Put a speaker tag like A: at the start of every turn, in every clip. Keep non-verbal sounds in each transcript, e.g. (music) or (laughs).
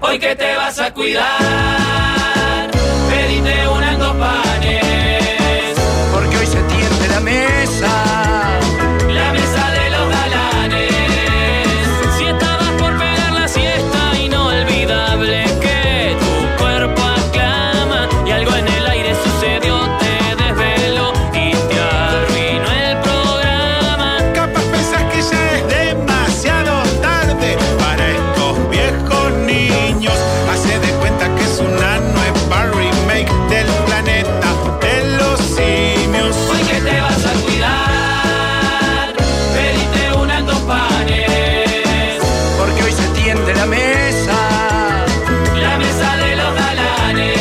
A: hoy que te vas a cuidar, pedite una en dos panes,
B: porque hoy se tiende la mesa.
A: la mesa de los galanes. Si estabas por pegar la siesta, inolvidable que tu cuerpo aclama y algo en el aire sucedió, te desveló y te arruinó el programa.
C: Capaz pensás que ya es demasiado tarde para estos viejos niños. Hace de cuenta que es una nueva remake del planeta de los simios.
A: Hoy que te vas a cuidar, pedite una en dos panes,
B: Porque hoy se tiende la mesa.
A: la mesa de los galanes.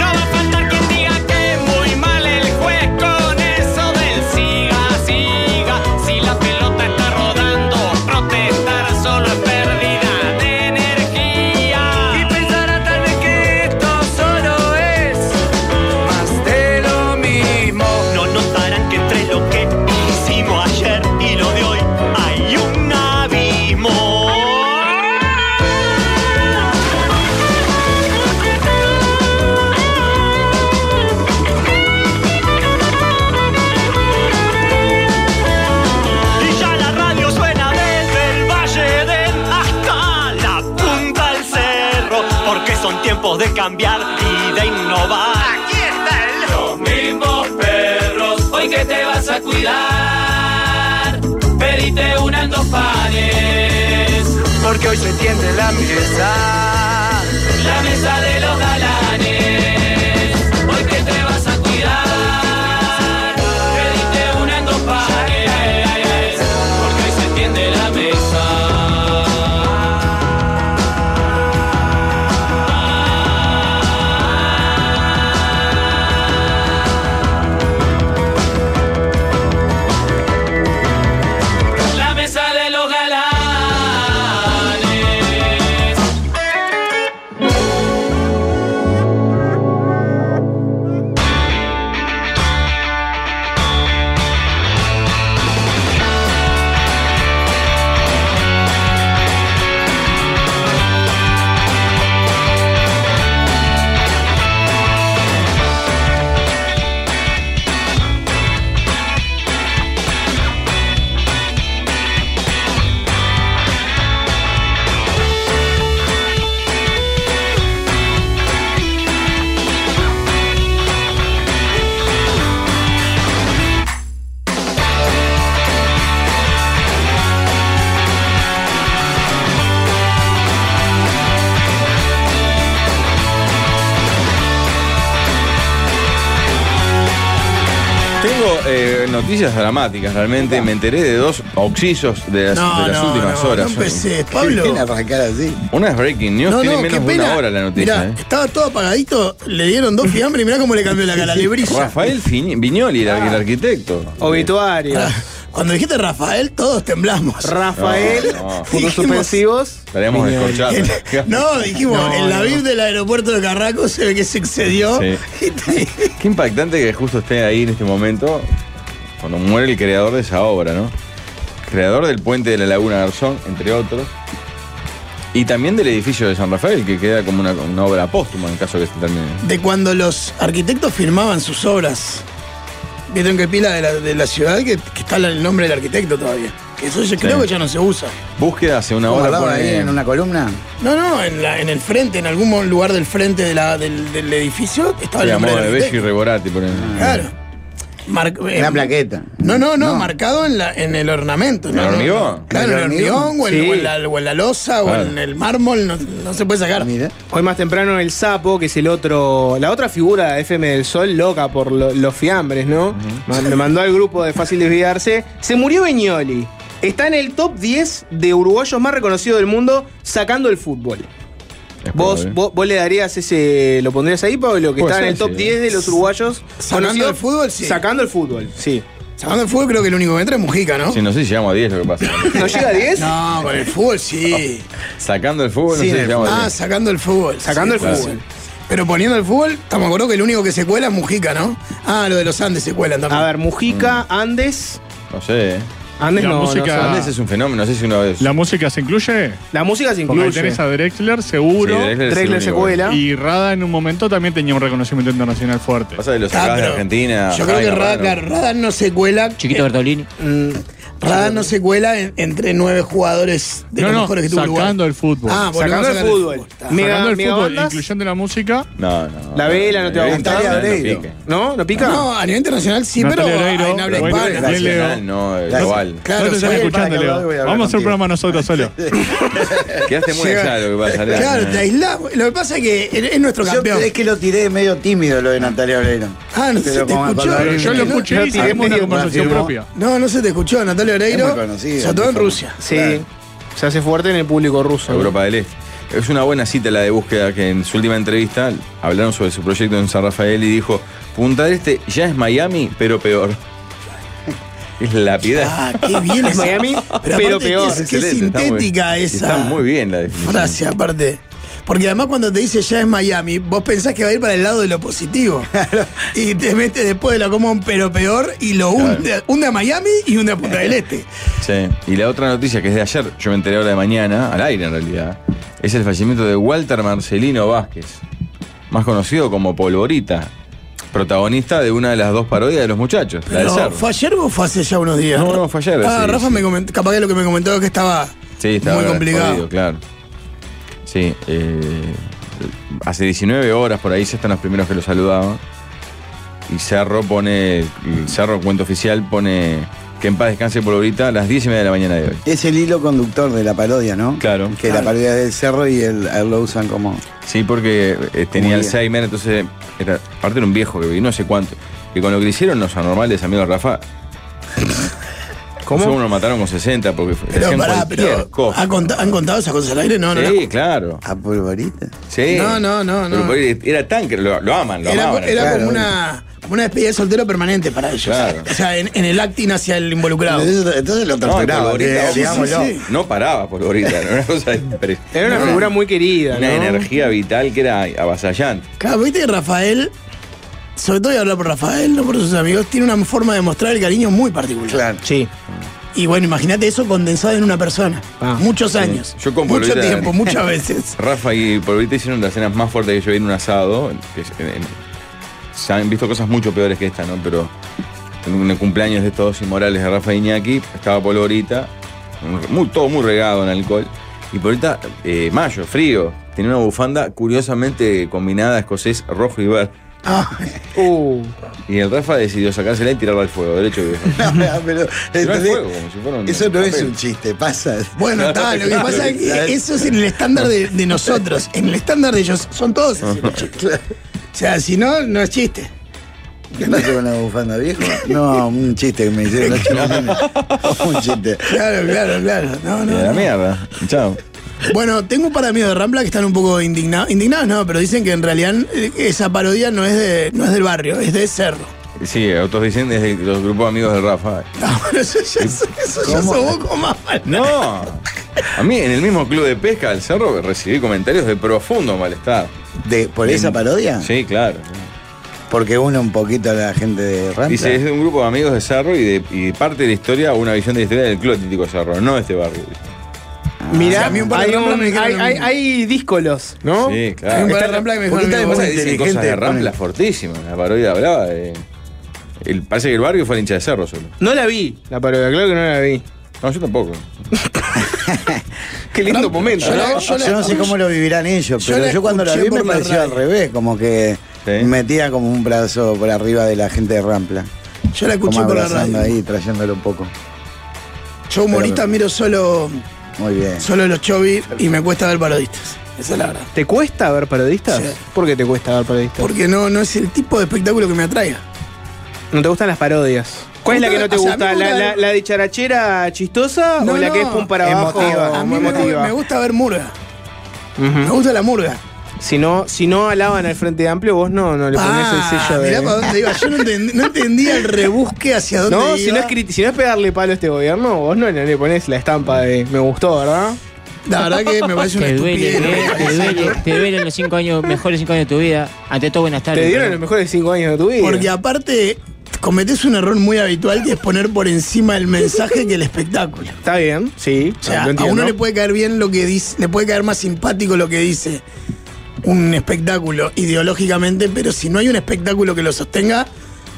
A: No va a faltar quien diga que muy mal el juez con eso del siga, siga. Si la pelota está rodando, protestar solo es pérdida de
B: Y
A: energía.
B: pensará tal vez que esto solo es más de lo mismo.
D: No notarán que entre lo que hicimos ayer y lo de hoy hay un abismo. Y ya la radio suena desde el Valle del hasta la punta del cerro, porque son tiempos de cambiar y de innovar.
A: Los mismos perros, hoy que te vas a cuidar, pedite una en dos panes.
B: Porque hoy se tiende la mesa.
A: La mesa de los galanes, hoy que te vas a cuidar, pediste una en dos pares, porque hoy se tiende la mesa. La mesa de los galanes.
E: Tengo eh, noticias dramáticas, realmente. Me enteré de dos auxillos de las,
F: No,
E: de las
F: no,
E: últimas
F: no,
E: horas.
F: no empecé,
G: ¿Qué
F: Pablo.
G: bien arrancar así?
E: Una es breaking news, tiene menos
F: qué
E: de una
F: pena.
E: hora la noticia.
F: Mirá,
E: eh.
F: estaba todo apagadito, le dieron dos fiambres y mirá cómo le cambió la cara, le brilla. Ah.
E: Rafael Fiñ- Viñoli, el, el arquitecto.
G: Obituario.
F: Cuando dijiste Rafael, todos temblamos.
G: Rafael,
E: No, no.
G: puntos
F: Dijimos-
G: suspensivos.
E: Estaríamos descorchados.
F: (laughs) No, dijimos,
G: No,
F: en la
G: no.
F: VIP del aeropuerto de Carraco se ve que se excedió.
E: Sí.
F: (laughs) Y te-
E: Qué impactante que justo esté ahí en este momento, cuando muere el creador de esa obra, ¿no? Creador del puente de la Laguna Garzón, entre otros. Y también del edificio de San Rafael, que queda como una, una obra póstuma en caso que se termine.
F: De cuando los arquitectos firmaban sus obras. Vieron que pila de la, de la ciudad que, que está la- el nombre del arquitecto todavía. Que eso yo creo que ya no se usa.
E: Búsqueda hace una
G: ¿Cómo
E: hora
G: hablaba
E: pone-
G: ahí en una columna?
F: No, no, en, la- en el frente, en algún mo- lugar del frente de la- del, del edificio estaba el
E: Sí, a
F: nombre
E: modo de
F: del
E: Bello y
F: arquitecto.
E: Reborati, por ejemplo.
F: Claro. Mar- eh,
G: Una plaqueta.
F: No, no, no, marcado en, la, en el ornamento.
E: ¿En
F: ¿no?
E: el hormigón?
F: Claro, en el hormigón, o, en-
H: Sí.
F: o en la, o en la losa,
E: Claro.
F: o en el mármol, no, no se puede sacar.
G: Mira.
H: Hoy más temprano el sapo, que es el otro, la otra figura de FM del Sol, loca por lo- los fiambres, ¿no? Ma- Me mandó al grupo de Fácil Desviarse. Se murió Beñoli. Está en el top 10 de uruguayos más reconocidos del mundo sacando el fútbol.
E: Es
H: ¿Vos,
E: probable.
H: vos, vos le darías ese, lo pondrías ahí, Pablo, que
E: Puede
H: está en
E: ser,
H: el top
E: sí.
H: 10 de los uruguayos
F: Sacando
H: conocidos-
F: el fútbol, sí.
H: Sacando el fútbol, sí.
F: Sacando el fútbol, creo que el único que entra es Mujica, ¿no?
E: Sí, no sé si llegamos a 10 lo que pasa.
H: ¿No llega a
F: (laughs)
H: 10?
F: No, con el fútbol sí.
E: (laughs) Sacando el fútbol,
G: Sí,
E: no sé si
G: en el
E: llegamos a
F: Ah,
E: 10.
F: sacando el fútbol.
H: Sacando
F: Sí,
H: el
F: sí,
H: fútbol.
F: sí. Pero poniendo el fútbol, estamos de acuerdo que el único que se cuela es Mujica, ¿no? Ah, lo de los Andes se cuelan también.
H: A ver, Mujica, Andes.
E: No sé. eh.
H: Andes
I: La
H: no, no
I: música-
H: sabe.
E: Andes es un fenómeno, no sé si uno es.
I: ¿La música se incluye?
H: La música se
I: Porque ahí
H: incluye.
I: tenés a Drexler, seguro.
E: Sí, Drexler es el
H: Drexler
E: único.
H: secuela.
I: y Rada en un momento también tenía un reconocimiento internacional fuerte.
E: Pasa de los
F: Ah,
E: sacás de
F: pero
E: Argentina.
F: Yo creo
E: Ay,
F: que
E: no,
F: Rada,
E: no.
F: Rada no se cuela.
A: Chiquito Bertolini.
F: Mm, Rada no se cuela en- entre nueve jugadores de
I: no,
F: los
I: no,
F: mejores que tuvo Uruguay.
I: sacando el fútbol.
F: Ah, bueno,
H: Sacando el
F: sacar
H: fútbol.
F: Está.
H: Me- Mega-
I: sacando el
H: mega
I: fútbol,
H: bandas.
I: incluyendo la música.
E: No, no.
H: La vela no te va a gustar.
E: Natalia
G: Natalia
E: Oreiro.
G: Oreiro.
H: ¿No? ¿No pica?
F: No, a nivel internacional sí,
I: Natalia
F: pero
I: Oreiro,
F: a- en habla
I: bueno,
F: hispana.
I: bien Leo.
E: Nacional, no, es global.
I: no
F: Claro,
I: te
F: sí,
I: están escuchando,
G: para que voy a
I: Leo.
G: hablar
I: Vamos a hacer un
G: contigo.
I: programa nosotros solo.
E: Quedaste muy
F: Llega-
E: allá de lo que pasa. Leo.
F: claro, te aislamos. Lo que pasa es que es es nuestro
G: Yo
F: campeón.
G: es que lo tiré medio tímido lo de Natalia Oreiro.
F: Ah, no se
G: Pero
F: te
G: como
F: escuchó.
G: cuando-
I: Pero yo lo
F: No,
I: escuché
G: no
I: y
G: tiene
I: tenemos una
G: medio
I: conversación
G: partido.
I: propia.
F: No, no se te escuchó. Natalia Oreiro,
G: Es muy conocido.
F: sobre todo en Rusia.
H: Sí.
G: Claro.
H: Se hace fuerte en el público ruso. ¿no?
E: Europa del Este. Es una buena cita la de búsqueda que en su última entrevista hablaron sobre su proyecto en San Rafael y dijo, Punta del Este ya es Miami, pero peor. (laughs) Es la piedad.
F: Ah, qué
E: (laughs)
F: bien esa-
H: Miami, pero
F: aparte,
H: peor.
F: Qué, qué
E: Excelente, está muy-
F: sintética esa
E: Está muy bien la definición.
F: frase, aparte. Porque además cuando te dice ya es Miami, vos pensás que va a ir para el lado de lo positivo.
E: (laughs)
F: Y te mete después de la común, pero peor, y lo
E: Claro.
F: hunde, hunde a Miami y hunde a Punta
E: (laughs)
F: del Este.
E: Sí. Y la otra noticia que es de ayer, yo me enteré ahora de mañana, al aire en realidad, es el fallecimiento de Walter Marcelino Vázquez, más conocido como Polvorita, protagonista de una de las dos parodias de los muchachos, la del
F: Pero,
E: Cerro.
F: ¿Fue ayer o fue hace ya unos días?
E: No, no, fue ayer,
F: Ah,
E: sí,
F: Rafa
E: sí.
F: me comentó, capaz que lo que me comentó es que estaba
E: Sí, estaba
F: muy complicado.
E: jodido, claro. Sí, eh, hace 19 horas por ahí se están los primeros que lo saludaban. Y Cerro pone, el Cerro Cuento Oficial pone que en paz descanse por ahorita a las 10 y media de la mañana de hoy.
G: Es el hilo conductor de la parodia, ¿no?
E: Claro.
G: Que la parodia del cerro y el, a él lo usan como.
E: Sí, porque eh, tenía
G: bien.
E: Alzheimer, entonces era parte de un viejo que vi, no sé cuánto. Que con lo que le hicieron los anormales, amigo Rafa. ¿Cómo? Uno mataron con 60 porque fue-
F: Pero
E: hacían
F: pará,
E: cualquier
F: pero
E: cosa.
F: ¿ha cont- ¿han contado esas cosas al aire? No, no, no. Ah,
E: Sí, claro.
G: ¿A polvorita?
E: Sí.
F: No, no, no,
E: Pero
F: no.
E: por ahí era tan que lo, lo aman, lo
F: Era,
E: amaban.
F: era
G: claro,
F: como
G: bueno.
F: una, como una despedida de soltero permanente para ellos.
E: Claro.
F: O sea, en, en el acting hacia el involucrado.
G: Entonces, entonces lo
E: No,
G: torturaba,
E: Polvorita,
G: eh,
E: vamos,
G: digámoslo.
E: sí, sí. No paraba Polvorita, era una
F: (laughs)
E: cosa impres-
H: Era una figura muy querida.
E: una
H: ¿no?
E: energía vital que era avasallante.
F: Claro, viste que Rafael, sobre todo voy a hablar por Rafael, no por sus amigos, tiene una forma de mostrar el cariño muy particular.
G: Claro.
H: Sí.
F: Y bueno, imagínate eso condensado en una persona.
H: Ah,
F: Muchos años.
E: Yo con
F: Mucho
E: Polvorita- (laughs)
F: tiempo, muchas
G: (laughs)
F: veces.
E: Rafa y Polvorita hicieron las cenas más fuertes que yo vi en un asado. que es- en- en- se han visto cosas mucho peores que esta, ¿no? Pero en el cumpleaños de estos dos inmorales de Rafa e Iñaki estaba Polvorita, un- muy- todo muy regado en alcohol. Y Polvorita, eh, mayo, frío, tenía una bufanda curiosamente combinada escocés rojo y verde.
G: (laughs)
F: Ah,
H: Uh,
E: Y el Rafa decidió sacársela y tirarla al fuego, derecho
G: (laughs)
E: viejo.
G: Pero,
E: Tiró al
G: entonces,
E: fuego, como si fuera un-
G: eso no es
E: papel.
G: un chiste, pasa. (laughs)
F: bueno, está, lo que pasa es que eso es en el estándar de, de nosotros. En el estándar de ellos
G: (laughs)
F: son todos así los chistes. O sea, si no, no es chiste.
G: ¿Qué pasa con una bufanda viejo? No, un chiste que me hicieron los chibolines. (laughs) Un chiste.
F: Claro, claro, claro. No,
E: Y a
F: no,
E: la
F: no.
E: mierda. Chao.
F: Bueno, tengo un par de amigos de Rampla que están un poco indignados. Indignados no, pero dicen que en realidad eh, esa parodia no es, de, no es del barrio, es de Cerro. (laughs)
E: Sí, otros dicen desde los grupos amigos de Rafa.
F: Ah, bueno, eso ya, eso, eso ya
G: ¿Cómo?
F: sos vos como más mal.
E: No. A mí en el mismo club de pesca del cerro recibí comentarios de profundo malestar.
G: De, ¿Por esa parodia?
E: Sí, claro.
G: Porque une un poquito a la gente de Rampla.
E: Dice, es de un grupo de amigos de cerro y de y parte de la historia, una visión de la historia del club atlético cerro, no de este barrio.
H: mirá,
F: o sea, Ah, a mí un par de
H: hay,
F: Rampla
H: un-
F: me dijeron
H: hay,
F: lo
H: hay-
F: mismo.
H: hay díscolos, ¿no?
E: Sí,
F: Hay un
E: claro.
F: par de Rampla que me
G: poquito
F: dijeron,
G: de
E: Pasa
F: "Bueno,
E: que dicen cosas de Rampla fortísimas. La parodia hablaba de. el- parece que el barrio fue el hincha de cerro solo.
H: No la vi, la parodia, claro que no la vi.
E: No, yo tampoco.
H: (laughs) Qué lindo momento,
F: yo la-
H: ¿no?
G: Yo,
F: la-
G: no sé cómo lo vivirán ellos,
F: yo
G: pero
F: la
G: yo cuando la
F: escuché
G: vi me
F: por la
G: pareció al
F: radio.
G: revés, como que
E: Sí.
G: metía como un brazo por arriba de la gente de Rampla.
F: Yo la
G: Como
F: escuché por la
G: abrazando
F: radio.
G: ahí, trayéndolo un poco.
F: Yo humorista
G: Pero-
F: miro solo,
G: Muy bien.
F: solo los chovis y me cuesta ver parodistas. Esa es la verdad.
H: ¿Te cuesta ver parodistas?
F: Sí.
H: ¿Por qué te cuesta ver parodistas?
F: Porque no, no es el tipo de espectáculo que me atraiga.
H: No te gustan las parodias. ¿Cuál es la que no te
F: O sea, a mí
H: gusta?
F: me
H: ¿La,
F: gusta
H: la,
F: el-
H: la de charachera chistosa o
F: No,
H: la que es
F: no.
H: pum para abajo?
G: Emotiva.
F: A mí
H: muy
F: me,
H: emotiva?
F: me gusta ver murga. Me
H: Ujú.
F: gusta la murga.
H: Si, no, si no alaban al Frente Amplio, vos no, no le ponés el sello de.
F: Ah, mirá para dónde iba. Yo no, entendí- no entendía el rebusque hacia dónde
H: No,
F: iba.
H: si no, es crit- si no es pegarle palo a este gobierno, vos no, no le ponés la estampa de me gustó, ¿verdad?
F: La verdad que me parece una
A: Te duele, te
F: estupidez.
A: duele, te duele, te duelen los cinco años, mejores cinco años de tu vida. Ante todo, buenas tardes.
H: Te dieron
A: pero-
H: los mejores cinco años de tu vida.
F: Porque aparte cometés un error muy habitual que es poner por encima el mensaje que el espectáculo.
H: Está bien, sí.
F: O sea,
H: lo
F: a
H: entiendo.
F: uno le puede caer bien lo que dice, le puede caer más simpático lo que dice un espectáculo ideológicamente, pero si no hay un espectáculo que lo sostenga,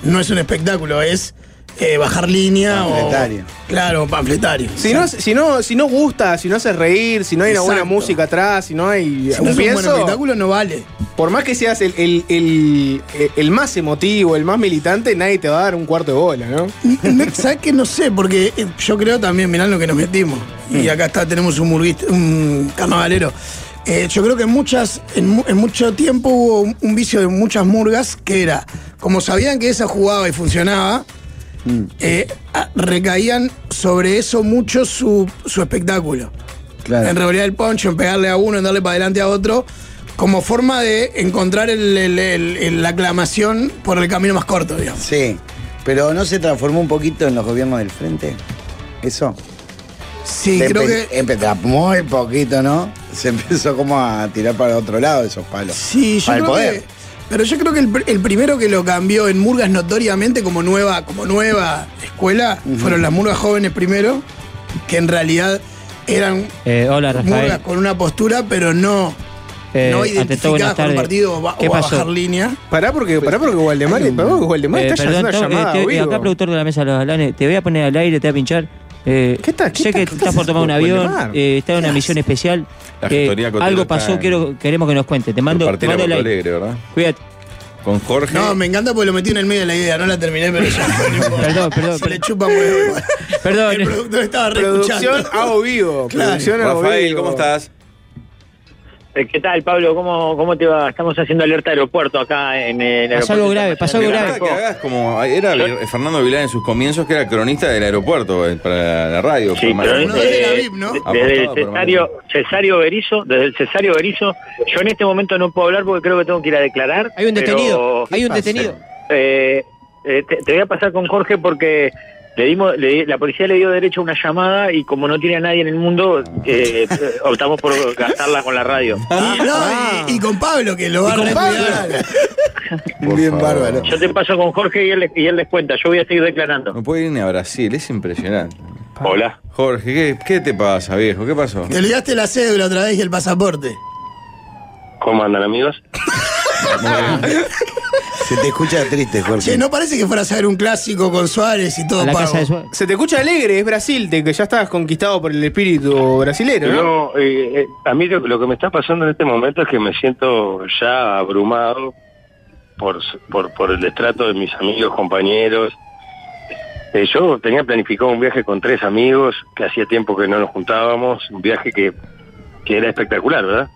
F: no es un espectáculo, es eh, bajar línea
G: Panfletario.
F: o. Claro, panfletario.
H: Si no, si, no, si no gusta, si no hace reír, si no hay una buena
F: Exacto.
H: música atrás, si no hay
F: Si no
H: un
F: es un buen
H: pienso,
F: espectáculo, no vale.
H: por más que seas el, el- el- e, el más emotivo, el más militante, nadie te va a dar un cuarto de
F: (laughs)
H: bola, ¿no?
F: No, ¿Sabes qué? No sé, porque eh, yo creo también, mirá en lo que nos metimos. Y acá está, tenemos un murguista, un carnavalero. Eh, yo creo que en muchas, en, mu- en mucho tiempo hubo un, un vicio de muchas murgas que era, como sabían que esa jugaba y funcionaba, eh, a- recaían sobre eso mucho su, su espectáculo.
G: Claro.
F: En revolear el poncho, en pegarle a uno, en darle para adelante a otro, como forma de encontrar el- el- el- el- la aclamación por el camino más corto, digamos.
G: Sí, pero ¿no se transformó un poquito en los gobiernos del frente? Eso.
F: Sí,
G: Se
F: creo
G: empe-
F: que.
G: empe- muy poquito, ¿no? Se empezó como a tirar para otro lado esos palos.
F: Sí, yo
G: para el
F: creo
G: poder.
F: que. Pero yo creo que el, pr- el primero que lo cambió en Murgas notoriamente como nueva, como nueva escuela fueron las Murgas jóvenes primero, que en realidad eran
J: Eh, hola,
F: Murgas
J: Rafael.
F: con una postura, pero no,
J: Eh,
F: no
J: ante todo, buenas
F: identificadas con un
J: tardes.
F: partido o, ba-
J: ¿Qué
F: o a
J: pasó?
F: bajar línea.
H: Pará porque, pará porque Waldemar, pará porque Waldemar
J: Eh,
H: está
J: perdón,
H: haciendo
J: to-
H: una
J: eh,
H: llamada,
J: te- eh,
H: vivo.
J: acá productor de la mesa de los galanes, te voy a poner al aire, te voy a pinchar. Eh,
H: ¿Qué está- qué
J: sé
H: está-
J: que
H: qué
J: estás
H: estás
J: por tomar un
H: haciendo,
J: avión,
H: Waldemar?
J: eh, está en una misión especial.
E: La
J: Eh,
E: gestoría Cotelo
J: algo
E: está
J: pasó,
E: en-
J: quiero, queremos que nos cuentes. Te mando,
E: Por
J: te
E: parte de
J: mando el
E: Porto
J: aire.
E: Alegre, ¿verdad?
J: Cuídate.
E: Con Jorge.
F: No, me encanta porque lo metí en el medio de la idea, no la terminé, pero ya.
J: Perdón, perdón,
F: Se le
J: perdón.
F: chupa huevo. igual. El
J: perdón. eh.
F: productor estaba re
H: Producción
F: escuchando.
H: hago vivo.
F: Claro.
H: Producción hago
E: Rafael,
H: vivo.
E: ¿cómo estás?
K: Eh, ¿Qué tal, Pablo? ¿Cómo, ¿Cómo te va? Estamos haciendo alerta aeropuerto acá en el
J: Pasó
K: aeropuerto.
J: algo grave, pasó algo
E: Me
J: grave.
E: encanta que hagas como era Fernando Vilá en sus comienzos, que era cronista del aeropuerto eh, para la radio.
K: Sí,
E: por-
K: pero
F: No, desde la VIP, ¿no?
K: de-
E: Apostado,
K: desde el
E: pero
K: cesario, cesario Berizo, desde el cesario Berizo, yo en este momento no puedo hablar porque creo que tengo que ir a declarar.
J: Hay un
K: pero,
J: detenido, hay un
G: pasa?
J: detenido.
K: eh, eh, te, te voy a pasar con Jorge porque le dimos, le di- la policía le dio derecho a una llamada y como no tiene a nadie en el mundo,
G: (laughs)
K: eh, optamos por gastarla con la radio.
F: Y, no, y, y con Pablo, que lo va a recuidar.
E: Por
G: Bien
E: favor.
G: bárbaro.
K: Yo te paso con Jorge y él, y él les cuenta, yo voy a seguir declarando.
E: No puede ir ni a Brasil, es impresionante.
K: Hola.
E: Jorge, ¿qué, qué te pasa, viejo? ¿Qué pasó? (laughs)
F: Te olvidaste la cédula otra vez y el pasaporte.
K: ¿Cómo
G: (laughs)
K: andan amigos?
G: Se te escucha triste, Jorge.
F: Che, no parece que fueras a ver un clásico con Suárez y todo
J: A la
F: pago.
J: casa de su...
H: Se te escucha alegre, es Brasil, te- que ya estás conquistado por el espíritu brasilero, ¿no?
K: No, eh, eh, a mí lo, lo que me está pasando en este momento es que me siento ya abrumado por, s- por, por el destrato de mis amigos, compañeros. Eh, yo tenía planificado un viaje con tres amigos, que hacía tiempo que no nos juntábamos, un viaje que, que era espectacular, ¿verdad?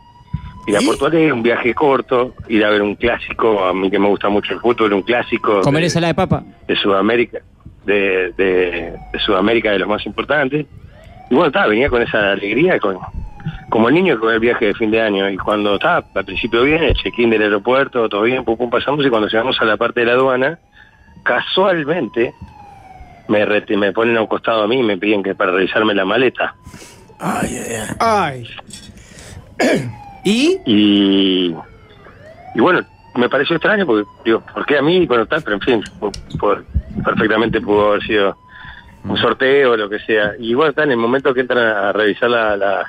K: Ir a
F: ¿Y?
K: Porto Alegre, un viaje corto, ir a ver un clásico, a mí que me gusta mucho el fútbol, un clásico
J: Comer
K: de,
J: ensalada de papa.
K: de Sudamérica, de, de- de Sudamérica de los más importantes. Y bueno, estaba, venía con esa alegría, con, como el niño con el viaje de fin de año. Y cuando estaba, al principio bien, el check-in del aeropuerto, todo bien, pum, pum, pasamos. Y cuando llegamos a la parte de la aduana, casualmente me, reti- me ponen a un costado a mí y me piden que para revisarme la maleta.
F: Ay, ay, ay.
H: Ay. ¿Y?
K: Y, y bueno, me pareció extraño porque, digo, ¿por qué a mí? Bueno, tal, pero en fin, pu- pu- perfectamente pudo haber sido un sorteo o lo que sea. Y bueno, está en el momento que entran a revisar la, la,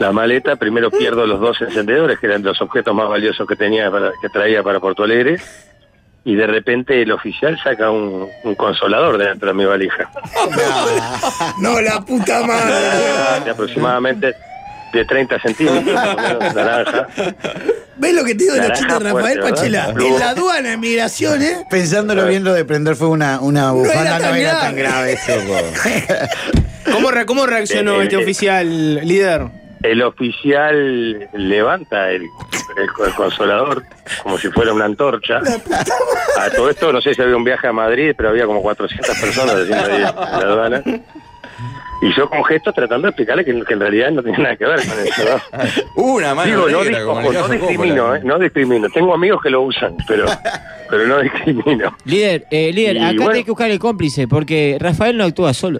K: la maleta, primero pierdo los dos encendedores, que eran los objetos más valiosos que tenía para- que traía para Porto Alegre. Y de repente el oficial saca un, un consolador dentro de mi valija.
F: No, la puta madre.
K: De aproximadamente de 30 centímetros, más o menos, naranja.
F: ¿Ves lo que te digo de los
K: Naranja
F: chistes de Rafael
K: fuerte,
F: Pachela?
K: ¿verdad?
F: En la aduana, en migración, ¿eh?
G: Pensándolo bien, lo de prender fue una, una bufanda,
F: tan
G: no era
F: grave.
G: tan grave.
H: ¿Cómo, re- cómo reaccionó
K: Eh, eh,
H: este
K: eh.
H: oficial líder?
E: eh,
K: El oficial levanta el, el- el consolador como si fuera una antorcha. A todo esto, no sé si había un viaje a Madrid, pero había como 400 personas haciendo ahí en la aduana. Y yo con gestos tratando de explicarle que, que en realidad no tenía nada que ver con eso. ¿no?
E: Una mano
K: Digo, no,
E: negra,
K: dis-
E: como en
K: ojo,
E: el
K: no
E: caso
K: discrimino,
E: Coppola.
K: ¿eh? no discrimino. Tengo amigos que lo usan, pero, pero no discrimino.
J: Líder, eh, líder,
K: Y
J: acá
K: bueno.
J: tenés que buscar el cómplice, porque Rafael no actúa solo.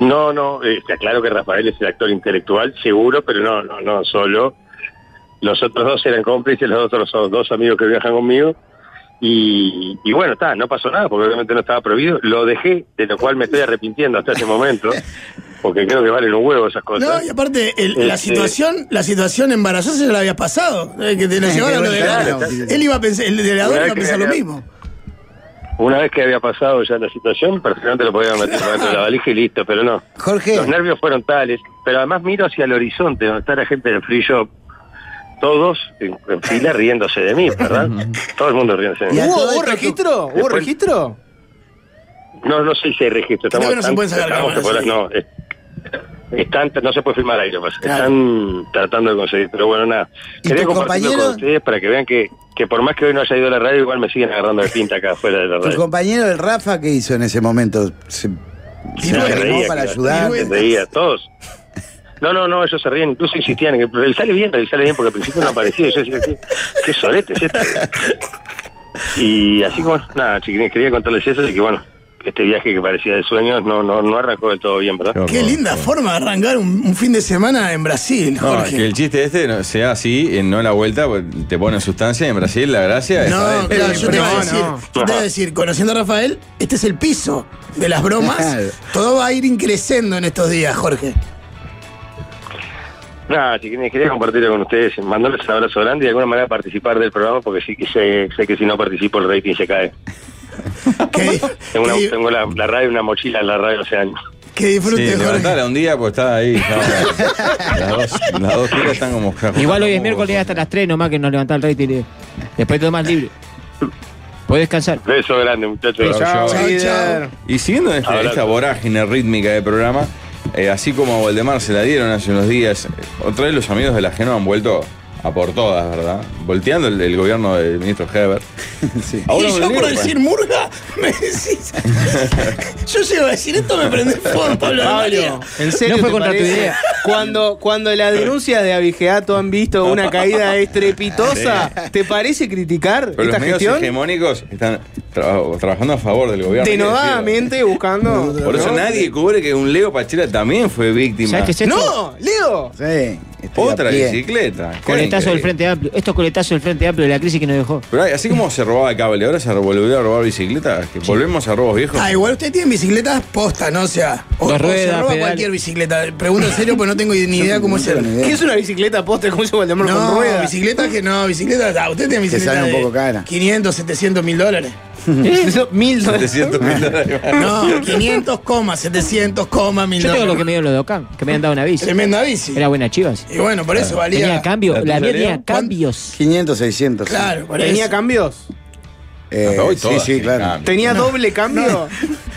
K: No, no, eh, está claro que Rafael es el actor intelectual, seguro, pero no, no, no solo. Los otros dos eran cómplices, los otros son dos amigos que viajan conmigo. Y, y bueno, está, no pasó nada, porque obviamente no estaba prohibido. Lo dejé, de lo cual me estoy arrepintiendo hasta ese momento, porque creo que valen un huevo esas cosas.
F: No, y aparte, el- la
K: Este-
F: situación, la situación embarazosa ya la habías pasado. eh, Que te la
K: Sí,
F: llevaron a lo de
K: claro.
F: Galo. Él iba a pensar, el delegador
K: Mirá
F: iba a
K: que
F: pensar lo
K: había-
F: mismo.
K: Una vez que había pasado ya la situación, perfectamente lo podía meter dentro de la valija y listo, pero no.
G: Jorge.
K: Los nervios fueron tales, pero además miro hacia el horizonte donde está la gente del free shop, todos en, en fila riéndose de mí, ¿verdad? Todo el mundo riéndose de mí.
H: ¿Hubo, hubo registro? ¿Hubo
K: Después-
H: registro?
K: No, no sé si hay registro.
H: Creo
K: Estamos,
H: que no se pueden sacar
K: estamos-
H: cámaras,
K: no, eh, están, no se puede filmar ahí, lo que pasa. Están tratando de conseguir, pero bueno, nada. Quería compartirlo con ustedes para que vean que, que por más que hoy no haya ido a la radio, igual me siguen agarrando de pinta acá afuera de la
G: ¿Tu
K: radio.
G: compañero el Rafa qué hizo en ese momento? ¿Se, se
K: Se
G: arrimó
K: reía,
G: para
K: claro,
G: ayudar?
K: se reía, todos. No, no, no, ellos se ríen, incluso insistían, en que revisale bien, revisale bien, porque al principio no aparecía, y yo decía, qué, qué sorete es este. Y así como, nada, chiquilines, quería contarles eso, y que bueno, este viaje que parecía de sueños no, no, no arrancó del todo bien, ¿verdad?
F: Qué linda forma de arrancar un, un fin de semana en Brasil,
E: No,
F: Jorge.
E: que el chiste este no sea así, en no en la vuelta, pues, te ponen sustancia y en Brasil la gracia es
F: No,
E: adentro.
F: claro, yo te iba a
E: No,
F: decir,
E: no.
F: yo te iba a decir, conociendo a Rafael, este es el piso de las bromas.
E: Claro.
F: Todo va a ir increciendo en estos días, Jorge.
K: Nada, chiquilines, quería compartirlo con ustedes, mandarles un abrazo grande y de alguna manera participar del programa, porque sí que sé, sé que si no participo el rating
G: (laughs)
K: se cae. Tengo, una- tengo la, la radio, una mochila en la radio hace años.
F: Que disfrute,
E: sí, levantala un día, pues está ahí.
F: (laughs)
E: ya. las dos, las dos giras están como.
J: Igual hoy es miércoles hasta las 3 nomás que nos levantás el rating. eh. Después todo más libre. Podés descansar.
K: Beso grande, muchachos.
E: Chao, chao. Y siguiendo esta,
K: Abrazo.
E: esta vorágine rítmica del programa, eh, así como a Valdemar se la dieron hace unos días, eh, otra vez los amigos del ajeno han vuelto a por todas, ¿verdad? Volteando el, el gobierno del ministro Heber. Ahora
F: y yo
E: Rodrigo,
F: por
E: pues.
F: decir murga, (laughs) me decís. yo llego a decir esto, me prende
H: (laughs)
F: fuego, Pablo. de María.
H: Pablo, en serio.
F: No fue
H: te
F: contra tu
H: parece?
F: idea.
H: Cuando, cuando las denuncias de Abigeato han visto una
E: (laughs)
H: caída estrepitosa, ¿te parece criticar
E: Pero los
H: esta
E: medios
H: gestión?
E: hegemónicos están tra- trabajando a favor del gobierno. hay que
H: Denodadamente buscando.
E: decirlo. Por eso
H: ¿no?
E: nadie cubre que un Leo Pachela también fue víctima.
H: ¡No! ¡Leo!
G: Sí.
E: Otra
J: a pie.
E: bicicleta. Qué
J: Coletazo del
E: increíble.
J: Frente Amplio. Estos coletazos del Frente Amplio de la crisis que nos dejó.
E: Pero hay- así como se robaba cable, ahora se volvió a robar bicicletas, que volvemos a robos viejos.
F: Ah, igual ustedes tienen bicicletas postas, ¿no? O sea, o,
E: Dos
F: o se
E: ruedas,
F: roba
E: pedal.
F: cualquier bicicleta. Pregunto en serio, pues
G: (laughs)
F: no tengo ni idea cómo es el.
H: ¿Qué es una bicicleta poste? ¿Cómo se llama el
F: No,
H: con rueda?
F: bicicletas que no, bicicletas. Ah, usted tiene
H: Te
F: bicicletas.
H: sale un
F: de
H: poco cara.
F: 500, 700 mil dólares.
H: Mil
E: dólares. 700
F: (laughs)
E: mil dólares.
F: No, 500, coma, 700, coma, mil
J: Yo
F: dólares.
J: tengo lo que me dio los de Ocam, que me han dado una bici.
F: Tremenda bici.
J: Era buena chivas.
F: Y bueno, por eso valía.
J: Tenía cambio, la, mía tenía cambios.
G: 500, 600. sí.
F: Claro, por
H: ¿Tenía
F: eso.
H: cambios?
G: Eh,
H: Hoy
G: sí,
H: todas
G: sí,
H: tienen
G: claro.
H: cambio. ¿Tenía doble cambio?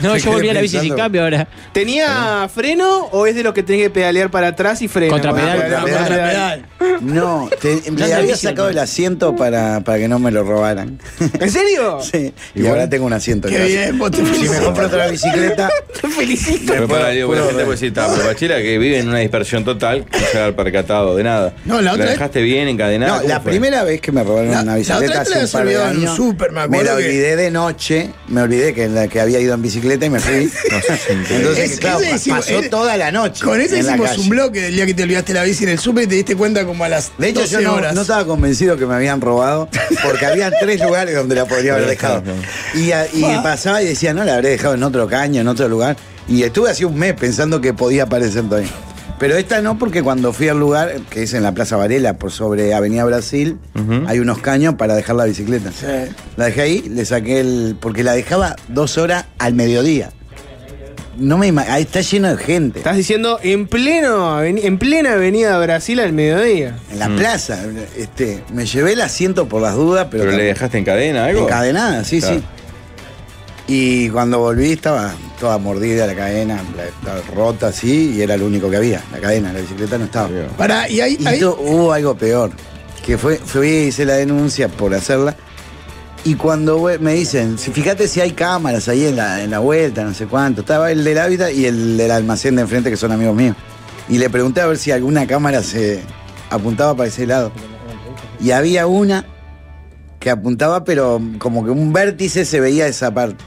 J: No, yo volví a la bici sin cambio ahora.
H: ¿Tenía freno o es de los que tenés que pedalear para atrás y freno?
G: Ah,
J: Contrapedal.
H: Contrapedal.
F: Contrapedal.
G: No, te-
H: No
G: le
H: te
G: había
H: avisan,
G: sacado el asiento para, para que no me lo robaran.
H: ¿En serio?
G: (laughs) Sí. Y, ahora tengo un asiento.
F: Qué
G: gracias.
F: bien, vos te
G: si me
F: felicito.
G: compro otra
J: (laughs)
G: bicicleta.
H: Te felicito.
E: Pero para Leo, la gente puede decir, "Ta, pero Pachela que vive en una dispersión total, no se ha percatado de nada.
G: No, la otra vez-
E: dejaste bien encadenada.
G: No, la primera vez que me robaron una
F: otra
G: bicicleta
F: vez te
G: hace
F: la
G: un par de
F: habías olvidado en un
G: años,
F: súper, me
G: me
F: acuerdo
G: la
F: que-
G: olvidé de noche, me olvidé que, la, que había ido en bicicleta y me
F: (laughs)
G: fui. (laughs) Entonces,
F: Ese-
G: claro,
F: ese
G: pa-
F: hicimos-
G: pasó
F: eh,
G: toda la noche.
F: Con eso
G: en la
F: hicimos
G: calle.
F: un bloque del día que te olvidaste la bici en el súper y te diste cuenta como a las
G: De hecho,
F: 12
G: yo no,
F: horas.
G: no estaba convencido que me habían robado, porque había tres lugares donde la podría haber dejado. Y, a- y me pasaba y decía, no, la habré dejado en otro caño, en otro lugar. Y estuve así un mes pensando que podía aparecer todavía. Pero esta no, porque cuando fui al lugar, que es en la Plaza Varela, por sobre Avenida Brasil, hay unos caños para dejar la bicicleta. La dejé ahí, le saqué el. porque la dejaba dos horas al mediodía. No me ima- ahí está lleno de gente.
H: Estás diciendo en pleno aveni- en plena avenida Brasil al mediodía.
G: En
J: Mm.
G: la plaza. Este, me llevé el asiento por las dudas, pero.
E: Pero le dejaste en cadena algo.
G: Encadenada, sí,
E: Claro.
G: sí. Y cuando volví estaba toda mordida la cadena, la- estaba rota así, y era lo único que había, la cadena, la bicicleta no estaba.
F: Pará, y ahí- ahí-
G: tu- hubo algo peor, que fue, fui hice la denuncia por hacerla, y cuando vue- me dicen, "Si- fíjate si hay cámaras ahí en la, en la vuelta, no sé cuánto, estaba el del hábitat y el del almacén de enfrente, que son amigos míos. Y le pregunté a ver si alguna cámara se apuntaba para ese lado. Y había una que apuntaba, pero como que un vértice se veía esa parte.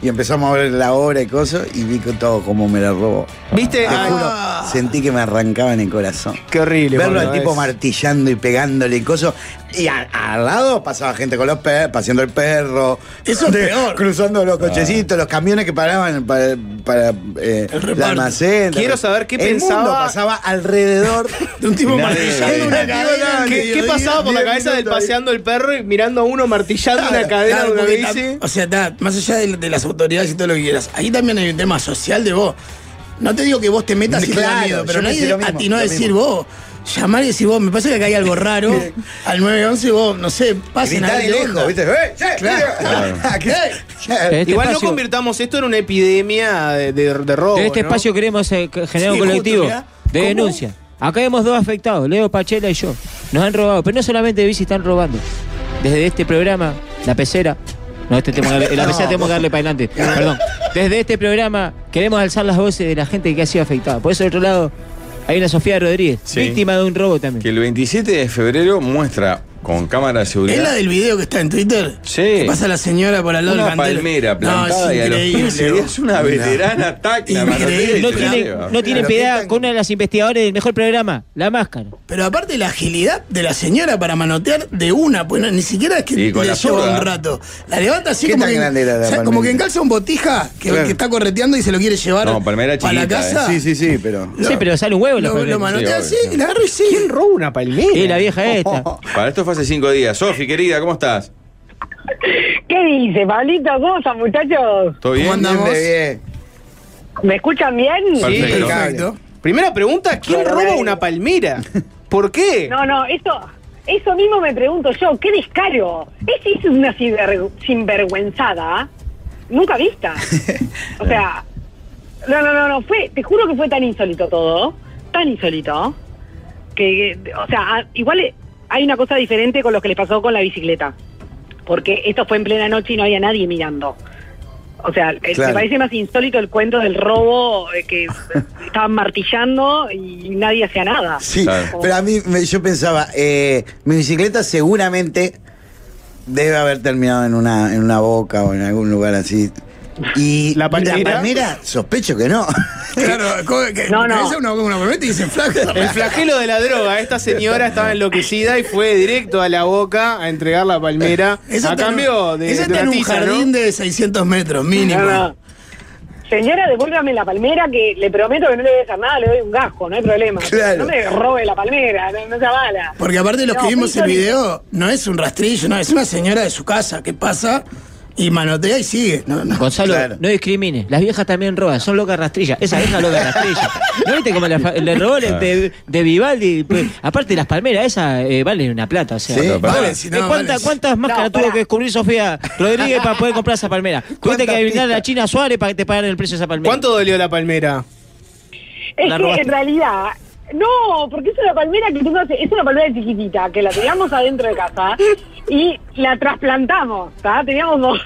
G: Y empezamos a ver la hora y cosas, y vi que todo como me la robó.
H: ¿Viste?
G: Te
H: Ay.
G: juro, sentí que me arrancaban el corazón.
H: Qué horrible.
G: Verlo
H: cuando
G: al tipo
H: ves.
G: martillando y pegándole y cosas. Y a- al lado pasaba gente con los perros, paseando el perro.
F: Eso es
G: de-
F: peor.
G: Cruzando los cochecitos, los camiones que paraban para, para eh, el
F: reparto.
G: almacén.
H: Quiero saber qué
G: El mundo
H: pensaba-
G: pasaba
F: (laughs)
G: alrededor
F: De un tipo
E: Nadie
F: martillando
E: sabe.
F: una cadena.
H: ¿Qué, qué pasaba por la cabeza del paseando el perro y mirando a uno martillando una cadena
F: Claro,
H: donde
F: porque
H: dice?
F: (laughs) tam- O sea, ta, más allá de, de las autoridades y todo lo que quieras, ahí también hay un tema social de vos. No te digo que vos te metas y te da
G: Claro,
F: miedo,
G: yo
F: pero
G: pensé
F: nadie
G: lo mismo,
F: atinó a
G: lo
F: decir
G: mismo.
F: vos. Llamar y decir vos, me parece que acá hay algo raro. al 911 vos, no sé, pasen a
G: Gritar
F: ver
G: de
F: qué
G: lejos,
F: onda.
G: ¿viste? ¡Eh, che,
F: Claro.
G: mira! ¿Qué?
F: (laughs)
J: Este
H: Igual
J: espacio-
H: no convirtamos esto en una epidemia de, de, de robo.
J: De este
H: ¿no?
J: espacio queremos eh, que- generar
F: Sí,
J: un colectivo
F: justo, mirá.
J: de
F: ¿Cómo?
J: denuncia. Acá hemos dos afectados, Leo Pachela y yo. Nos han robado, pero no solamente de bici están robando. Desde este programa, La Pecera. No, este tenemos que
F: (laughs)
J: darle- la pecera tenemos que darle para adelante. Perdón. Desde este programa queremos alzar las voces de la gente que ha sido afectada. Por eso, del otro lado, hay una Sofía Rodríguez,
E: Sí.
J: víctima de un robo también.
E: Que el 27 de febrero muestra con cámara de seguridad.
F: ¿Es la del video que está en Twitter?
E: Sí.
F: ¿Qué pasa la señora por al lado
E: una
F: del candel?
E: palmera plantada
F: No,
E: y
F: es
E: a los
F: increíble.
E: 15
F: vos.
E: días una veterana tacla.
F: Increíble.
J: No
F: Sí,
J: tiene, no tiene
G: Pero
J: piedad
G: pintan-
J: con una de las investigadores del mejor programa, La Máscara.
F: Pero aparte la agilidad de la señora para manotear de una, pues no, ni siquiera es que
E: Sí, con
F: le
E: la
F: lleva
E: zurda.
F: un rato. La levanta así
G: ¿Qué
F: como
G: tan
F: que,
G: grande era la
F: o sea,
G: palmera?
F: como que encalza un botija que,
G: Claro.
F: que está correteando y se lo quiere llevar
E: No, palmera
F: para la
E: chiquita,
F: casa.
G: eh. Sí, sí, sí, pero.
J: Sí, pero sale un huevo la
F: Lo, lo
J: palmera.
F: manotea así,
E: Sí, obvio.
F: y la agarra y sí.
H: ¿Quién roba una palmera?
J: Y la
H: (laughs)
J: vieja esta.
E: Para esto fue hace cinco días. Sofi, querida, ¿cómo estás?
L: ¿Qué dice, Pablito? ¿Cómo están, muchachos?
E: ¿Todo bien?
F: ¿Cómo andamos?
G: Bien, bien.
L: ¿Me escuchan bien?
E: Sí. Perfecto.
F: Perfecto.
H: Primera pregunta, ¿quién
L: Bueno,
H: roba
L: bueno.
H: una palmera? ¿Por qué?
L: No, no, eso, eso mismo me pregunto yo. ¡Qué descaro! Esa es una sinver- sinvergüenzada.
G: (laughs)
L: Nunca vista. O sea, no, no, no, no. Fue, te juro que fue tan insólito todo. Tan insólito. Que, que, o sea, a- igual eh, hay una cosa diferente con lo que les pasó con la bicicleta. Porque esto fue en plena noche y no había nadie mirando. O sea, eh,
G: Claro.
L: me parece más insólito el cuento del robo eh, que (laughs) estaban martillando y nadie hacía nada.
G: Sí,
E: Claro.
G: pero a mí me- yo pensaba, eh, mi bicicleta seguramente debe haber terminado en una, en una boca o en algún lugar así. Y
H: (laughs) ¿La palmera?
G: sospecho que no.
F: (laughs) Claro, co- que,
L: No, no.
F: cabeza uno come una palmera y dicen
H: El
F: flaca.
H: flagelo de la droga. Esta señora estaba enloquecida y fue directo a la boca a entregar la palmera
F: (laughs) Eso
H: a
F: está en un-
H: cambio de,
F: eso
H: de
F: está en
H: una
F: un
H: tiza, ¿no?
F: jardín de 600 metros,
L: No,
F: mínimo.
L: no. Señora, devuélvame la palmera que le prometo que no le voy a hacer nada, le doy un gajo, no hay problema.
G: Claro.
L: No me robe la palmera, no, no sea mala.
F: Porque aparte los
L: No,
F: que
L: fue
F: vimos el
L: insólito.
F: video, no es un rastrillo, no, es una señora de su casa que pasa y manotea y sigue. No, no.
J: Gonzalo,
G: Claro.
J: no discrimine. Las viejas también roban, son locas rastrillas. Esa vieja loca rastrilla. ¿No viste como la fa- le robó el de, de Vivaldi? Pues, aparte, las palmeras esas eh, valen una plata. O sea,
G: Sí,
J: Eh,
F: valen, si no,
J: ¿cuánta-
F: valen.
J: ¿Cuántas máscaras
L: No,
J: tuvo
L: pará.
J: que descubrir Sofía Rodríguez para poder comprar esa palmera? Tuviste
G: ¿Cuántas
J: que adivinar a
G: pistas?
J: China Suárez para que te pagaran el precio de esa palmera.
H: ¿Cuánto dolió la palmera?
L: Es
J: La
L: que
J: robaste.
L: en realidad, no, porque es una palmera que tú haces, es una palmera chiquitita, que la teníamos adentro de casa y la trasplantamos, ¿tá? Teníamos dos.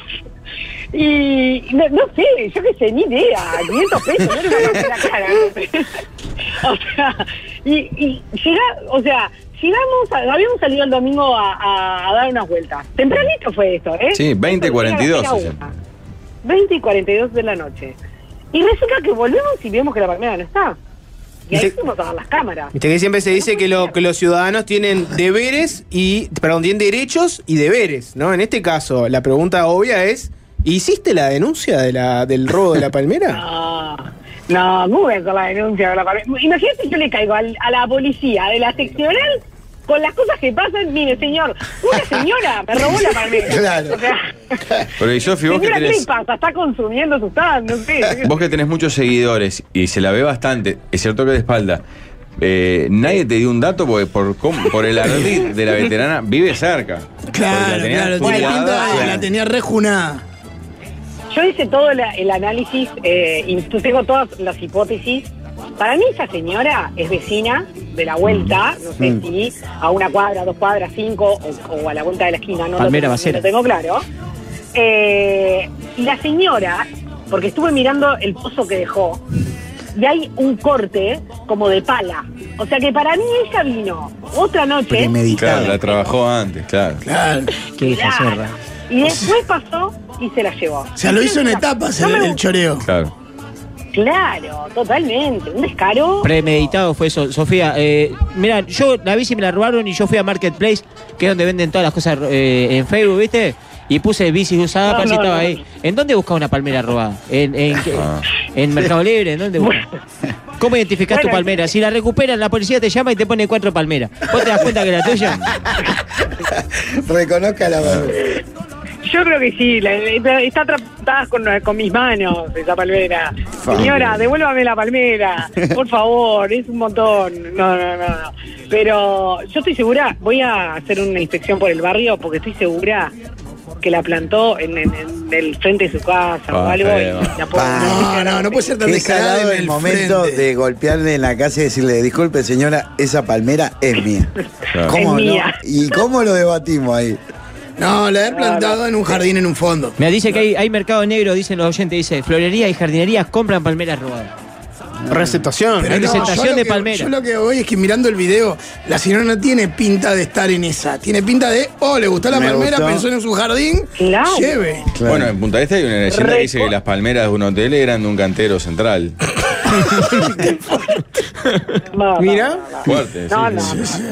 L: Y no, no sé, yo qué sé, ni idea, 500 pesos, no le voy a la cara. (laughs) o sea, y, y llega, o sea, llegamos, a- habíamos salido el domingo a, a- a dar unas vueltas. Tempranito fue esto, ¿eh?
E: Sí, 20, 42
L: Esto llega a la una, 20 y 42 de la noche. Y resulta que volvemos y vemos que la palmera no está. Y ahí
H: Dice-
L: fuimos a ver las cámaras.
H: Viste que siempre se dice que, lo- que los ciudadanos tienen deberes y. Perdón, tienen derechos y deberes, ¿no? En este caso, la pregunta obvia es: ¿hiciste la denuncia de la, del robo de la
L: (laughs)
H: palmera?
L: No, no, muy bien con la denuncia. con la palmera. Imagínate que yo le caigo al- a la policía de la seccional con las cosas que pasan. Mire, señor, una señora me robó la palmera.
F: (laughs)
E: (laughs)
G: Claro.
L: O sea,
E: Pero y Sofi, vos que
L: señora, ¿qué le
E: tenés.
L: pasa? Está consumiendo sustancias, no
E: (laughs)
L: sé.
E: Vos que tenés muchos seguidores y se la ve bastante, es cierto que de espalda. eh, nadie te dio un dato porque por, com- por el ardid de la veterana vive cerca. Porque
F: Claro,
E: la tenían
F: claro, tiene
E: estudiada,
F: pinta de que
E: claro.
F: la tenía rejunada.
L: Yo hice todo la- el análisis eh, y tengo todas las hipótesis. Para mí esa señora es vecina de la vuelta,
F: Mm.
L: no sé si a una cuadra, dos cuadras, cinco o, o a la vuelta de la esquina, no, lo
J: Palmera
L: tengo- no
J: Bacera.
L: lo tengo claro. Eh, y la señora, porque estuve mirando el pozo que dejó, y hay un corte como de pala. O sea que para mí ella vino otra noche.
G: Premeditado.
E: Claro, la trabajó antes, claro.
F: Claro.
J: Qué vieja
L: Claro.
J: zorra.
L: Y después pasó y se la llevó.
F: O sea, lo hizo en etapas
L: No
F: el,
L: me
F: el choreo.
E: Claro.
L: Claro, totalmente. Un descaro.
J: Premeditado fue eso. Sofía, eh, mirá, yo la bici me la robaron y yo fui a Marketplace, que es donde venden todas las cosas eh, en Facebook, ¿viste? Y puse bicis usadas,
L: No,
J: para
L: no,
J: estaba
L: no,
J: ahí. ¿En dónde buscas una palmera robada? ¿En, en, qué?
F: Ah.
J: en Mercado Libre? ¿En dónde buscas? ¿Cómo identificás tu
L: Bueno, eh,
J: palmera? Si la recuperan, la policía te llama y te pone cuatro palmeras. ¿Vos te das cuenta que la tuya?
G: (laughs) Reconozca la
L: Yo creo que sí, la- la- está atrapada con, con mis manos esa palmera.
G: Fa-
L: Señora, devuélvame
F: (laughs)
L: la palmera, por favor, es un montón. No, no, no, no. Pero yo estoy segura, voy a hacer una inspección por el barrio porque estoy segura que la plantó en, en- en el frente de su casa o
G: Ah,
L: algo
G: feo.
L: y la puedo-
F: Ah, No, no, no puede ser tan
G: Qué
F: descarado
G: salado
F: en
G: el
F: el
G: momento
F: frente.
G: de golpearle en la casa y decirle, disculpe señora, esa palmera es mía.
E: Claro.
G: ¿Cómo
L: Es
G: no?
L: mía.
G: ¿Y cómo lo debatimos ahí?
F: No, la he plantado en un jardín en un fondo.
J: Me dice que hay, hay mercado negro, dicen los oyentes, dice, florerías y jardinerías compran palmeras robadas.
H: Receptación.
F: Pero no,
J: Presentación
F: yo lo
J: de
F: que-
J: palmera.
F: Yo lo que voy es que mirando el video, la señora no tiene pinta de estar en esa. Tiene pinta de, oh, le gustó la
G: Me
F: palmera,
G: gustó.
F: pensó en su jardín,
L: Claro.
F: lleve.
G: Claro.
E: Bueno, en Punta Este hay una leyenda que dice que las palmeras de un hotel eran de un cantero central.
L: No, no,
H: Mira.
E: Fuerte, sí,
L: No,
E: sí,
L: no,
E: sí.
L: no.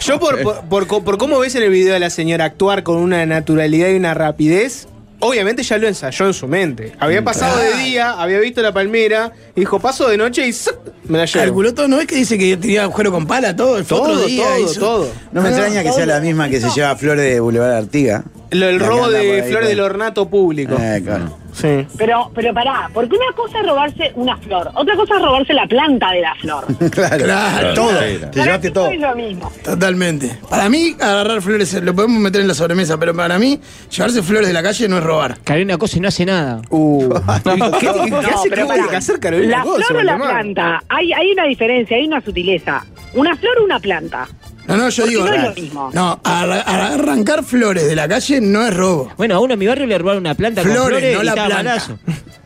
H: Yo por, por, por co- por cómo ves en el video de la señora actuar con una naturalidad y una rapidez, obviamente ya lo ensayó en su mente.
F: Mm,
H: Había pasado de día, había visto la palmera, y dijo, paso de noche y ¡zap! me la llevo.
F: Calculó todo, ¿no es que dice que tenía agujero con pala, todo? Fue
H: Todo,
F: otro día,
H: todo,
F: hizo-
H: todo.
G: No me extraña que sea la misma que se lleva a Flores de Boulevard Artiga.
H: Lo- el
G: La que
H: robo
G: anda por
H: de
G: ahí,
H: flores del
G: bueno.
H: ornato público.
G: Eh, claro.
H: Sí.
L: Pero, pero pará, porque una cosa es robarse una flor, otra cosa es robarse la planta de la flor.
G: Claro.
F: Claro.
G: Todo.
E: Claro.
G: Te llevaste todo.
L: Es lo mismo.
F: Totalmente. Para mí, agarrar flores, lo podemos meter en la sobremesa, pero para mí, llevarse flores de la calle no es robar.
J: Carolina cosa y no hace nada.
H: Uh. ¿Qué, qué- qué
L: No,
H: hace
L: pero
H: ¿Cómo
L: pará.
H: tiene que hacer Carolina
L: La
H: Cosa,
L: flor o la
H: Valdemar?
L: planta. Hay, hay una diferencia, hay una sutileza. Una flor o una planta.
F: No, no, yo
L: Porque
F: digo.
L: no es lo mismo.
F: no, arra- arrancar flores de la calle no es robo.
J: Bueno, a uno en mi barrio le robaron una planta con
F: Flores,
J: flores
F: no
J: y
F: la
J: estaba
F: planta.
J: malazo.
G: (laughs)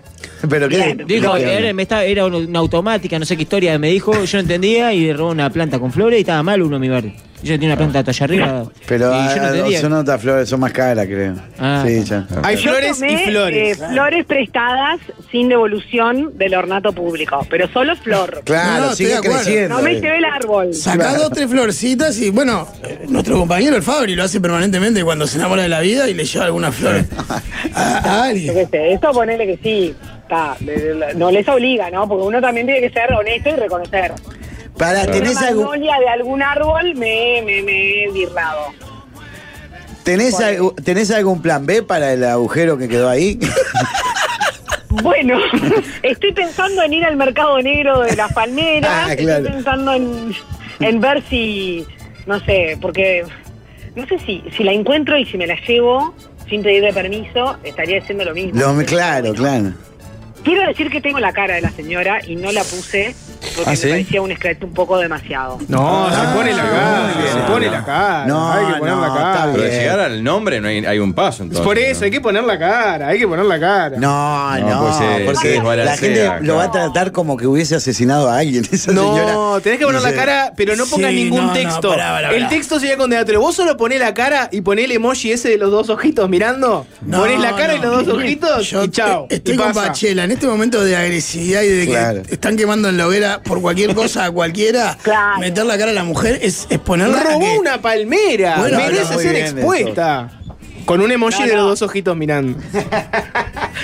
G: Pero qué.
J: Dijo, eh,
G: qué-
J: era, me estaba- era una automática, no sé qué historia me dijo, yo no entendía y robó una planta con flores y estaba mal uno en mi barrio. Yo tenía una planta talla arriba
G: Pero
J: y yo no
G: ah,
J: entendía.
G: son otras flores, son más caras, creo.
J: Ah.
G: sí, ya.
H: Hay
L: Yo
H: flores y
L: tomé,
H: flores.
L: eh, flores prestadas sin devolución del ornato público, pero solo flor.
G: Claro,
F: No, no,
G: sigue
F: estoy de acuerdo.
G: creciendo.
L: No me
G: eh.
L: llevé el árbol.
F: Sacá dos, tres florcitas y bueno, eh, nuestro compañero el Fabri lo hace permanentemente cuando se enamora de la vida y le lleva algunas flores a, a
L: Yo
F: alguien.
L: qué sé, esto ponele que sí. Está, le- le- no les obliga, ¿no? Porque uno también tiene que ser honesto y reconocer.
G: Para, ¿tenés,
L: Una
G: algún-
L: magnolia de algún árbol me, me, me he birlado.
G: tenés, algu- tenés algún plan B para el agujero que quedó ahí? (laughs)
L: Bueno, estoy pensando en ir al mercado negro de las palmeras,
G: Ah, claro.
L: estoy pensando en, en ver si, no sé, porque no sé si, si la encuentro y si me la llevo sin pedirle permiso, estaría haciendo lo mismo.
G: Lo- claro, claro.
L: Quiero decir que tengo la cara de la señora y no la puse porque
E: ¿Ah,
L: me
E: sí?
L: parecía un scratch un poco demasiado.
H: No,
G: Ah,
H: se pone la
G: muy
H: cara,
G: bien.
H: se pone la cara.
G: No,
H: hay que poner la
G: Ah, no,
H: cara.
G: está
E: Pero de
G: Bien.
E: llegar al nombre no hay, hay un paso. Entonces,
H: Por eso,
E: ¿no?
H: hay que poner la cara, hay que poner la cara.
G: No,
E: No,
G: no,
E: pues se-
G: porque
E: se desbalancea,
G: la gente lo
E: claro.
G: va a tratar como que hubiese asesinado a alguien, (laughs) esa señora.
H: (laughs) No, tenés que poner
G: No
H: la
G: sé.
H: cara, pero no
F: Sí,
H: pongas ningún
F: no, no,
H: texto.
F: pará, pará,
H: El
F: pará.
H: texto sería condenatorio. Vos solo ponés la cara y ponés el emoji ese de los dos ojitos mirando.
F: No,
H: ponés la cara y
F: no.
H: los dos ojitos
F: Yo
H: y chao.
F: te- Estoy
H: y
F: con
H: pasa.
F: Pachela. En este momento de agresividad y de que
G: Claro.
F: están quemando en la hoguera por
H: (laughs)
F: cualquier cosa a cualquiera,
L: Claro.
F: meter la cara a la mujer es exponerla a
H: Robó
F: que-
H: una palmera.
F: Bueno,
H: Merece
G: habla muy
H: ser
G: bien de
H: expuesta. Con un emoji
L: No,
H: de los
L: no.
H: dos ojitos mirando.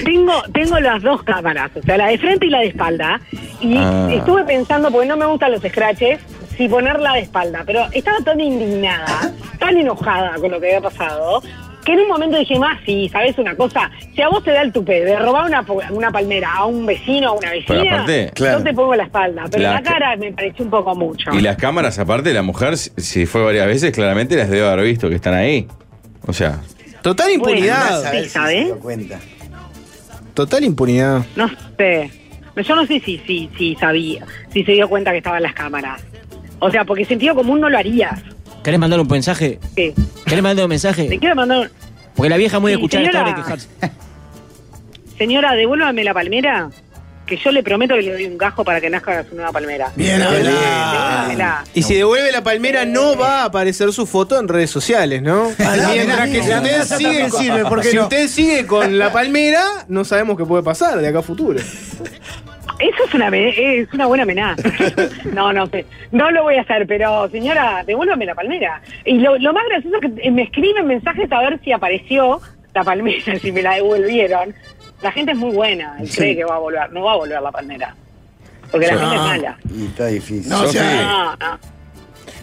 L: Tengo, tengo las dos cámaras, o sea, la de frente y la de espalda. Y
E: Ah.
L: estuve pensando, porque no me gustan los scratches, si ponerla de espalda. Pero estaba tan indignada, tan enojada con lo que había pasado, que en un momento dije, más, sí, ¿sabes una cosa? Si a vos te da el tupé de robar una, po- una palmera a un vecino o una vecina,
E: Pero aparte,
G: claro.
L: yo te pongo la espalda. Pero
E: La
L: la,
E: que-
L: cara me pareció un poco mucho.
E: Y las cámaras, aparte, la mujer, si- si fue varias veces, claramente las debe haber visto que están ahí. O sea,
H: Total
L: Bueno,
H: impunidad.
L: Sí, ¿sabés?
G: se dio cuenta.
H: Total impunidad.
L: ¿Eh? No sé. Yo no sé si, si, si sabía, si se dio cuenta que estaban las cámaras. O sea, porque sentido común no lo harías.
J: ¿Querés mandar un mensaje?
L: Sí.
J: ¿Querés mandar un
L: Te
J: mensaje?
L: quiero mandar un-
J: Porque la vieja muy de
L: Sí,
J: escuchar esta hora de
L: señora.
J: quejarse.
L: Señora, devuélvame la palmera, que yo le prometo que le doy un gajo para que nazca su nueva palmera.
F: Bien, habla.
L: Devuélvamela.
H: Y si devuelve la palmera, no va a aparecer su foto en redes sociales, ¿no?
F: Pará,
H: Mientras que si
F: pará,
H: usted
F: pará,
H: sigue,
F: pará, sirve, ¿por qué
H: si
F: no? (laughs)
H: usted sigue con la palmera, no sabemos qué puede pasar de acá a futuro.
L: Eso es una, me- es una buena amenaza. (laughs) no, no sé. No lo voy a hacer, pero señora, devuélvame la palmera. Y lo, lo más gracioso es que eh, me escriben mensajes a ver si apareció la palmera, (laughs) si me la devolvieron. La gente es muy buena y
G: Sí.
L: cree que va a volver. No va a volver la palmera. Porque la
G: No.
L: gente es mala.
G: Y está difícil.
E: Ah. No, o sea,
L: No, no.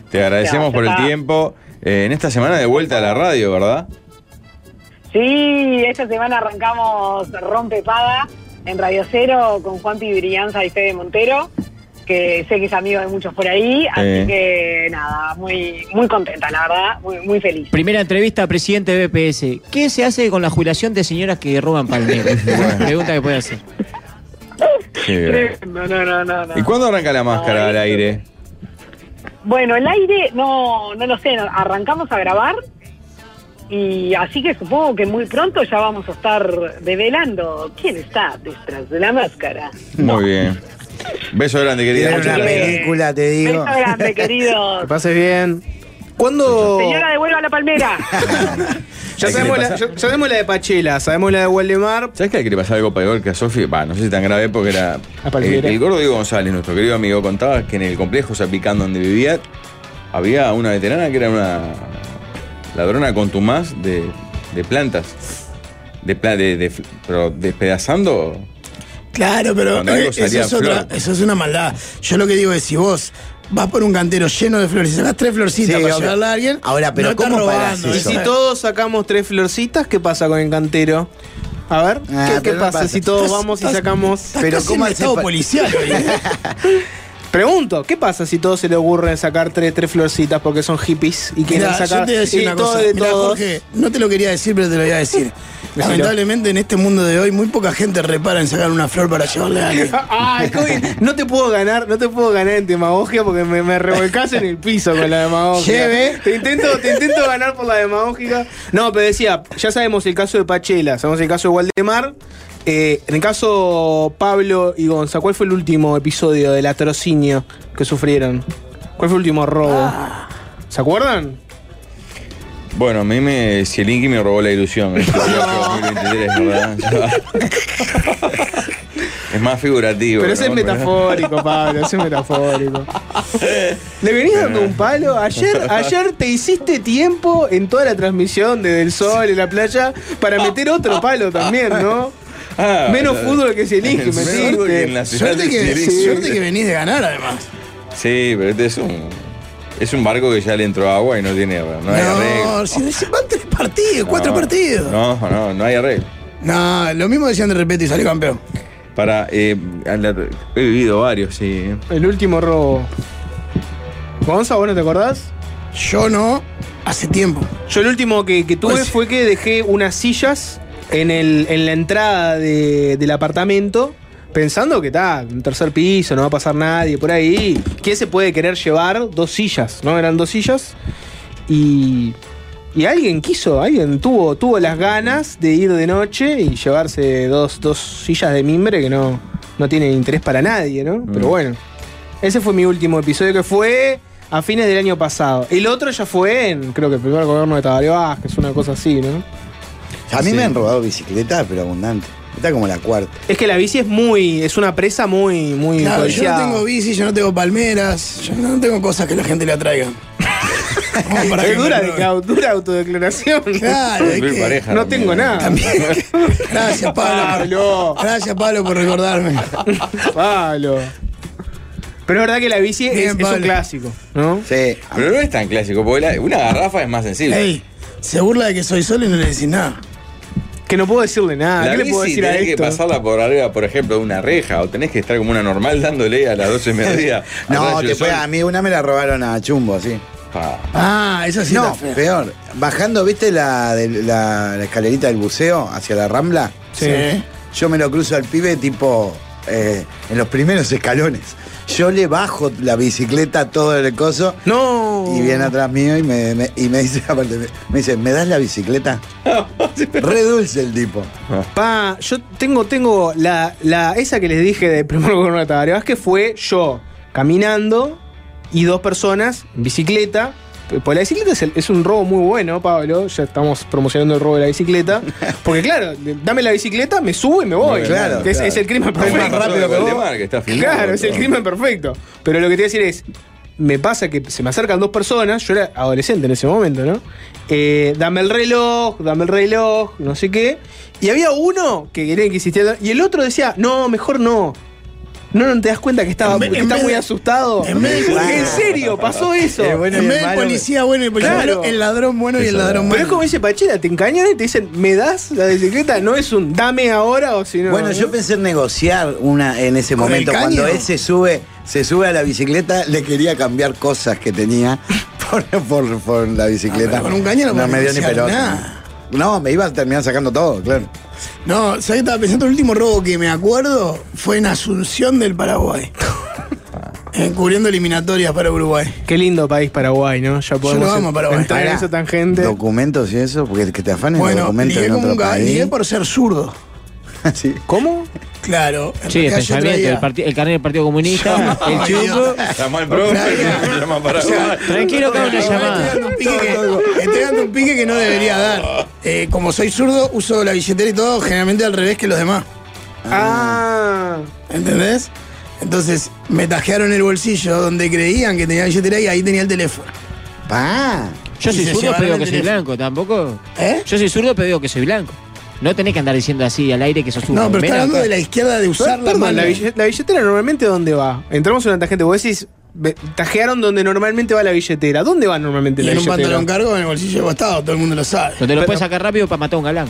E: Te agradecemos por el tiempo. Eh, en esta semana de vuelta a la radio, ¿verdad?
L: Sí, esta semana arrancamos Rompe Paga en Radio Cero con Juan Brianza y Fede Montero, que sé que es amigo de muchos por ahí, así
J: Eh.
L: que nada, muy, muy contenta, la verdad, muy, muy feliz.
J: Primera entrevista a presidente de BPS. ¿Qué se hace con la jubilación de señoras que roban
E: (laughs)
J: palmeras? Pregunta que puede hacer.
E: Qué bien.
L: No, no, no, no, no.
E: ¿Y cuándo arranca la máscara al aire?
L: Bueno, el aire, no, no lo sé, no- arrancamos a grabar y así que supongo que muy pronto ya vamos a estar develando quién está detrás de la máscara.
E: Muy bien. Beso grande, querida.
G: Era una película, te digo.
L: Beso grande,
E: (laughs)
L: queridos.
H: pases bien. ¿Cuándo?
L: Señora, devuelva la palmera.
H: Ya
E: Hay que
H: sabemos, la,
E: pasar.
H: ya sabemos la de Pachela, sabemos la de Waldemar.
E: ¿Sabes que le quiere pasar algo peor que a Sofi? Va, no sé si tan grave porque era.
H: A
E: El,
H: Palmira.
E: el gordo Diego González, nuestro querido amigo, contaba que en el complejo Zapicán donde vivía había una veterana que era una ladrona contumaz de, de plantas. De, pla- de- de- pero despedazando.
F: Claro, pero
E: Cuando algo
F: eh, eso,
E: salía
F: es otra,
E: flor.
F: eso es una maldad. Yo lo que digo es, si vos vas por un cantero lleno de flores y sacás tres florcitas
G: Sí,
F: para
G: obvio.
F: llevarla a alguien,
G: Ahora, pero
F: no estás
G: ¿cómo parás
F: robando.
G: eso?
F: eso.
H: Si todos sacamos tres florcitas, ¿qué pasa con el cantero? A ver, ¿qué-
G: Ah,
H: ¿qué,
G: pero no
H: pasa,
G: pasa.
H: si todos
F: Estás-
H: vamos y
F: estás-
H: sacamos?
F: Estás
G: Pero
F: casi
G: ¿cómo
F: en
G: hace
F: estado
G: pa-
F: policial hoy.
H: (laughs) Pregunto, ¿qué pasa si todos se le ocurre sacar tres, tres florcitas porque son hippies y quieren
F: Mirá,
H: sacar
F: yo te voy a decir
H: y
F: una
H: todo
F: cosa.
H: de
F: Mirá,
H: todos?
F: Jorge, no te lo quería decir, pero te lo voy a decir.
H: Decilo.
F: Lamentablemente en este mundo de hoy muy poca gente repara en sacar una flor para llevarle a alguien.
L: Ah,
H: Ay, Kobe, no te puedo ganar, no te puedo ganar en demagogia porque me, me revolcás en el piso con la demagogia.
F: Lleve.
H: Te intento, te intento ganar por la demagogia. No, pero decía, ya sabemos el caso de Pachela, sabemos el caso de Waldemar. Eh, en el caso Pablo y Gonza, ¿cuál fue el último episodio del atrocinio que sufrieron? ¿Cuál fue el último robo? ¿Se acuerdan?
E: Bueno, a mí me. Si el Inky me robó la ilusión. (laughs) el 2023, ¿verdad?
H: (laughs)
E: es más figurativo.
H: Pero ese es
E: ¿no?
H: metafórico, Pablo, ese es metafórico. Le venís dando un palo.
E: (laughs)
H: Ayer, ayer te hiciste tiempo en toda la transmisión desde el sol en la playa para meter otro palo también, ¿no?
E: Ah,
H: Menos fútbol que se elige,
E: (laughs) Menos
H: metiste.
E: fútbol que en la ciudad
F: Suerte
E: de
F: que,
E: Cirín.
F: suerte que venís de ganar además.
E: Sí, pero este es un. Es un barco que ya le entró agua y no tiene. No, hay arreglo.
F: No, si, si van tres partidos, cuatro
E: No,
F: partidos.
E: No, no, no hay arreglo.
F: No, lo mismo decían de repente y salió campeón.
E: Para, eh, a la- he vivido varios, sí.
H: El último robo. Gonza, ¿vos no te acordás?
F: Yo no, hace tiempo.
H: Yo el último que, que tuve
F: Pues-
H: fue que dejé unas sillas en, el, en la entrada de- del apartamento. Pensando que tal, un tercer piso, no va a pasar nadie por ahí. ¿Quién se puede querer llevar dos sillas? ¿No? Eran dos sillas. Y. Y alguien quiso, alguien tuvo, tuvo las ganas de ir de noche y llevarse dos, dos sillas de mimbre que no, no tienen interés para nadie, ¿no?
E: Mm.
H: Pero bueno. Ese fue mi último episodio que fue a fines del año pasado. El otro ya fue en, creo que el primer gobierno de Tabaré Vázquez, una cosa así, ¿no?
G: A mí me han robado bicicletas, pero abundante. Está como la cuarta.
H: Es que la bici es muy, es una presa muy, muy
F: Claro, yo no
H: codiciada.
F: tengo bici, yo no tengo palmeras, yo no tengo cosas que la gente le
H: (laughs)
F: atraiga. Como para
H: Es
F: que me
H: dura,
F: roben.
H: de- dura autodeclaración.
F: Claro, es
E: Fui
F: que-
E: pareja,
H: No
E: también. ¿eh?
H: tengo nada.
F: También. Gracias, Pablo.
H: Pablo.
F: por- Gracias, Pablo, por recordarme.
H: (laughs) Pablo. Pero es verdad que la bici es-
F: Bien,
H: es, un
F: Pablo.
H: clásico, ¿no?
G: Sí.
E: Pero no es tan clásico, porque la- una garrafa es más sencilla.
F: Ey, se burla de que soy solo y no le decís nada.
H: Que no puedo decirle nada.
E: la
H: ah, ¿Qué le
E: bici
H: puedo decir a
E: tenés que
H: esto?
E: pasarla por arriba, por ejemplo, de una reja, o tenés que estar como una normal dándole a las 12
G: (laughs)
E: de mediodía. al
G: No,
E: rayo
G: te
E: del
G: fue,
E: sol.
G: a mí una me la robaron a chumbo, sí.
E: Pa.
F: Ah, eso sí
G: No,
F: está feo.
G: peor. Bajando, ¿viste la, de- la- la escalerita del buceo hacia la rambla?
H: Sí.
G: Yo me lo cruzo al pibe tipo eh, en los primeros escalones. Yo le bajo la bicicleta todo el coso
H: No.
G: y viene atrás mío y me, me- y me dice, (laughs) aparte, me, me dice, ¿me das la bicicleta? Re dulce el tipo.
H: Pa, yo tengo, tengo la, la- esa que les dije del primer gobierno de Tabaré Vázquez fue yo caminando y dos personas en bicicleta Pues la bicicleta es, el- es un robo muy bueno, Pablo. Ya estamos promocionando el robo de la
E: (laughs)
H: bicicleta. Porque claro, dame la bicicleta, me subo y me voy.
E: Claro,
H: es,
E: claro.
H: es el crimen
E: Más
H: perfecto.
E: rápido que Goldemar, vos. que está filmado,
H: Claro, es el
E: todo.
H: crimen perfecto. Pero lo que te voy a decir es, me pasa que se me acercan dos personas, yo era adolescente en ese momento, ¿no? Eh, dame el reloj, dame el reloj, no sé qué. Y había uno que quería que insistiera, y el otro decía, no, mejor no. No, no te das cuenta que estaba
F: vez-
H: que
F: en
H: está
F: vez
H: muy
F: de-
H: asumado.
F: en vez de-
H: en serio, pasó eso.
F: El Eh, bueno y En el vez del malo, policía bueno y el policía malo, el ladrón bueno y el ladrón
H: Pero
F: malo.
H: es como dice Pachela, te encañan y te dicen, ¿me das la bicicleta? No es un dame ahora o si no.
G: Bueno,
F: ¿eh?
G: yo pensé en negociar una en ese
H: ¿Con
G: momento.
H: el caño?
G: Cuando él se sube, se sube a la bicicleta, le quería cambiar cosas que tenía (laughs) por, por- por la bicicleta.
F: Ah, pero con un caño no podés
G: me dio ni
F: negociar
G: pelota.
F: nada.
G: No, me iba a terminar sacando todo, claro.
F: No, ¿sabés qué estaba pensando? El último robo que me acuerdo fue en Asunción del (laughs) Paraguay. Eh, Cubriendo eliminatorias para Uruguay.
H: Qué lindo país Paraguay, ¿no? Ya podemos
F: lo amo, Paraguay.
H: entrar en
F: Pará.
H: esa tangente.
G: Documentos y eso, porque que te afanen los
F: Bueno,
G: documentos
F: ligué
G: en
F: como
G: otro
F: un ga- ligué
G: país.
F: por ser zurdo.
G: (laughs) Sí.
H: ¿Cómo?
F: Claro. en
J: Sí, el
F: realidad yo
J: pensamiento,
F: traía-
J: el, parti- el carnet del
F: (laughs)
J: Partido Comunista, el chumbo.
E: Llama al (laughs) profe, llama para
J: Tranquilo, que hago una llamada.
F: Estoy dando un pique que- estoy dando un pique que no debería dar. Eh, como soy zurdo, uso la billetera y todo generalmente al revés que los demás.
H: Ah.
F: ¿Entendés? Entonces me tajearon el bolsillo donde creían que tenía billetera y ahí tenía el teléfono.
G: Pa.
J: Yo
F: Y
J: soy
F: se
J: zurdo,
F: llevaron
J: pero digo
F: el
J: que soy
F: teléfono.
J: blanco, tampoco.
F: ¿Eh?
J: Yo soy zurdo, pero digo que soy blanco. No tenés que andar diciendo así al aire que sos zurdo.
F: No, pero
J: Ven
F: está hablando
J: acá.
F: de la izquierda de usar la
H: Perdón,
F: mano.
H: la, bille- la billetera normalmente dónde va? Entramos en una tangente, vos decís, ve- tajearon donde normalmente va la billetera. ¿Dónde va normalmente
F: Y
H: la
F: en un
H: billetera?
F: pantalón cargo en el bolsillo de costado, todo el mundo lo sabe.
J: Donde lo puedes sacar rápido para matar a un galán.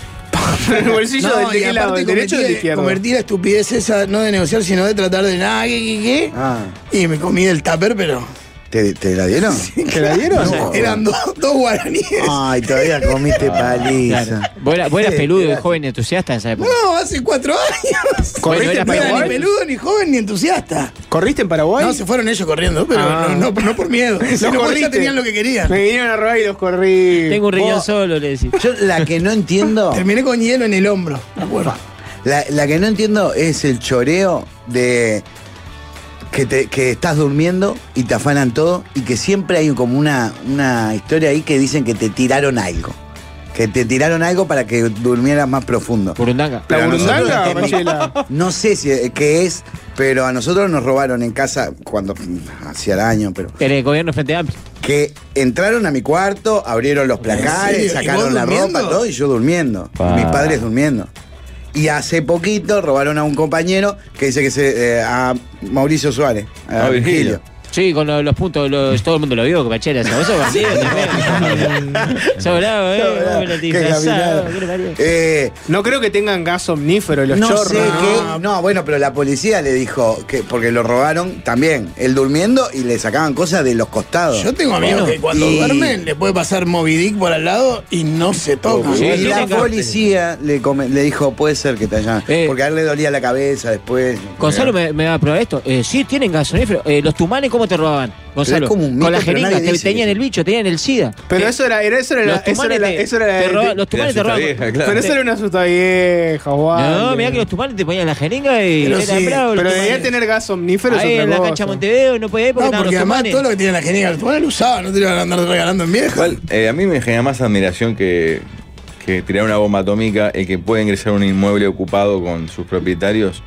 H: (laughs) en el bolsillo
F: No,
H: del de
F: y
H: qué lado,
F: aparte
H: del derecho o del
F: cometí-
H: izquierdo.
F: Convertí la estupidez esa, no de negociar, sino de tratar de nada, que, que,
G: Ah,
F: que. Y me comí el tupper, pero.
G: ¿te, te la dieron?
H: ¿Te
F: (laughs)
H: la dieron?
G: No.
F: Eran dos, dos guaraníes.
G: Ay, todavía comiste paliza.
J: Claro. Vos eras, vos eras peludo y joven entusiasta en esa época.
F: No, hace cuatro años.
J: Bueno,
H: ¿Corriste
J: era
H: en
F: No era ni
H: Paraguay?
F: peludo, ni joven, ni entusiasta.
H: ¿Corriste en Paraguay?
F: No, se fueron ellos corriendo, pero
H: Ah.
F: no, no- no por
H: (laughs)
F: miedo. Si no,
H: corriste.
F: ya tenían lo que querían.
H: Me vinieron a robar y los corrí. Oh,
J: Tengo un riñón
G: Vos-
J: solo, le decís.
G: Yo la que no entiendo.
F: Terminé con hielo en el hombro, me acuerdo.
G: La, la que no entiendo es el choreo de que, te- que estás durmiendo y te afanan todo y que siempre hay como una, una historia ahí que dicen que te tiraron algo. Que te tiraron algo para que durmieras más profundo.
J: Burundanga.
H: ¿La
G: Pero
H: burundanga,
G: nosotros-
H: Marcela?
G: No sé si qué es, pero a nosotros nos robaron en casa cuando hacía el año, pero
J: El gobierno Frente Amplio.
G: que entraron a mi cuarto, abrieron los
F: serio?
G: placares,
F: ¿Y
G: sacaron
F: vos
G: la
F: durmiendo?
G: ropa, todo, y yo durmiendo.
E: Pa.
G: Mis padres durmiendo. Y hace poquito robaron a un compañero que dice que se. eh, a Mauricio Suárez. A
E: Ah, Virgilio.
G: Virgilio.
J: Sí, con lo- los puntos, los- todo el mundo lo vio, copachera. Vos sos bandido también.
F: (laughs)
J: Sos bravo, eh.
G: ¿Verdad?
J: Vos lo
G: Qué
J: disfrazado,
G: caminada.
J: qué le parió.
G: Eh,
H: No creo que tengan gas omnífero los
G: no
H: chorros. Ah.
G: sé
H: ¿no?
G: qué. No, bueno, pero la policía le dijo que. Porque lo robaron también. Él durmiendo y le sacaban cosas de los costados.
F: Yo tengo amigos que cuando
G: Y-
F: duermen le puede pasar Moby Dick por al lado y no se tocan.
J: Sí,
G: y
J: sí,
G: la
J: tengo.
G: policía le, come- le dijo, puede ser que te hayan.
J: Eh.
G: Porque a él le dolía la cabeza después.
J: Gonzalo me, me va a probar esto. Eh, sí, tienen gasonífero. Eh, los tumanes, ¿cómo te robaban? Gonzalo,
G: es como un mito,
J: con las
G: pero nadie
J: jeringas, te,
G: dice
J: tenían
G: eso.
J: el bicho, tenían el SIDA.
H: Pero
J: Eh,
H: eso era, era, eso era, la-
J: los
H: eso era,
J: tumanes
H: la-
J: te-
H: eso era la-
J: te robaban- los
E: Te
J: tumanes te
E: asusta
J: robaban.
E: vieja, claro.
H: Pero eso era una susta vieja, guau.
J: No, mirá que los tumanes te ponían la jeringa y
F: Pero
J: era
F: sí,
J: bravo. los
H: Pero
J: tumanes.
H: debía tener gas omnífero. es
J: Ahí
H: otra
J: en la
H: cosa.
J: cancha Montevideo no podía ir porque
F: No,
J: estaban
F: porque
J: los
F: además
J: tumanes.
F: todo lo que tiene la genia virtual lo usaba, Ah, no te lo iban a andar regalando en vieja.
E: Igual, eh, a mí me genera más admiración que, que tirar una bomba atómica el que puede ingresar a un inmueble ocupado con sus propietarios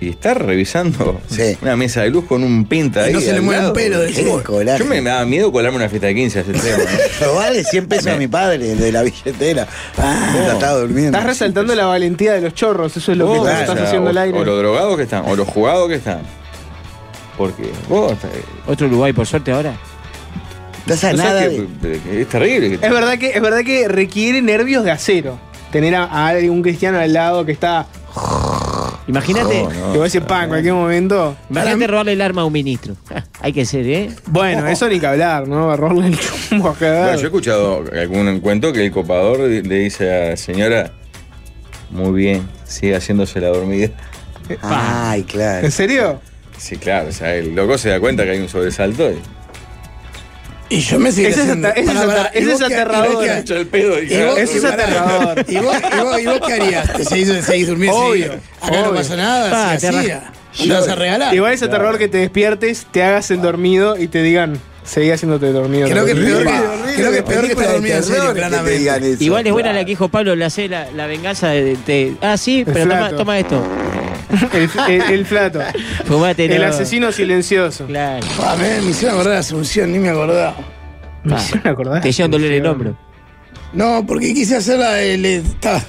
E: y estar revisando
G: Sí.
E: una mesa de luz con un pinta ahí.
F: no se
E: al
F: le mueve un
E: lado.
F: pelo del
G: Qué
F: culo.
G: coraje.
E: Yo me, me daba miedo colarme una fiesta de 15 hace tiempo.
G: (laughs)
E: ¿no?
G: Robarle 100 pesos a mi padre de la billetera. Ah, estaba durmiendo.
H: Estás resaltando la valentía de los chorros, eso es lo que
E: Vos,
H: vos
G: claro,
H: estás
E: o sea,
H: haciendo
E: o,
H: al aire.
E: o los drogados que están, o los jugados que están. Porque vos, eh,
J: Otro Uruguay, por suerte, ahora.
G: Estás a
E: no
G: nada.
E: sabés
G: de-
E: que- que es terrible.
H: Es verdad que, es verdad que requiere nervios de acero. Tener a, a un cristiano al lado que está.
J: Imagínate.
E: No, no.
H: que va a decir pan en cualquier momento.
J: Imagínate robarle el arma a un ministro. Ja, Hay que ser, ¿eh?
H: Bueno, eso ni que hablar, ¿no? Arrarle el chumbo a cada-
E: Bueno, yo he escuchado algún cuento que el copador di- le dice a señora, muy bien, sigue haciéndose la dormida.
G: Ay, claro.
H: ¿En serio?
E: Sí, claro, o sea, el loco se da cuenta que hay un sobresalto y
F: Y yo me seguí
H: Ese es
F: haciendo-
H: ata- ese es
F: Pará, pará,
H: ata-
F: ¿y
H: ese
F: vos
H: es
F: qué-
H: aterrador.
F: y vos qué-
E: echa el pedo y
F: Y vos-
H: Eso es
F: y pará,
H: aterrador.
F: ¿Y vos, y, vos, ¿Y vos qué harías? ¿Te seguís, seguís durmiendo?
H: Obvio,
F: seguís- Acá no
H: obvio. Ah,
F: pasa nada,
J: Pa,
F: se
J: te
F: hacía. Te vas a regalar.
H: Igual es aterrador que te despiertes, te hagas el dormido y te digan, Seguí haciéndote dormido.
F: Creo que es peor que-
H: Epa.
F: creo que es peor que estar dormido en serio, claramente.
J: Igual es buena la que dijo Pablo, le hace la, la venganza de, de- Ah, sí, pero toma,
H: flato.
J: toma esto.
H: (laughs) El, el- el flato.
J: (laughs) Fumátelo.
H: El asesino silencioso.
J: Claro.
F: Ah, me, me hicieron acordar de Asunción, ni me acordaba.
H: Me hicieron acordar.
J: Ah, Te hicieron doler el hombro.
F: No, porque quise hacerla. de- le, ta-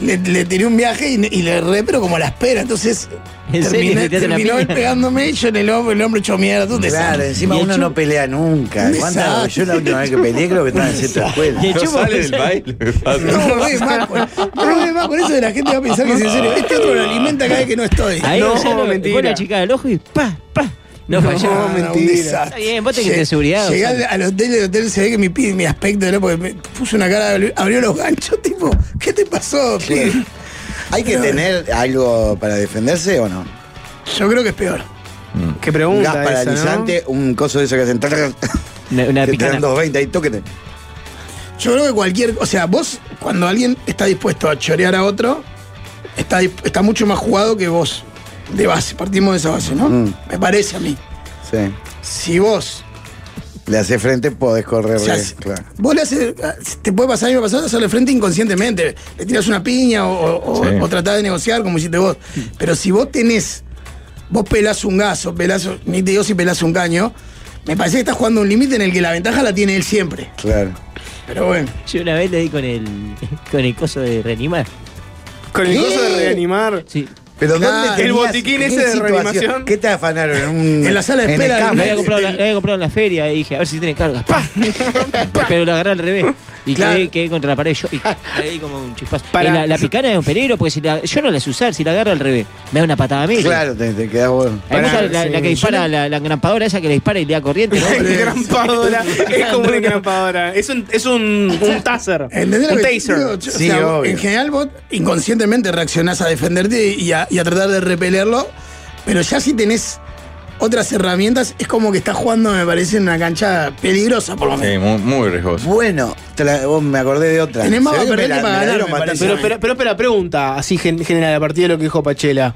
F: le, le tiré un viaje y, y le erré, pero como a la espera. Entonces.
J: ¿En serio?
F: terminé-
J: ¿Se te hace una
F: terminó él
J: piña?
F: pegándome y yo en el hombro, el hombro hecho mierda. tú un
G: Claro,
F: desastre.
G: encima
F: Y el
G: uno
F: chu-
G: no pelea nunca.
F: Un
G: ¿Cuántas-
F: desastre.
G: Yo la última vez que peleé creo que estaba en
F: (laughs)
G: cierta escuela.
J: Y el
E: No
J: chupo-
E: sale del baile, me pasa.
F: No, ve más, con- (laughs) no, ve más con eso de la gente va a pensar que es en serio. Este otro lo alimenta cada vez que no estoy.
J: Ahí
H: No,
J: Gonzalo,
H: mentira.
J: Fue la chica del ojo y pa, pa. No,
H: No,
J: falló.
H: mentira.
F: un desastre.
J: Está bien, vos tenés que
F: Lle-
J: tener seguridad.
F: Llegué
J: Gonzalo.
F: al, al hotel, el hotel se ve que mi, pi- mi aspecto era porque me puso una cara, abrió- abrió los ganchos, (laughs) tipo, ¿qué te pasó? pibe?
G: ¿Hay que tener algo para defenderse o no?
F: Yo creo que es peor.
E: Mm.
H: Qué
G: Un
H: pregunta
G: gas
H: esa, ¿no?
G: paralizante, un coso de esos que hacen... tarrar,
J: Una, una
G: que te dan
J: picana.
G: 220 ahí, tóquete.
F: Yo creo que cualquier. O sea, vos, cuando alguien está dispuesto a chorear a otro, está, dis- está mucho más jugado que vos. De base, partimos de esa base, ¿no?
G: Mm.
F: Me parece a mí.
G: Sí.
F: Si vos.
G: Le haces frente, podés correr.
F: o sea,
G: re-
F: si-
G: claro.
F: Vos le haces. ah, Te puede pasar a mí me pasó hacerle frente inconscientemente. Le tiras una piña o, o, o-
E: Sí.
F: o tratás de negociar como hiciste vos. Pero si vos tenés. Vos pelás un gaso, pelás. Ni te digo si pelás un caño. Me parece que estás jugando un límite en el que la ventaja la tiene él siempre.
G: Claro.
F: Pero bueno.
J: Yo una vez le di con el, con el coso de reanimar.
H: Con el
F: ¿Qué?
H: coso de reanimar.
J: Sí.
G: Pero
F: Claro.
G: ¿dónde
F: El
G: tenías-
H: botiquín
G: qué
H: ese de
G: situación?
H: reanimación.
G: ¿Qué te afanaron? En, un-
F: (laughs) En la sala de
G: el
F: espera del
J: Lo
G: campo.
J: había comprado, en la- lo había comprado en la feria y dije, a ver si tiene cargas. ¡Pa! (laughs) Pero lo agarré al revés. Y
F: Claro.
J: quedé, quedé contra la pared yo. (laughs) Y ahí como un chispazo.
H: Para-
J: Y la, la picana es un peligro porque si la, yo no la sé usar, si la agarro al revés, me da una patada a mí.
G: Claro, te, te quedás bueno.
J: Hay mucha-
H: Para-
J: la, la
H: sí.
J: que dispara, la, la engrampadora esa que le dispara y le da corriente.
G: (laughs)
J: ¿no?
H: La
F: (laughs)
H: engrapadora. es como una engrapadora. Es un, es un, un taser.
F: ¿Entendés lo
H: un
F: que
H: taser.
F: digo? Yo- o
G: Sí,
F: sea,
G: obvio.
F: En general vos inconscientemente reaccionás a defenderte y a, y a tratar de repelerlo, pero ya si tenés otras herramientas es como que estás jugando, me parece, en una cancha peligrosa por lo
E: Sí,
F: menos.
E: muy, muy riesgoso.
G: Bueno, tra- vos me acordé de otra.
F: Tenés más
G: Se ve
F: para
G: que me
F: perder que
G: la- me
F: para
G: la
F: ganar,
G: dieron
F: me
G: bastante.
F: parece.
H: Pero, pero, pero, espera, pregunta, así gen- general, a partir de lo que dijo Pachela.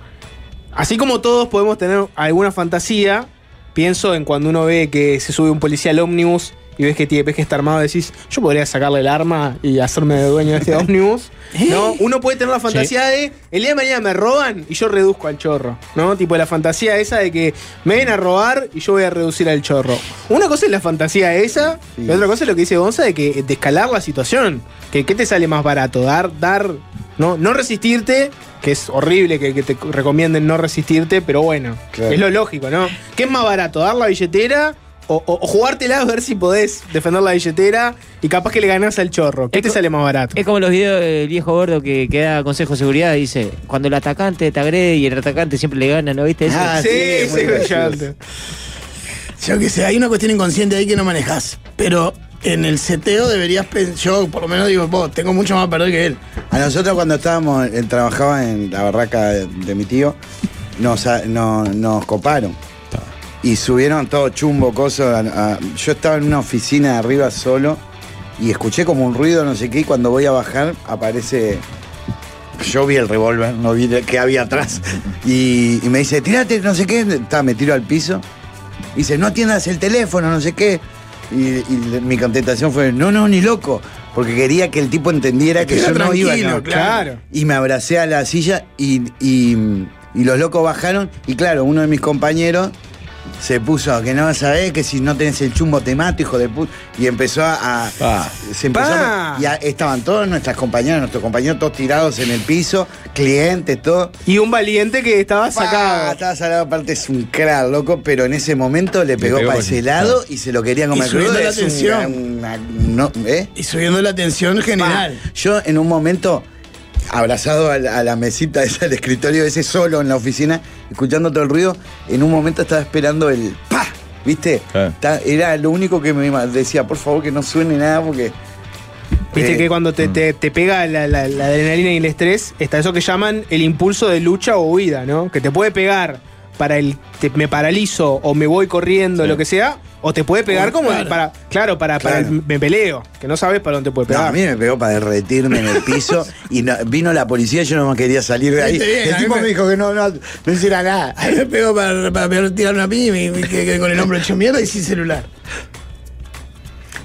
H: Así como todos podemos tener alguna fantasía, pienso en cuando uno ve que se sube un policía al ómnibus y ves que, tiene, ves que está armado, decís, yo podría sacarle el arma y hacerme dueño de
F: (laughs)
H: este ómnibus.
F: ¿Eh?
H: ¿No? Uno puede tener la fantasía de, el día de mañana me roban y yo reduzco al chorro. ¿No? Tipo la fantasía esa de que me ven a robar y yo voy a reducir al chorro. Una cosa es la fantasía esa, y otra cosa es lo que dice Gonza de que de escalar la situación. Que qué te sale más barato, dar, dar, no, no resistirte, que es horrible que, que te recomienden no resistirte, pero bueno,
G: Claro.
H: es lo lógico, ¿no? ¿Qué es más barato, dar la billetera? O, o- o jugártela a ver si podés defender la billetera y capaz que le ganás al chorro. ¿Qué
J: Es
H: te
J: co-
H: sale más barato?
J: Es como los videos del viejo gordo que, que da consejo de seguridad y dice, cuando el atacante te agrede y el atacante siempre le gana, ¿no viste eso?
G: Ah,
H: sí,
G: sí, muy
H: sí,
G: gracioso.
F: Yo que sé, hay una cuestión inconsciente ahí que no manejás, pero en el seteo deberías, pen- yo por lo menos digo, vos, tengo mucho más para perder que él.
G: A nosotros cuando estábamos, eh, trabajaba en la barraca de, de mi tío, nos, a- no- nos coparon. Y subieron todo chumbo, cosas. a- a- yo estaba en una oficina de arriba solo y escuché como un ruido, no sé qué, y cuando voy a bajar aparece... Yo vi el revólver, no vi qué había atrás. Y, y me dice, tirate, no sé qué. Ta, me tiro al piso. Y dice, no atiendas el teléfono, no sé qué. Y, y le- mi contestación fue, no, no, ni loco. Porque quería que el tipo entendiera que
F: Queda
G: yo no iba a
F: tranquilo,
H: claro.
G: Y me abracé a la silla y, y- y los locos bajaron. Y claro, uno de mis compañeros se puso, que no sabés, que si no tenés el chumbo te mato, hijo de puta. Y empezó a...
E: Pa.
G: se empezó a-
H: Pa.
G: y a- estaban todos nuestras compañeras, nuestros compañeros todos tirados en el piso, clientes, todo.
H: Y un valiente que estaba
G: Ah,
H: sacado.
G: Estaba salado, aparte es un crack, loco, pero en ese momento le pegó,
E: pegó
G: para
E: con-
G: ese lado y se lo quería comer.
F: Y subiendo
G: crudo,
F: la
G: es un-
F: tensión.
G: una- no, ¿eh?
F: Y subiendo la tensión
G: Pa,
F: general.
G: Yo en un momento, abrazado a la, a la mesita esa, al escritorio ese, solo en la oficina, escuchando todo el ruido, en un momento estaba esperando el pa, ¿viste?
E: Claro.
G: Ta- Era lo único que me ma- decía, por favor que no suene nada porque...
H: Viste
G: Eh,
H: que cuando te, te- te pega la, la- la adrenalina y el estrés, está eso que llaman el impulso de lucha o huida, ¿no? Que te puede pegar para el te- me paralizo o me voy corriendo, lo que sea, O te puede pegar como
G: Claro.
H: para. Claro, para, para el me peleo, que no sabes para dónde te puede
G: No,
H: pegar.
G: a mí me pegó para derretirme en el
H: (laughs)
G: piso y no- vino la policía y yo no quería salir de ahí.
F: Viste bien, ¿eh?
G: el (laughs)
F: a mí
G: tipo
F: me-
G: me... dijo que no, no, no hiciera nada.
F: Ahí (laughs) me pegó para, para pegar- tirar una piña y me, me quedé quedé con el hombro hecho mierda y sin celular.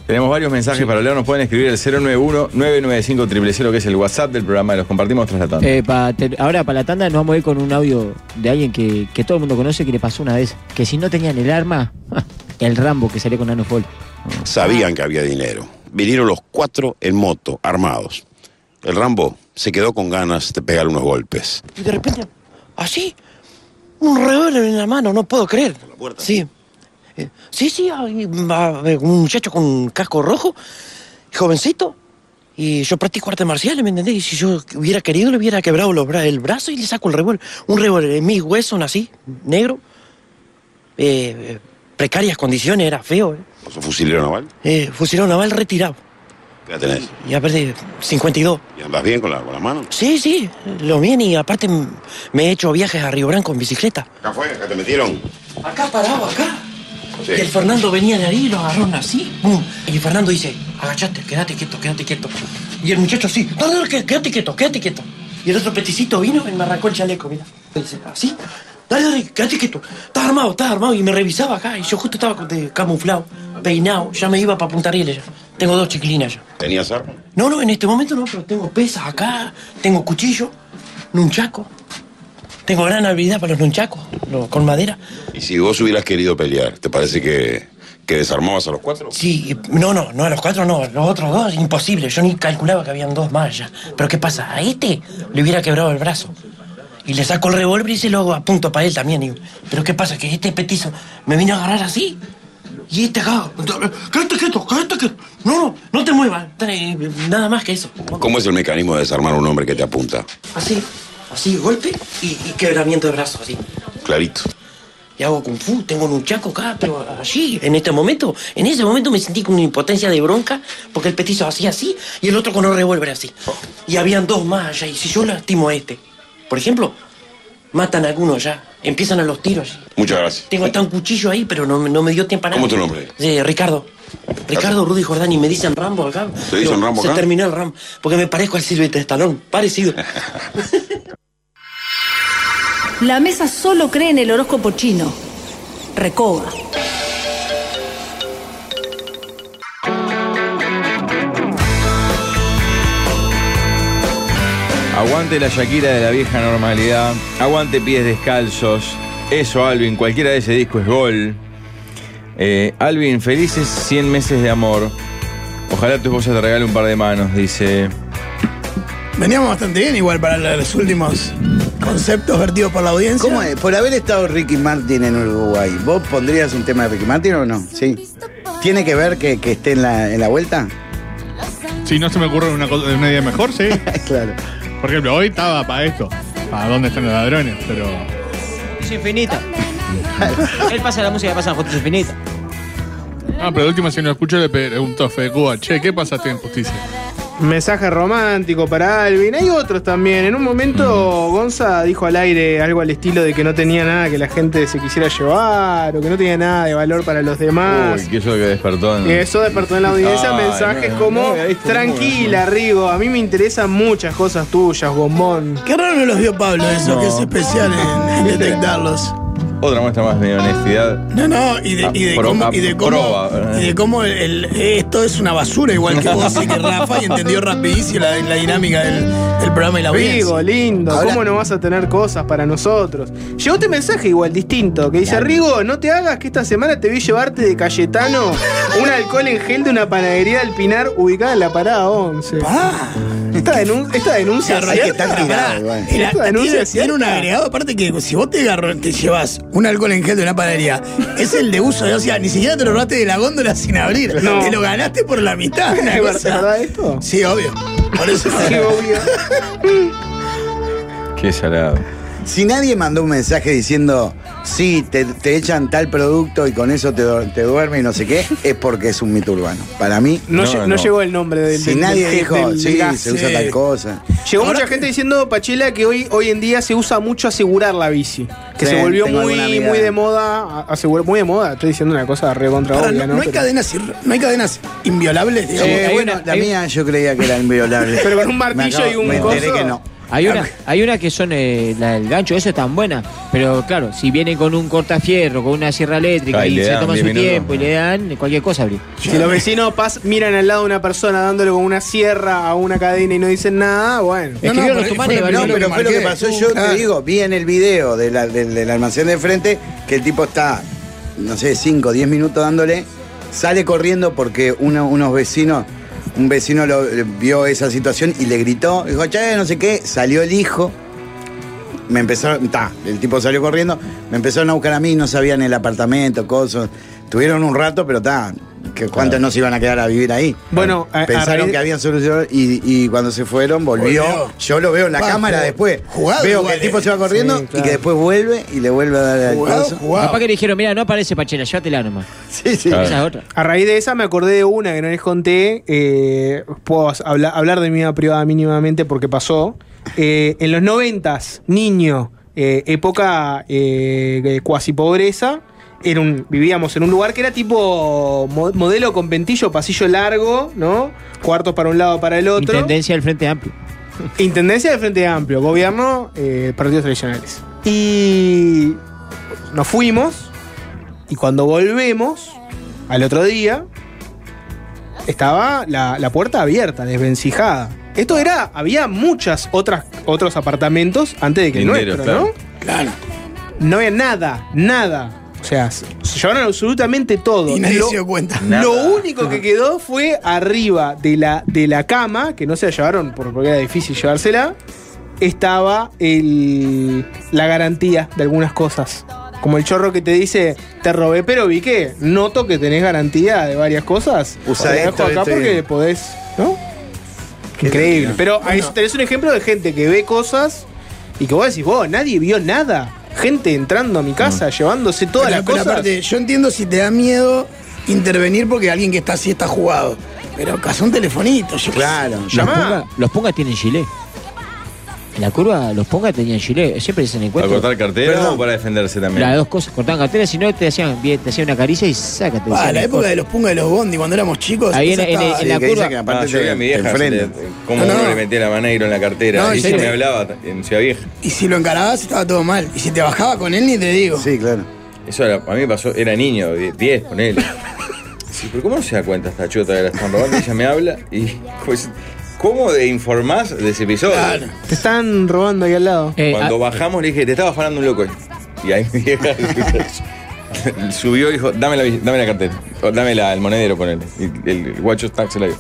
E: Tenemos varios mensajes para leer. Nos pueden escribir al 091-995-000, que es el WhatsApp del programa. Los compartimos tras la tanda.
J: Eh, pa- te- ahora para la tanda nos vamos a ir con un audio de alguien que, que todo el mundo conoce que le pasó una vez. Que si no tenían el arma, (laughs) el Rambo que salió con Nano Fall.
M: Sabían que había dinero. Vinieron los cuatro en moto, armados. El Rambo se quedó con ganas de pegar unos golpes.
N: Y de repente, así, un revólver en la mano, no puedo creer. Sí. Eh, sí, sí, hay va- eh, un muchacho con un casco rojo, jovencito. Y yo practico artes marciales, ¿me entendés? Y si yo hubiera querido, le hubiera quebrado los bra- el brazo y le saco el revólver. Un revólver en mis huesos, así, negro. Eh, eh, precarias condiciones, era feo. Eh.
M: ¿Sos fusilero naval?
N: Eh, fusilado naval retirado.
M: ¿Qué edad tenés?
N: Y aparte, 52.
M: ¿Y andás bien con la, con la mano?
N: Sí, sí, lo bien y aparte m- me he hecho viajes a Río Branco en bicicleta.
M: ¿Acá fue? ¿Acá te metieron?
N: Acá parado, acá.
M: Sí.
N: Y el Fernando venía de ahí y lo agarró así. ¡pum! Y Fernando dice, agachate, quédate quieto, quédate quieto. Y el muchacho así, no, no, que- quédate quieto, quédate quieto. Y el otro peticito vino y me arrancó el chaleco, mira. Y dice, así, dale, dale, quédate quieto. Estás armado, estás armado. Y me revisaba acá y yo justo estaba con- de camuflado, peinado. Ya me iba para Punta Rieles ya. Tengo dos chiquilinas ya.
M: ¿Tenías arma?
N: No, no, en este momento no, pero tengo pesas acá, tengo cuchillo, nunchaco. Tengo gran habilidad para los nunchacos, los- con madera.
M: Y si vos hubieras querido pelear, ¿te parece que, que desarmabas a los cuatro?
N: Sí, y- no, no, no, a los cuatro no, los otros dos, imposible. Yo ni calculaba que habían dos más ya. Pero ¿qué pasa? A este le hubiera quebrado el brazo. Y le saco el revólver y se lo apunto para él también. y- pero ¿qué pasa? Que este petizo me vino a agarrar así. Y este acá, quédate quieto, quédate quieto. No, no, no te muevas. Tre- Nada más que eso.
M: ¿Cómo es el mecanismo de desarmar a un hombre que te apunta?
N: Así, así, golpe y, y quebramiento de brazo, así.
M: Clarito.
N: Y hago kung fu, tengo un chaco acá, pero allí, en este momento, en ese momento me sentí con una impotencia de bronca, porque el petizo hacía así y el otro con un revólver así. Y habían dos más allá, y si yo lastimo a este, por ejemplo, matan a alguno ya, empiezan a los tiros.
M: Muchas gracias.
N: Tengo hasta un cuchillo ahí, pero no, me- no me dio tiempo a nada.
M: ¿Cómo es tu nombre?
N: Sí, Ricardo. Ricardo Rudy Jordani, me dicen Rambo acá.
M: ¿Te dicen
N: Pero
M: Rambo
N: Se
M: acá?
N: terminó el Rambo, porque me parezco al Silvestre Stallone,
M: (laughs)
N: parecido.
O: La mesa solo cree en el horóscopo chino. Recoba.
E: Aguante la Shakira de la vieja normalidad. Aguante pies descalzos. Eso, Alvin. Cualquiera de ese disco es gol. Eh, Alvin, felices 100 meses de amor. Ojalá tu esposa te regale un par de manos, dice.
F: Veníamos bastante bien igual para los últimos conceptos vertidos por la audiencia.
G: ¿Cómo es? Por haber estado Ricky Martin en Uruguay, ¿vos pondrías un tema de Ricky Martin o no? Sí. ¿Tiene que ver que, que esté en la, en la vuelta?
I: Si no se me ocurre una, cosa- una idea mejor, sí. (laughs) claro. Por ejemplo, hoy estaba para esto. ¿Para dónde están los ladrones? Pero.
J: Es
I: (laughs)
J: infinita. Él pasa la música, pasa la foto, es infinita.
I: Ah, pero de última, si no escucho, le preguntó a Fede Cuba, che, ¿qué pasaste en justicia?
H: Mensaje romántico para Alvin. Hay otros también. En un momento Gonza dijo al aire algo al estilo de que no tenía nada que la gente se quisiera llevar o que no tenía nada de valor para los demás.
E: Uy, que eso que despertó. en-
H: Y eso despertó en la audiencia
E: Ay,
H: mensajes
E: no, no,
H: como
E: no había visto
H: Tranquila, Rigo, a mí me interesan muchas cosas tuyas, bombón.
F: Qué raro no los vio Pablo eso,
E: No.
F: que es especial en, en detectarlos.
E: Otra muestra más de honestidad.
F: No, no, y
E: Ah,
F: de, y de cómo, y de cómo,
E: Aproba.
F: y de cómo el- el- esto es una basura, igual que vos y que Rafa, y entendió rapidísimo la, la dinámica del, del programa y la audiencia.
H: Rigo, lindo,
F: Ahora-
H: ¿cómo no vas a tener cosas para nosotros? Llegó este mensaje igual distinto, que dice, Rigo, no te hagas que esta semana te vi llevarte de Cayetano un alcohol en gel de una panadería del Pinar ubicada en la parada 11. Esta, denun- esta denuncia
F: Hay que
H: cierta?
F: estar tirado, igual. Era-
H: Esta denuncia
F: tiene,
H: es
F: tiene un
H: cierta.
F: agregado, aparte que si vos te, agarro- te llevas un alcohol en gel de una panadería, es el de uso, o sea, ni siquiera te lo robaste de la góndola sin abrir,
H: No.
F: te lo ganaste por la mitad. una
H: ¿Es
F: cosa.
H: verdad esto?
F: Sí, obvio. Por eso
G: ¿eh? Sí, obvio.
E: Qué salado.
G: Si nadie mandó un mensaje diciendo sí, te, te echan tal producto y con eso te, du- te duerme y no sé qué, es porque es un mito urbano. Para mí.
H: No, lle- no llegó el nombre del
G: Si
H: del-
G: nadie
H: del-
G: dijo,
H: del-
G: sí,
H: del gas.
G: se usa
H: Sí.
G: tal cosa.
H: Llegó mucha gente diciendo, Pachela, que hoy, hoy en día se usa mucho asegurar la bici. Que
G: Sí,
H: se volvió
G: tengo alguna
H: muy,
G: amiga.
H: muy de moda. a- asegurar- muy de moda, estoy diciendo una cosa re contra
F: Ahora,
H: obvia,
F: no,
H: ¿no?
F: no hay
H: Pero- eh,
F: cadenas, ir- no hay cadenas inviolables,
G: Sí,
F: digamos. Hay
G: Eh, bueno,
F: una-
G: la
F: hay-
G: mía yo creía que era inviolable.
J: Pero con un
G: Me
J: martillo
G: acabo-
J: y un
G: me enteré
J: coso.
G: que no.
J: Hay una, hay una que son eh, la del gancho, eso es tan buena. Pero claro, si viene con un cortafierro, con una sierra eléctrica
E: Ah, y
J: y,
E: le
J: se
E: dan
J: toma su
E: 10 minutos.
J: tiempo y le dan cualquier cosa, abrir.
H: Si (laughs) los vecinos pas- miran al lado de una persona dándole con una sierra a una cadena y no dicen nada, bueno.
G: No, no, fue- fue lo- no, pero fue lo que pasó. Yo
H: Ah.
G: te digo, vi en el video de la- del, del almacén de frente que el tipo está, no sé, 5, 10 minutos dándole, sale corriendo porque uno- unos vecinos, un vecino lo, eh, vio esa situación y le gritó, dijo, che, no sé qué, salió el hijo. Me empezaron, ta, el tipo salió corriendo, me empezaron a buscar a mí, no sabían el apartamento, cosas. Tuvieron un rato, pero ta, que cuántos no se iban a quedar a vivir ahí.
H: Bueno, a- a
G: pensaron
H: raíz-
G: que habían solucionado y, y cuando se fueron volvió.
H: Volvió.
G: Yo lo veo en la
H: Pa,
G: cámara
H: jugado.
G: después.
H: Jugado
G: veo
H: igual,
G: que el tipo
H: eh.
G: se va corriendo
H: Sí, claro.
G: y que después vuelve y le vuelve a dar al coso.
J: Capaz que le dijeron, mira, no aparece Pachela, llévatela nomás.
H: (laughs)
G: Sí,
J: sí. Esa es otra.
H: A raíz de esa me acordé de una que no les conté. eh, puedo as- habla- hablar de mi vida privada mínimamente porque pasó. Eh, en los noventas, niño, eh, época cuasi pobreza. Era un, vivíamos en un lugar que era tipo mo- modelo con ventillo, pasillo largo, ¿no? Cuartos para un lado, para el otro.
J: Intendencia del Frente Amplio.
H: Intendencia del Frente Amplio, gobierno, eh, partidos tradicionales. Y nos fuimos y cuando volvemos al otro día estaba la, la puerta abierta, desvencijada. Esto era, había muchas otras otros apartamentos antes de que el
E: Linderos,
H: nuestro,
E: claro.
H: ¿no? Claro. No había nada, nada. O sea, se se llevaron absolutamente todo.
F: Y nadie
H: Lo-
F: se dio cuenta.
H: Lo único que quedó fue arriba de la, de la cama, que no se la llevaron por- porque era difícil llevársela, estaba el, la garantía de algunas cosas. Como el chorro que te dice, te robé, pero vi que noto que tenés garantía de varias cosas.
G: Usa
H: Te dejo
G: esto,
H: acá
G: esto y-
H: porque podés, ¿no? Increíble. Pero ahí tenés un ejemplo de gente que ve cosas y que vos decís, vos, nadie vio nada. Gente entrando a mi casa, llevándose
F: Mm.
H: todas
F: Pero-
H: las
F: pero
H: cosas.
F: aparte, yo entiendo si te da miedo intervenir porque alguien que está así está jugado. Pero cazó un telefonito. Yo
J: Los ponga, los ponga tienen gilet. En la curva, los ponga tenían gilet. Siempre dicen
E: ¿Para
J: encuentro.
E: cortar cartera o para defenderse también?
J: Las dos cosas, cortaban cartera, si no te hacían, bien, te hacían una caricia y sácate.
F: Ah, la época de los punga de los bondi, cuando éramos chicos.
J: Ahí en-
F: eso
J: en-
F: estaba-
J: en la
F: Sí, que
J: curva-
F: dice que aparte
E: Ah, yo
F: te-
E: vi a mi
F: te
E: vieja
F: enfrenta.
E: se- cómo
F: No,
E: uno
F: no.
E: le metía la manegro en la cartera.
F: No,
E: y
F: en
E: ella me
F: serio.
E: hablaba ta- en Ciudad Vieja.
F: Y si lo encarabas estaba todo mal. Y si te bajaba con él, ni te digo.
G: Sí, claro.
E: Eso era- a mí me pasó, era niño, 10, ponele. Sí, pero ¿cómo no se da cuenta esta chota que la están robando? Ella me habla y. pues, ¿Cómo de informás de ese episodio?
H: Te están robando ahí al lado.
J: Eh,
E: Cuando
J: ah,
E: bajamos le dije, te estaba afanando un loco. ahí". Y ahí mi vieja (laughs) subió y dijo, dame la, bill- dame la cartera. O dame la- el monedero, ponele. Y el, el guacho tax se la dio.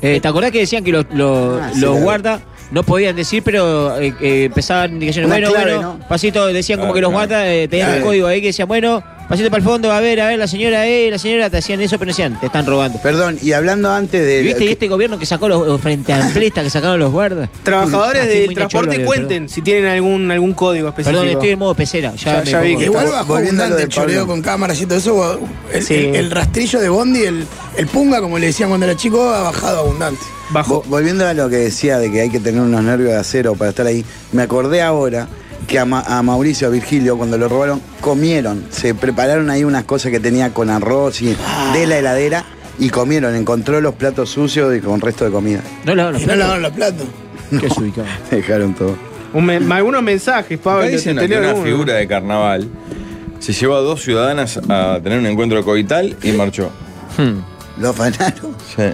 J: Eh, ¿Te acordás que decían que los, los,
E: Ah, sí,
J: los
E: claro.
J: guardas no podían decir, pero eh, eh, empezaban diciendo,
E: Una
J: bueno,
E: clave,
J: bueno, pasito, decían como
E: Claro,
J: que los
E: Ah, claro.
J: guardas eh, tenían un
E: Claro.
J: código ahí que decían, bueno, pasito para el fondo, a ver, a ver, la señora, eh, la señora, te hacían eso, pero no decían, te están robando.
G: Perdón, y hablando antes de.
J: ¿Viste? Y este gobierno que sacó los, los frente amplistas que sacaron los guardas.
H: Trabajadores
J: ah, Así
H: del
J: muy nacholo,
H: transporte
J: digo,
H: cuenten si tienen algún, algún código
J: Perdón,
H: específico.
J: Perdón, estoy en modo pecera. Ya,
H: Ya-
J: me
H: ya vi
J: pongo-
H: que
F: Igual bajó
H: Volviendo a lo
F: abundante el
H: de
F: choreo
H: Pablo.
F: con cámaras y todo eso. El,
H: Sí.
F: el- el rastrillo de Bondi, el, el punga, como le decían cuando era chico, ha bajado abundante.
G: Vo- Volviendo a lo que decía de que hay que tener unos nervios de acero para estar ahí, me acordé ahora que a, Ma- a Mauricio, a Virgilio, cuando lo robaron, comieron, se prepararon ahí unas cosas que tenía con arroz y de la heladera y comieron, encontró los platos sucios y con resto de comida.
J: No lavaron
F: los platos. No lavaron los platos.
J: Qué ubicado.
G: Dejaron todo.
H: Un me- algunos mensajes, Pablo.
E: Acá dicen
H: te
E: que
H: leo
E: una
H: algunos.
E: figura de carnaval se llevó a dos ciudadanas a tener un encuentro coital y marchó.
G: ¿Lo afanaron?
E: Sí.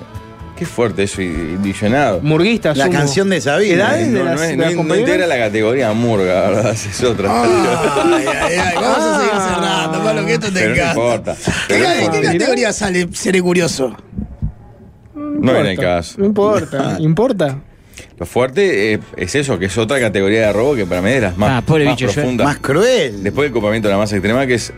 E: Qué fuerte eso, y- y visionado.
H: Murguista,
G: La asumo. canción de Sabina. ¿Edades de
E: No,
G: las-
E: no, es-
G: de
E: no
G: las
E: es- no
G: compañeras?
E: integra la categoría murga, la ¿verdad? (laughs) Es otra.
F: Ah, Ay, ay, ay, vamos
H: Ah.
F: a seguir cerrando, Pablo, que esto te
E: pero no
F: encanta.
E: importa.
F: ¿Qué,
E: Pero no
F: ca- qué
E: importa.
F: categoría sale seré curioso?
E: No era el caso.
H: No importa, importa.
E: Lo fuerte eh, es eso, que es otra categoría de robo que para mí es de las más,
J: Ah, pobre
E: más
J: bicho, yo-
E: profundas.
J: más
G: cruel.
E: Después del copamiento de la más extrema, que es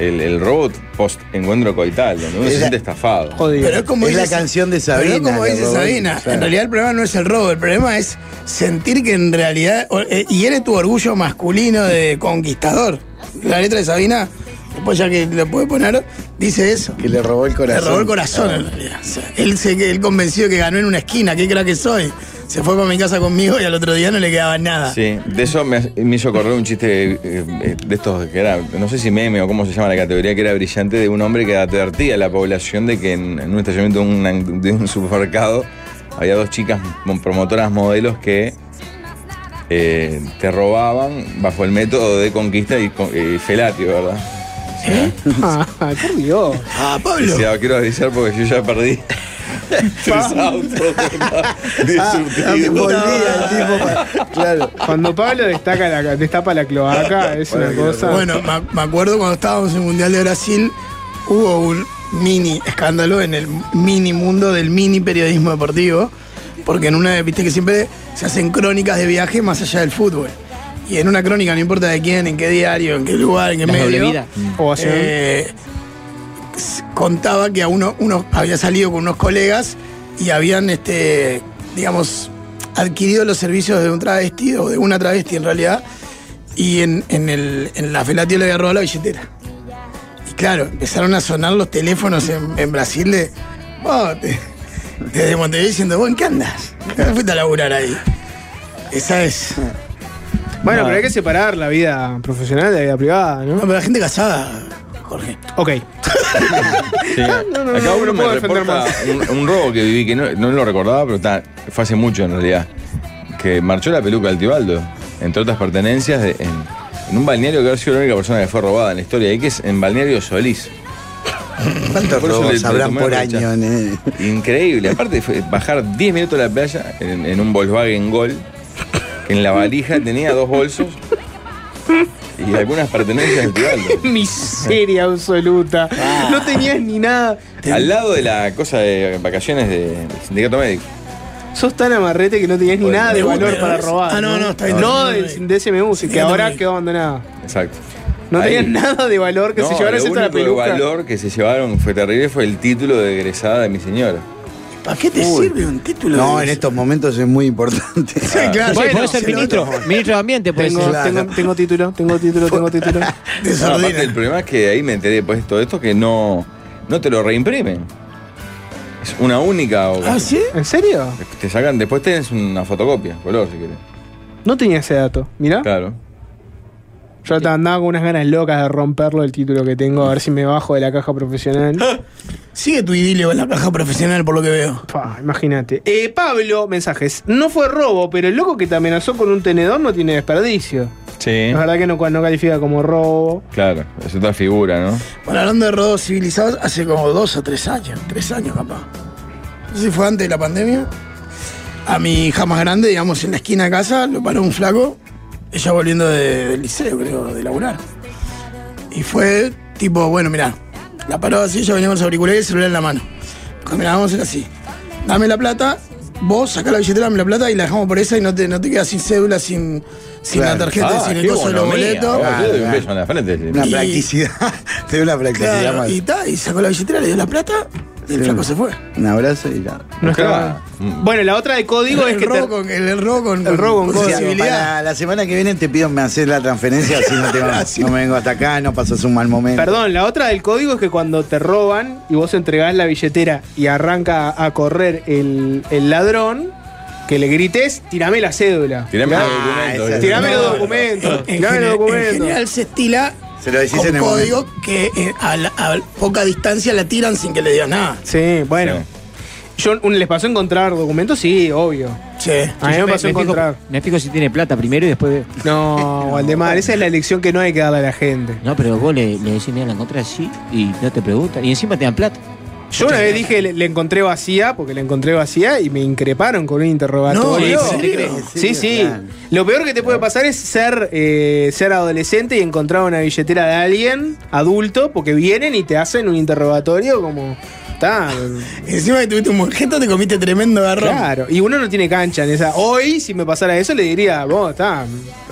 E: el, el robo post-encuentro coital, donde uno se
G: Es la-
E: siente estafado.
G: Pero es como Es la dice- canción de Sabina,
F: Pero es como
G: la
F: dice
G: robó.
F: Sabina,
G: Claro.
F: en realidad el problema no es el robo, el problema es sentir que en realidad o- eh, y eres tu orgullo masculino de conquistador. la letra de Sabina, después ya que lo puede poner, dice eso.
G: Que le robó el corazón. Ah.
F: Le robó el corazón, en realidad. O sea, él, se, él convencido que ganó en una esquina, qué crack que soy. Se fue para mi casa conmigo y al otro día no le quedaba nada.
E: Sí, de eso me, me hizo correr un chiste eh, eh, de estos que era, no sé si meme o cómo se llama la categoría, que era brillante de un hombre que advertía a la población de que en, en un estacionamiento de un, de un supermercado había dos chicas m- promotoras modelos que eh, te robaban bajo el método de conquista y, con- y felatio, ¿verdad?
H: (laughs) Ah, por Dios.
F: Ah,
E: Decía, quiero avisar porque yo ya perdí tres autos.
H: Ah,
E: de surtido.
H: Claro. Cuando Pablo destaca la, destapa la cloaca,
E: Ah,
H: es una cosa.
F: Bueno, me, me acuerdo cuando estábamos en el Mundial de Brasil, hubo un mini escándalo en el mini mundo del mini periodismo deportivo, porque en una, viste que siempre se hacen crónicas de viaje más allá del fútbol. Y en una crónica, no importa de quién, en qué diario, en qué lugar, en qué
H: La
F: medio.
H: doble vida. O hacer-
F: eh, s- contaba que a uno, uno había salido con unos colegas y habían, este, digamos, adquirido los servicios de un travesti o de una travesti en realidad y en, en el, en la felatio le había robado la billetera. Y claro, empezaron a sonar los teléfonos en, en Brasil de, "Oh, te- desde Montevideo diciendo, ¿vos en qué andas? ¿Qué fuiste a laburar ahí? Esa es.
H: Bueno, pero hay que separar la vida profesional de la vida privada, ¿no? No,
F: pero la gente casada, Jorge.
H: Ok. (laughs)
E: Sí.
H: Ah, No, no,
E: Acá
H: no,
E: uno
H: no puedo
E: me
H: defender
E: reporta un, un robo que viví que no, no lo recordaba, pero está, fue hace mucho en realidad. Que marchó la peluca del Tibaldo, entre otras pertenencias, de- en, en un balneario que haber sido la única persona que fue robada en la historia, y que es en Balneario Solís.
G: ¿Cuántos
E: Por eso
G: robos
E: le- le
G: habrán
E: tomé
G: por
E: la fecha.
G: año? ¿eh? nene?
E: Increíble. Aparte, fue bajar 10 minutos a la playa en, en un Volkswagen Gol. que En la valija tenía dos bolsos y algunas pertenencias del Tibaldo.
H: Miseria absoluta. No tenías ni nada.
E: Ah. Al lado de la cosa de vacaciones de- del sindicato médico.
H: Sos tan amarrete que no tenías ni nada de
E: Bueno,
H: valor
E: ¿no?
H: para robar.
E: Ah, no, no, está bien.
H: No del DSM Music, que
E: Sindicato
H: ahora
E: Médico.
H: quedó abandonada.
E: Exacto.
H: No
E: Ahí.
H: tenías nada de valor que se
E: No,
H: llevara
E: lo
H: excepto la
E: único de
H: peluca.
E: valor que se llevaron fue terrible fue el título de egresada de mi señora.
F: ¿Para qué
G: te sirve
F: un título?
G: No,
J: de
G: en
J: eso?
G: estos momentos es muy
F: (laughs)
G: importante.
J: Sí, claro. Bueno, podés ser ministro, ministro de Ambiente, puede
H: Tengo,
J: ser.
H: tengo, tengo título, tengo título,
F: (laughs)
H: tengo título.
E: No, aparte, el problema es que ahí me enteré después de todo esto que no, no te lo reimprimen. Es una única hoja.
H: ¿Ah, sí? ¿En serio?
E: Te sacan, después tenés una fotocopia, color si querés.
H: No tenía ese dato, mirá.
E: Claro.
H: Yo te andaba con unas ganas locas de romperlo el título que tengo, a ver si me bajo de la caja profesional.
F: (laughs) Sigue tu idilio en la caja profesional, por lo que veo.
H: imagínate. Eh, Pablo, mensajes. No fue robo, pero el loco que te amenazó con un tenedor no tiene desperdicio.
E: Sí.
H: La verdad que no, no califica como robo.
E: Claro, es otra figura, ¿no?
F: Bueno, hablando de rodos civilizados, hace como dos o tres años, tres años capaz. No sé si fue antes de la pandemia. A mi hija más grande, digamos, en la esquina de casa, lo paró un flaco, ella volviendo de- del liceo, creo, de laburar. Y fue tipo, bueno, mirá, la paró así, ella venía con los auriculares y el celular en la mano. Dijo, mirá, vamos a hacer así. Dame la plata, vos sacá la billetera, dame la plata y la dejamos por esa y no te, no te quedas sin cédula, sin, sin la tarjeta,
E: Ah,
F: sin el
E: qué
F: coso de los
E: bonomía.
F: boletos.
E: Ah, yo doy un beso en la frente.
G: Una
E: Y-
G: practicidad. (laughs) Te doy una practicidad
F: Claro,
G: más.
F: y, ta, y sacó la billetera, le dio la plata y el
G: Sí.
F: flaco se fue.
G: Un abrazo y ya.
H: No está- Bueno, la otra de código
F: El
H: es que te-
F: robo con- el, el robo con,
H: El robo con
G: O sea,
F: sensibilidad.
G: para la semana que viene te pido me haces la transferencia así
F: (laughs)
G: no te
F: Ah,
G: va- no me vengo hasta acá, no pasas un mal momento.
H: Perdón, la otra del código es que cuando te roban y vos entregás la billetera y arranca a correr el, el ladrón, que le grites, tirame la cédula.
E: Tirame
H: Tirá-
E: los
F: Ah,
E: documentos, ¿viste?
H: Tirame los
E: No,
H: documentos.
F: En,
H: Tirame los
F: gener- en
H: documentos.
F: general se estila
G: Se lo decís
F: con
G: en el
F: código que eh, a, la- a poca distancia la tiran sin que le digas nada.
H: Sí, bueno. Yo, un- ¿Les pasó a encontrar documentos? Sí, obvio.
F: Sí.
H: A mí me pasó a
J: fijo-
H: encontrar.
J: me fijo si tiene plata primero y después veo.
H: No, Waldemar, esa es la elección que no hay que darle a la gente.
J: No, pero vos le, le decís, mira, la encontré así y no te preguntan. Y encima te dan plata.
H: Yo una vez dije, le, le encontré vacía, porque la encontré vacía y me increparon con un interrogatorio.
J: No, ¿en serio?
H: sí, sí. Lo peor que te
F: Ah.
H: puede pasar es ser, eh, ser adolescente y encontrar una billetera de alguien adulto, porque vienen y te hacen un interrogatorio como. Está.
F: (laughs) Encima que tuviste un monjeto, te comiste tremendo garrón.
H: Claro, y uno no tiene cancha en esa. Hoy, si me pasara eso, le diría, vos, está,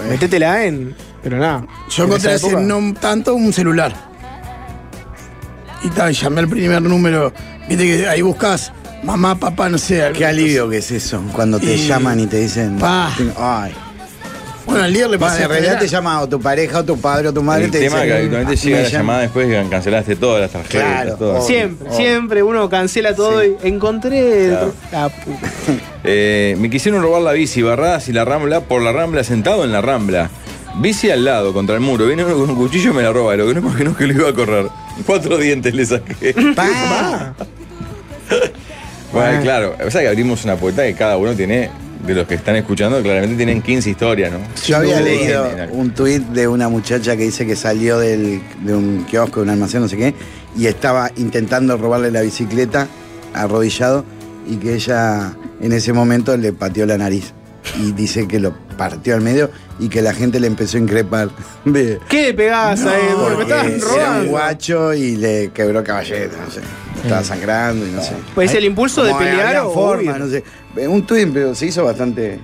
H: métetela en. Pero nada.
F: Yo
H: En
F: encontré
H: esa
F: hace
H: época-
F: no tanto un celular. Y tal, llamé al primer número. Viste que ahí buscas mamá, papá, no sé.
G: Qué alivio que es eso, cuando te
F: Y-
G: llaman y te dicen.
F: Pa.
G: Ay.
F: Bueno, al líder le
G: Bueno,
F: pasa
G: en realidad te llama o tu pareja, o tu padre, o tu madre.
E: El
G: te dice,
E: tema
G: ah,
E: que habitualmente
G: "Me
E: llega la
G: llama".
E: llamada después que cancelaste todas las tarjetas.
G: Claro,
E: todo.
H: siempre,
G: (laughs)
E: Oh.
H: siempre uno cancela todo y encontré.
E: Claro.
H: la puta.
E: Eh, me quisieron robar la bici, barradas y la rambla por la rambla, sentado en la rambla. Bici al lado, contra el muro. Viene uno con un cuchillo y me la roba. Lo que no imaginó es que lo iba a correr. (laughs) Cuatro dientes
G: (laughs)
E: le saqué. bueno, claro. O sea que abrimos una puerta que cada uno tiene, de los que están escuchando, claramente tienen 15 historias, ¿no?
G: Yo había
E: Sin duda.
G: leído un tuit de una muchacha que dice que salió del- de un kiosco, de un almacén, no sé qué, y estaba intentando robarle la bicicleta arrodillado y que ella en ese momento le pateó la nariz. Y dice que lo partió al medio y que la gente le empezó a increpar. De,
H: ¿Qué le pegás a él? Porque me
G: que
E: eh,
H: estaban
G: era un
H: robando.
G: guacho y le quebró caballete, no sé. Estaba sangrando y no sé.
H: Pues el impulso de
G: Como
H: pelear
G: había
H: o
G: forma,
H: huir.
G: no sé. Un tuit, pero se hizo bastante.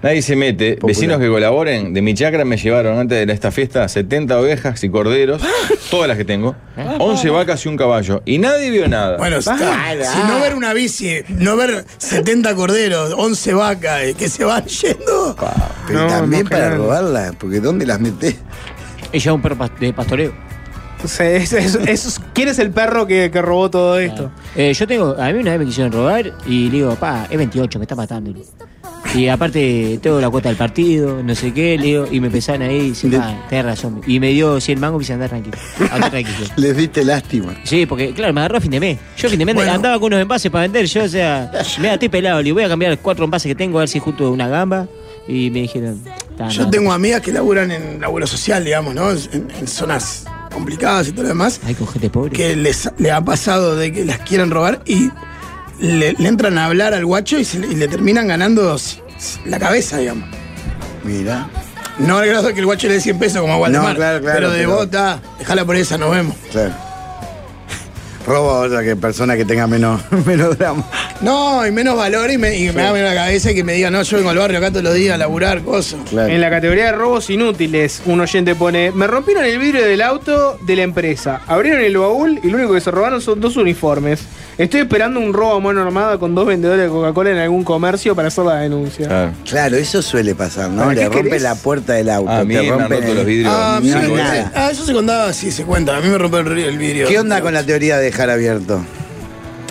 E: Nadie se mete. Vecinos que colaboren. De mi chacra me llevaron antes de esta fiesta 70 ovejas y corderos,
H: Ah.
E: todas las que tengo, 11 vacas y un caballo. Y nadie vio nada.
F: Bueno, está. si
H: Ah.
E: ah.
F: no ver una bici, no ver 70 corderos, 11 vacas eh, que se van (laughs) yendo.
G: Pero
F: No,
G: también
F: no,
G: para
F: claro.
G: robarlas, porque ¿dónde las metés?
J: Ella es un perro pas- de pastoreo.
H: Es- es- es- ¿Quién es el perro que, que robó todo esto?
J: Eh, yo tengo, a mí una vez me quisieron robar y le digo, pa, es 28, me está matando. Y aparte tengo la cuota del partido, no sé qué, le digo, y me pesan ahí y dicen, ah, tenés razón. Y me dio 100 mangos y me dice, andá tranquilo, andá tranquilo.
G: (laughs) Les diste lástima.
J: Sí, porque claro, me agarró a fin de mes. Yo a fin de mes andaba con unos envases para vender, yo, o sea,
F: (laughs)
J: me estoy pelado, le digo, voy a cambiar cuatro envases que tengo a ver si junto una gamba. Y me dijeron, "Tá,
F: Yo
J: Ah, no".
F: tengo amigas que laburan en laburo social, digamos, ¿no? En, en zonas complicadas y todo lo demás.
J: Hay gente pobre.
F: Que les, le ha pasado de que las quieren robar y le, le entran a hablar al guacho y, se le- y le terminan ganando s- s- la cabeza, digamos.
G: Mira.
F: No al grado de que el guacho le dé 100 pesos como a Waldemar.
G: No, claro, claro,
F: Pero de
G: pero-
F: bota, dejala por esa, nos vemos.
G: Claro. Robo a otra que persona que tenga menos, (laughs) menos drama.
F: No, y menos valor y me, y me da menos la cabeza y que me diga, no, yo vengo al barrio acá todos los días a laburar, cosas.
H: En la categoría de robos inútiles, un oyente pone: Me rompieron el vidrio del auto de la empresa, abrieron el baúl y lo único que se robaron son dos uniformes. Estoy esperando un robo a mano armada con dos vendedores de Coca-Cola en algún comercio para hacer la denuncia.
E: Claro.
G: Claro, eso suele pasar, ¿no?
H: ¿Para
G: Le
H: qué
G: rompe
H: querés?
G: la puerta del auto.
E: Ah, A mí
G: te
E: me han
G: rompen
E: roto
G: el-
E: los vidrios.
F: Ah,
G: No,
F: sí,
G: nada.
F: ah, eso se contaba, sí, se cuenta. A mí me rompe el, ri- el vidrio.
G: ¿Qué onda con la teoría de dejar abierto?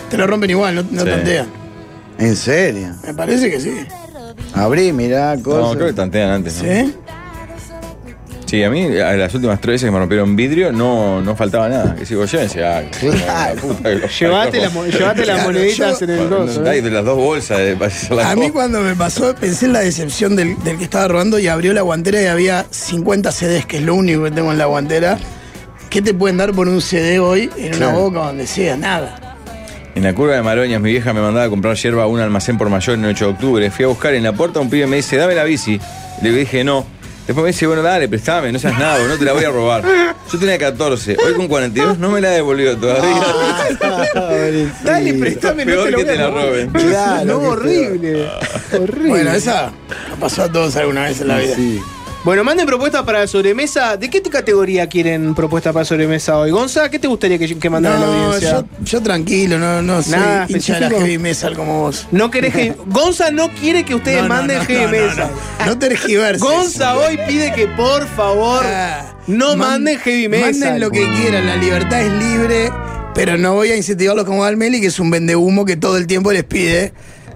F: Te lo rompen igual, no, no
G: Sí.
F: tantean.
G: ¿En serio?
F: Me parece que sí.
G: Abrí, mirá,
E: No,
G: cosas.
E: creo que tantean antes. ¿no?
F: ¿Sí?
E: Sí, a mí a las últimas tres veces que me rompieron vidrio no, no faltaba nada. Que sigo llévense. Ah, la (laughs) puta que lo parió.
H: Llévate la mo- llévate las
F: Claro,
H: moneditas
F: yo-
H: en el
E: Bueno,
H: coso,
E: dai
H: ¿eh?
E: de las dos bolsas de- para hacer
G: Ah,
E: la
F: A mí
E: cosa.
F: cuando me pasó, pensé en la decepción del, del que estaba robando y abrió la guantera y había 50 CDs, que es lo único que tengo en la guantera. ¿Qué te pueden dar por un CD hoy en una
E: Claro.
F: boca donde sea? Nada.
E: En la curva de Maroñas, mi vieja me mandaba a comprar hierba a un almacén por mayor en el 8 de octubre. Fui a buscar en la puerta, un pibe me dice, dame la bici. Le dije, no. Después me dice, bueno, dale, prestame, no seas nada, no te la voy a robar. Yo tenía 14, hoy con 42 no me la devolvió todavía. (laughs)
H: Dale, préstame, no
E: Ah, Peor
H: te lo voy
E: que
H: a
E: te la
H: robar.
E: roben.
F: (laughs)
G: Claro,
H: No,
G: qué
H: horrible. horrible.
F: Bueno, esa nos pasó a todos alguna vez en la vida.
H: Bueno, manden propuestas para la sobremesa. ¿De qué categoría quieren propuestas para sobremesa hoy? Gonza, ¿qué te gustaría que, que mandara la
F: No,
H: audiencia?
F: yo, yo tranquilo, no, no soy
H: Nada
F: hincha de la
H: específico.
F: heavy metal como vos.
H: No
F: (laughs)
H: querés que. Gonza no quiere que ustedes
F: No, no,
H: manden
F: no,
H: heavy
F: no,
H: metal.
F: no, no. No tergiverses. Ah,
H: Gonza hoy pide que por favor no manden heavy metal.
F: Manden lo que quieran, la libertad es libre, pero no voy a incentivarlos como Almeli, que es un vendehumo que todo el tiempo les pide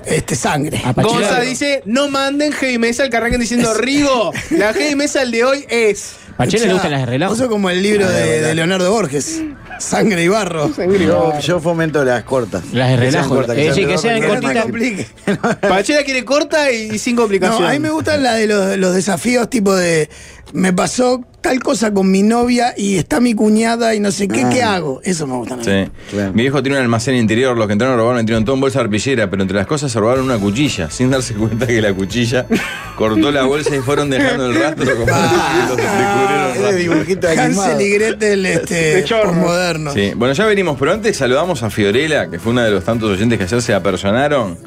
F: este, sangre.
H: Gonza dice, no manden heavy metal que arranquen diciendo, Rigo, la heavy metal de hoy es.
F: Escuchá, Vos sos como el
H: Ah,
F: libro de, de Leonardo Borges, Sangre y Barro.
G: Yo, yo fomento las cortas.
J: Las de relajo.
G: Eh,
J: Es decir, que sean
G: cortas.
J: cortitas.
F: (laughs)
H: Pachela quiere corta y, y sin complicación.
F: No, a mí me gustan la de los, los desafíos, tipo de. Me pasó tal cosa con mi novia y está mi cuñada y no sé qué, ¿qué hago? Eso me gusta.
E: Sí. Mi viejo tiene un almacén interior, los que entraron a robar entraron todo en bolsa de arpillera, pero entre las cosas se robaron una cuchilla, sin darse cuenta que la cuchilla cortó la bolsa y fueron dejando el rastro como los
F: Ah,
E: descubrieron rápido.
F: Hansel y (laughs) Gretel este, moderno.
E: Sí, bueno, ya venimos, pero antes saludamos a Fiorella, que fue una de los tantos oyentes que ayer se apersonaron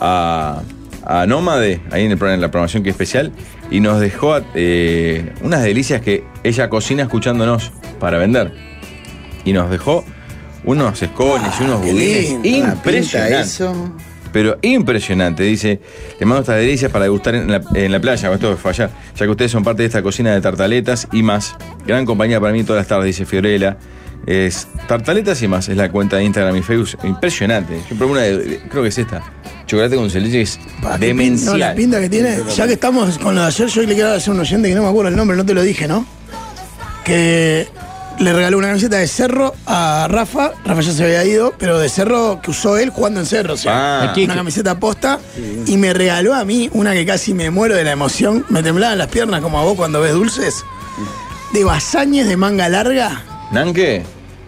E: a, a Nómade, ahí en, el, programa- en la programación que es especial, y nos dejó eh, unas delicias que ella cocina escuchándonos para vender. Y nos dejó unos escones y unos budines
G: lindo, Ah, la pinta
E: impresionantes.
G: eso.
E: pero impresionante. Dice, le mando estas delicias para degustar en la, en la playa, esto es fallar, ya que ustedes son parte de esta cocina de tartaletas y más. Gran compañía para mí todas las tardes, dice Fiorella. Es tartaletas y más, es la cuenta de Instagram y Facebook. Impresionante. Yo probé una de- de- creo que es esta. Chocolate con celiche es
F: No, la
E: demencial.
F: pinta que tiene. Ya que estamos con lo de ayer, yo le quiero hacer un oyente que no me acuerdo el nombre, no te lo dije, ¿no? Que le regaló una camiseta de cerro a Rafa. Rafa ya se había ido, pero de cerro que usó él jugando en cerro. O
E: Ah.
F: sea,
E: Aquí.
F: una camiseta posta. Y me regaló a mí una que casi me muero de la emoción. Me temblaban las piernas como a vos cuando ves dulces. De bazañes de manga larga.
E: ¿Nanque?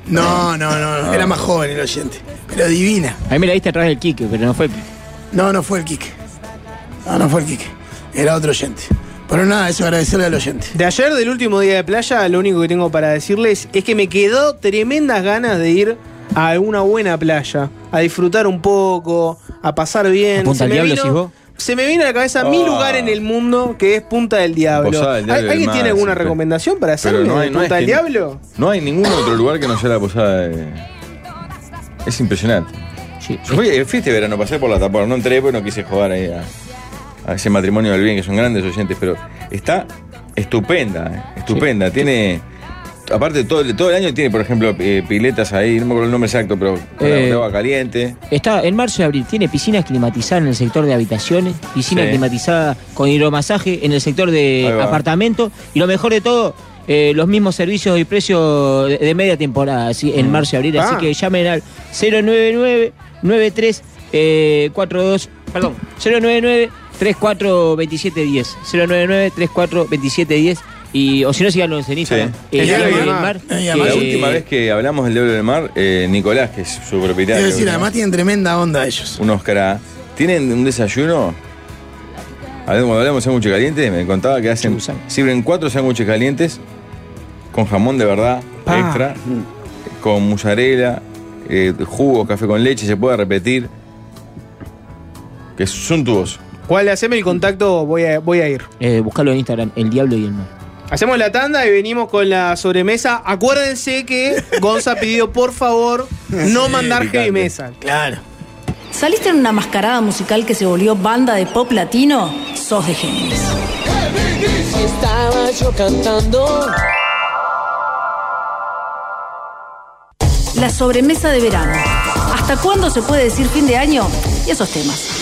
F: No, no, no, no,
J: Ah.
F: Era más joven el oyente. Pero divina.
J: A mí me la diste atrás del Quique, pero no fue el Quique.
F: No, no fue el Quique. No, no fue el Quique. Era otro oyente. Pero nada, eso agradecerle al oyente.
H: De ayer, del último día de playa, lo único que tengo para decirles es que me quedó tremendas ganas de ir a una buena playa, a disfrutar un poco, a pasar bien.
J: ¿A Punta del Diablo
H: vino-
J: decís vos?
H: Se me viene a la cabeza mi
J: Ah.
H: lugar en el mundo que es Punta del Diablo.
E: Posada del Diablo
H: ¿Al-
E: del
H: ¿Alguien
E: Mar,
H: tiene alguna
E: siempre.
H: recomendación para
E: Pero
H: hacerme
E: no hay-
H: de
E: no
H: Punta
E: hay
H: del
E: que-
H: Diablo?
E: No hay ningún otro lugar que no sea la posada de- Es impresionante. Yo fui, fui este verano, pasé por la tapada, no entré porque no quise jugar ahí a, a ese matrimonio del bien, que son grandes oyentes, pero está estupenda, eh, estupenda. Tiene. Aparte, todo, el- todo el año tiene, por ejemplo, eh, piletas ahí, no me acuerdo el nombre exacto, pero con
J: Eh,
E: agua caliente.
J: Está en marzo y abril, tiene piscinas climatizadas en el sector de habitaciones, piscina
E: Sí.
J: climatizada con hidromasaje en el sector
E: Ahí
J: de
E: va.
J: apartamento y lo mejor de todo, eh, los mismos servicios y precios de, de media temporada así,
E: Mm.
J: en marzo y abril. Así
H: Ah.
J: que llamen al 099 93 eh, 42 perdón, 099 34 27 10 099 34 27 10 y, o si no, síganos en Instagram.
E: Sí.
J: Eh,
E: Y
J: Diablo
E: además-
J: del Mar,
E: La
J: que-
E: última vez que hablamos del Diablo del Mar, eh, Nicolás, que es su
F: Quiero
E: propietario.
F: decir,
E: ¿no?
F: además tienen tremenda onda ellos.
E: un Oscar A. ¿Tienen un desayuno? A ver, cuando hablamos de sándwiches calientes, me contaba que hacen, sirven cuatro sándwiches calientes con jamón de verdad,
H: Pa.
E: extra, con mozzarella, eh, jugo, café con leche, se puede repetir. Que es suntuoso.
H: ¿Cuál? Haceme el contacto, voy a, voy a ir.
J: eh, buscalo en Instagram, El Diablo y el Mar.
H: Hacemos la tanda y venimos con la sobremesa. Acuérdense que Gonza ha pedido, por favor, no
F: Sí,
H: mandar
F: picante.
H: heavy metal.
F: Claro.
O: ¿Saliste en una mascarada musical que se volvió banda de pop latino? Sos de Géminis.
A: Estaba yo cantando.
O: La sobremesa de verano. ¿Hasta cuándo se puede decir fin de año? Y esos temas.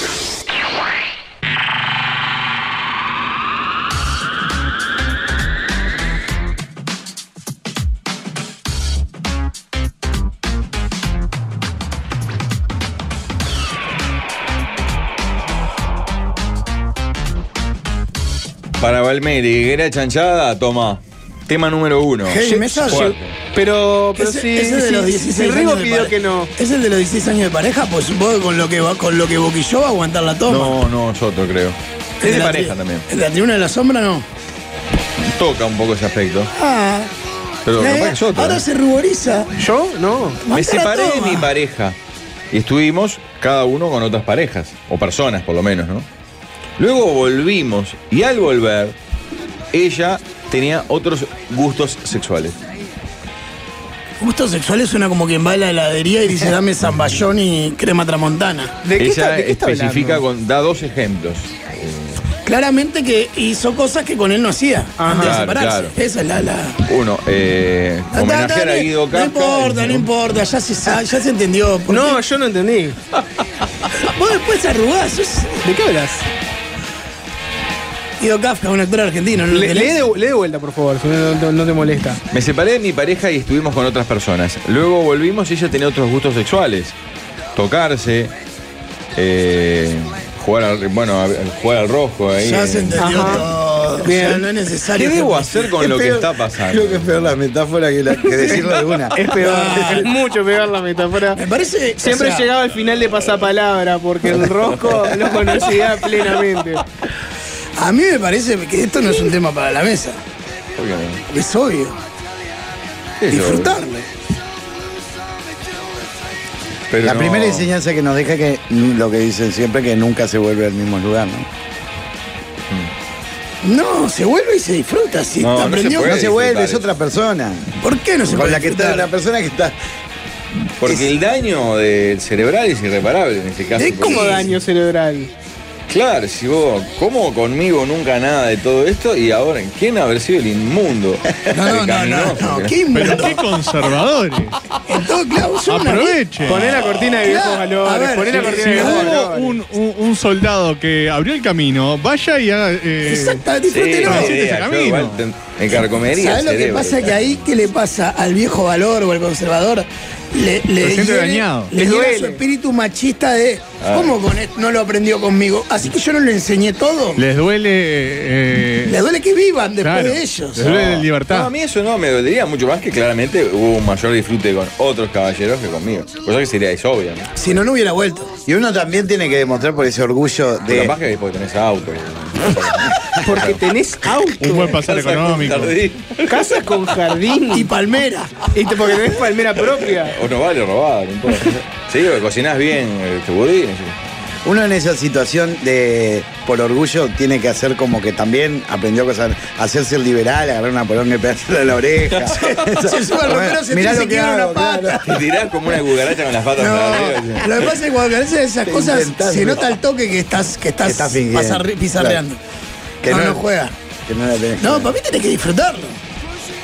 E: Para Valmeri, Higuera Chanchada, toma. Tema número uno.
F: Heavy
E: Sí,
F: Mesa,
E: fuerte.
H: Pero, pero
F: Ese-
H: sí,
F: ese de
H: sí,
F: los
H: sí,
F: 16
H: sí, Rigo
F: años de
H: pidió
F: pare-
H: que no.
F: ¿Es el de los 16 años de pareja? Pues vos con lo que, va- con lo que Boquilló va a aguantar la toma.
E: No, no, es otro, creo.
F: El
E: Es de
F: la
E: pareja
F: tri-
E: también.
F: el de la tribuna de la sombra no.
E: Toca un poco ese aspecto.
F: Ah,
E: Pero
F: eh,
E: capaz que es otro,
F: ahora
E: ¿eh?
F: se ruboriza.
H: ¿Yo? No.
E: Me
F: Banca la
E: separé de
F: toma.
E: mi pareja. Y estuvimos cada uno con otras parejas, o personas por lo menos, ¿no? Luego volvimos y al volver, ella tenía otros gustos sexuales.
F: Gustos sexuales suena como quien va a la heladería y dice dame zamballón y crema tramontana.
E: ella especifica con. da dos ejemplos.
F: Claramente que hizo cosas que con él no hacía. antes de
E: Claro,
F: separarse.
E: claro.
F: Esa es la. la...
E: Uno, eh, homenajear a
F: Dale,
E: Guido
F: no
E: Casca.
F: importa, no importa, ya se, sa- ya se entendió. ¿Por
H: No, yo no entendí.
F: qué? (laughs) Vos después arrugás. sos-
H: ¿De qué hablas?
F: Guido Kafka, un actor argentino, ¿no lo
H: Le,
F: tenés?
H: lee, de, lee de vuelta, por favor, si no, no- no te molesta.
E: Me separé de mi pareja y estuvimos con otras personas. Luego volvimos y ella tenía otros gustos sexuales. Tocarse, eh, jugar al, bueno, a- jugar al rojo ahí.
F: Ya se entendió
H: Ajá.
F: todo.
H: Bien.
F: Ya no es necesario.
E: ¿Qué debo hacer con
G: Es
E: lo que
G: peor-
E: está pasando?
G: Creo que es peor la metáfora que, la, que decirlo de (laughs) una.
H: Es
F: (laughs)
H: peor, es mucho peor la metáfora.
F: Ah. Me parece.
H: Siempre
F: o sea,
H: llegaba al final de pasapalabra porque el rosco lo conocía plenamente.
F: A mí me parece que esto no es un tema para la mesa.
E: Obviamente.
F: Es obvio.
E: Sí, yo-
F: Disfrutarlo.
E: pero
G: La
E: no-
G: primera enseñanza que nos deja que mm, lo que dicen siempre que nunca se vuelve al mismo lugar, ¿no?
F: Mm. No, se vuelve y se disfruta. Si
E: No,
F: te
E: no se
F: aprendió.
E: puede.
G: No se vuelve, es
E: disfrutar
G: otra persona.
F: ¿Por qué no se
G: Con
F: puede
G: la que está,
F: disfrutar?
G: la persona que está.
E: Porque el daño del cerebral es irreparable en ese caso.
H: Es como
E: Porque-
H: daño cerebral.
E: Claro, si vos, ¿cómo conmigo nunca nada de todo esto? Y ahora, ¿quién haber sido el inmundo?
F: (laughs) no,
E: Pecaminoso,
F: no,
E: que-
F: ¿qué inmundo? Pero qué
I: conservadores. Aproveche.
H: Poné la cortina de viejos valores. Poné la cortina
I: si
H: de viejos
I: hubo
H: valores.
I: un, un- un soldado que abrió el camino, vaya y haga. eh,
F: (laughs) Exactamente, disfrútelo.
I: transite
E: Sí,
I: ese
E: yo
I: camino.
E: igual te- me carcomería
F: ¿Sabes
E: el
F: lo que
E: cerebro.
F: pasa? Que ahí, ¿qué le pasa al viejo valor o al conservador? Le, le
E: Se siente
F: hiere-
E: dañado.
F: Le
E: Les
F: hiere
E: duele.
F: su espíritu machista de
I: Ah.
F: ¿Cómo con esto no lo aprendió conmigo? Así que yo no le enseñé todo.
I: Les duele. (laughs) eh,
F: Le duele que vivan después
E: Claro.
F: de ellos.
E: No. No, a mí eso no me dolería mucho más que claramente hubo un mayor disfrute con otros caballeros que conmigo. Cosa que sería eso, obvio. ¿no?
F: Si no, no hubiera vuelto.
G: Y uno también tiene que demostrar por ese orgullo
E: Pero
G: de.
E: capaz que después tenés auto.
H: Porque tenés auto.
I: Un buen pasar
E: Casa con
I: económico.
E: jardín.
H: Casa con jardín. Y palmera. Y te- porque tenés palmera propia.
E: O no vale robado, no
F: (laughs)
E: importa. Sí, porque cocinás bien eh, tu budín.
G: Uno en esa situación de por orgullo tiene que hacer como que también aprendió cosas, hacerse el liberal, agarrar una poronga y pegársela en la (laughs) oreja.
F: Se sube al ropero, se
G: Mirá
F: tira
G: lo
F: y se
G: que
F: quiebra una
G: hago, (laughs)
F: pata.
E: Te tirás como una cucaracha con las patas para arriba.
F: Lo que pasa es que cuando careces de esas
G: Te
F: cosas,
G: intentás,
F: se
G: ¿no?
F: nota el toque que estás, que estás,
G: Estás fingiendo.
F: pasarri- pizarreando.
G: Que
F: no,
G: no-
F: no, juega.
G: Que no la tenés.
F: No, para mí tenés que disfrutarlo.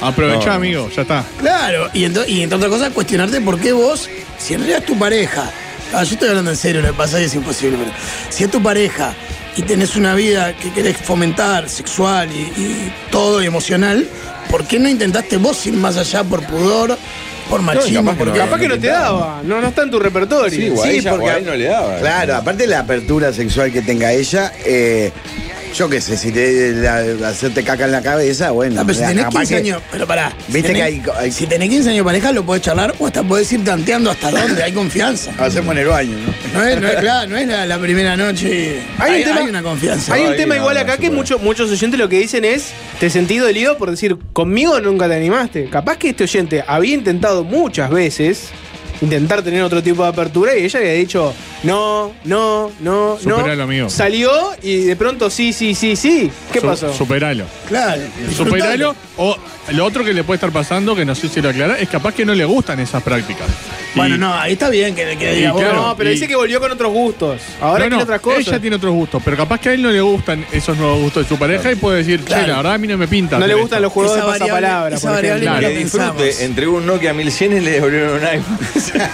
I: Aprovechá,
F: No.
I: amigo, ya está.
F: Claro, y, ento- y entre otras cosas, cuestionarte por qué vos, si en realidad es tu pareja, ah, yo estoy hablando en serio, lo que pasa es que es imposible, pero si es tu pareja y tenés una vida que querés fomentar, sexual y, y todo, y emocional, ¿por qué no intentaste vos ir más allá por pudor, por machismo?
H: capaz que
F: por
H: no,
F: qué?
H: capaz que no te daba. No, no está en tu repertorio.
G: Claro, aparte la apertura sexual que tenga ella, eh, yo qué sé, si te la- hacerte caca en la cabeza, bueno.
F: Ah, pero si
G: mira,
F: tenés
G: capaz
F: 15
G: que-
F: años, pero pará.
G: Viste
F: si tenés,
G: que hay co- hay-
F: Si tenés 15 años de pareja, lo podés charlar o hasta podés ir tanteando hasta dónde hay confianza.
G: (laughs) Hacemos en el baño, ¿no?
F: No es, no es, claro, no es la, la primera noche.
H: Hay un tema-
F: una confianza.
H: Hay un tema igual acá que mucho- muchos oyentes lo que dicen es, te sentí dolido por decir, conmigo nunca te animaste. Capaz que este oyente había intentado muchas veces intentar tener otro tipo de apertura y ella le había dicho, no, no, no,
I: Superalo,
H: no.
I: amigo.
H: Salió y de pronto sí, sí, sí, sí. ¿Qué
I: Su-
H: pasó?
I: Superalo.
F: Claro.
I: Superalo. O lo otro que le puede estar pasando, que no sé si lo aclara, es capaz que no le gustan esas prácticas.
F: Bueno, no, ahí está bien que, que
I: Y
F: diga vos,
I: claro,
F: no,
H: Pero
I: y-
H: dice que volvió con otros gustos. Ahora
I: No,
H: tiene
I: no,
H: otras cosas.
I: Ella tiene otros gustos, pero capaz que a él no le gustan esos nuevos gustos de su pareja y puede decir, che, la verdad a mí no me pinta.
H: No le
I: hacer
H: gustan
I: esto".
H: los juegos Esa de variable- pasapalabra, esa por variable ejemplo. no la
E: Que disfrute
H: pensamos.
E: entre un Nokia 1100 y le devolvieron un iPhone.
F: (laughs)
E: (laughs)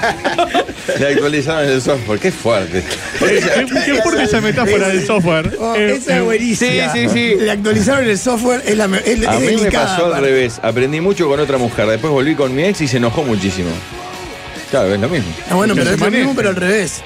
E: le actualizaron el software. Qué fuerte.
I: (laughs) ¿Qué, qué fuerte esa metáfora del software?
F: Oh,
I: Eh,
F: esa
I: eh,
F: es buenísima. Le actualizaron el software, es la me- es,
E: A
F: es
E: mí me
F: delicada,
E: pasó al
F: aparte.
E: revés. Aprendí mucho con otra mujer. Después volví con mi ex y se enojó muchísimo. Claro, es lo mismo.
F: No, Ah, bueno, pero es lo
E: Maneja.
F: mismo, pero al revés.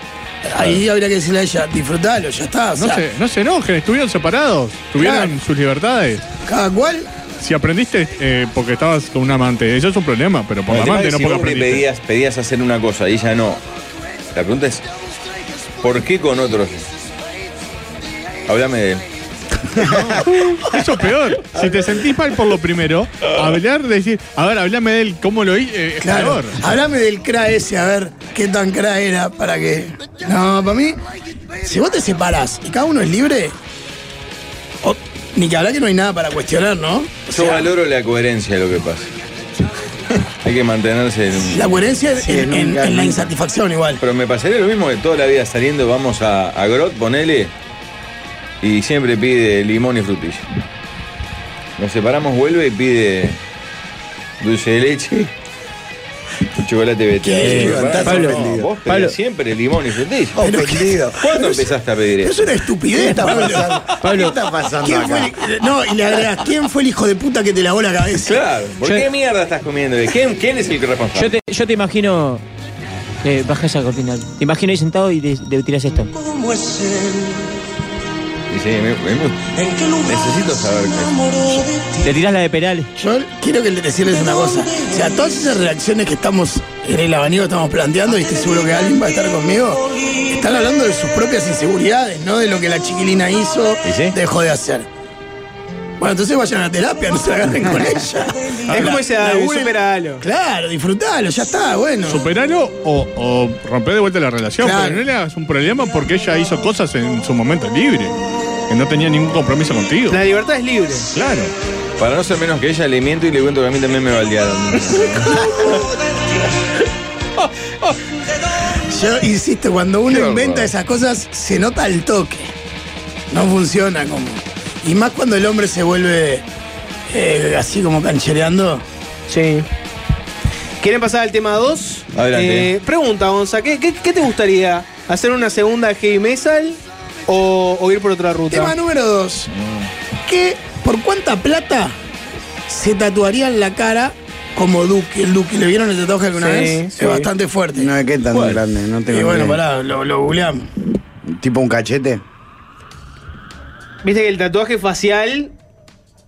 F: Ahí
E: Ah.
F: habría que decirle a ella, disfrutalo, ya está. Ah, o
I: No
F: sea,
I: se, no se enojen, estuvieron separados, tuvieron
F: Claro.
I: sus libertades.
F: Cada cual.
I: Si aprendiste eh, porque estabas con un amante, eso es un problema, pero por
E: El
I: la
E: tema
I: amante
E: es
I: no
E: si
I: porque
E: vos le
I: aprendiste.
E: pedías, pedías hacer una cosa y ella no. La pregunta es, ¿por qué con otros? Háblame de él.
I: (laughs) Eso es peor. Si te sentís mal por lo primero, hablar, decir, a ver, hablame de él, cómo lo hice, eh, es
F: Claro.
I: peor.
F: Háblame del CRA ese, a ver qué tan CRA era para que. No, para mí, si vos te separás y cada uno es libre, o- ni que hablar que no hay nada para cuestionar, ¿no?
E: Yo valoro la coherencia de lo que pasa. (laughs) Hay que mantenerse en un-
F: La coherencia es en, en- en la insatisfacción igual.
E: Pero me pasaría lo mismo que toda la vida saliendo vamos a, a Grot, ponele, y siempre pide limón y frutilla. Nos separamos, vuelve y pide dulce de leche y chocolate
F: Qué
E: vete.
F: levantás ofendido.
E: vos pedís
F: Pablo.
E: siempre limón y frutilla.
F: Pero
G: Ofendido.
E: ¿Cuándo empezaste a pedir
F: Es
E: eso?
F: una estupidez,
G: ¿Qué está
F: Pablo.
G: pasando?
E: Pablo,
G: ¿Qué está pasando
F: ¿Quién
G: acá?
F: fue el- no, y le agregas, ¿quién fue el hijo de puta que te lavó la cabeza?
E: Claro, ¿por qué mierda estás comiendo? ¿Quién, quién es el responsable?
J: Yo te, yo te imagino. eh, baja esa cortina. Te imagino ahí sentado y le, le tiras esto.
B: ¿Cómo es él?
E: Y sí, me- me- necesito saber qué.
J: Le tirás la de Peral.
F: Yo quiero que le decirles una cosa. O sea, todas esas reacciones que estamos en el abanico estamos planteando, y estoy seguro que alguien va a estar conmigo, están hablando de sus propias inseguridades, no de lo que la chiquilina hizo, dejó de hacer. Bueno, entonces vayan a terapia, no se la
J: (laughs)
F: agarren con ella.
H: Es como ese
F: La- la
H: álbum,
F: buena-
H: superalo.
F: Claro, disfrutalo, ya está, bueno.
I: Superalo o, o romper de vuelta la relación,
F: Claro.
I: pero no le hagas un problema porque ella hizo cosas en su momento libre, que no tenía ningún compromiso contigo.
H: La libertad es libre.
I: Claro.
E: Para no ser menos que ella, le miento y le cuento que a mí también me baldearon.
F: Yo insisto, cuando uno
E: Qué
F: inventa
E: bárbaro.
F: esas cosas, se nota el toque. No funciona como. Y más cuando el hombre se vuelve eh, así como canchereando.
H: Sí. ¿Quieren pasar al tema 2?
F: Adelante.
H: pregunta, Gonza, ¿qué, qué, qué te gustaría? ¿Hacer una segunda heavy metal o, o ir por otra ruta?
F: Tema número 2. ¿Qué, por cuánta plata se tatuaría en la cara como Duque? El Duque, ¿le vieron el tatuaje alguna
G: Sí,
F: vez?
G: sí.
F: Es bastante fuerte.
G: No, ¿qué tan
F: ¿Cuál?
G: grande? No tengo
F: Y bueno,
G: idea.
F: pará, lo, lo googleamos.
G: ¿Tipo un cachete?
H: Viste que el tatuaje facial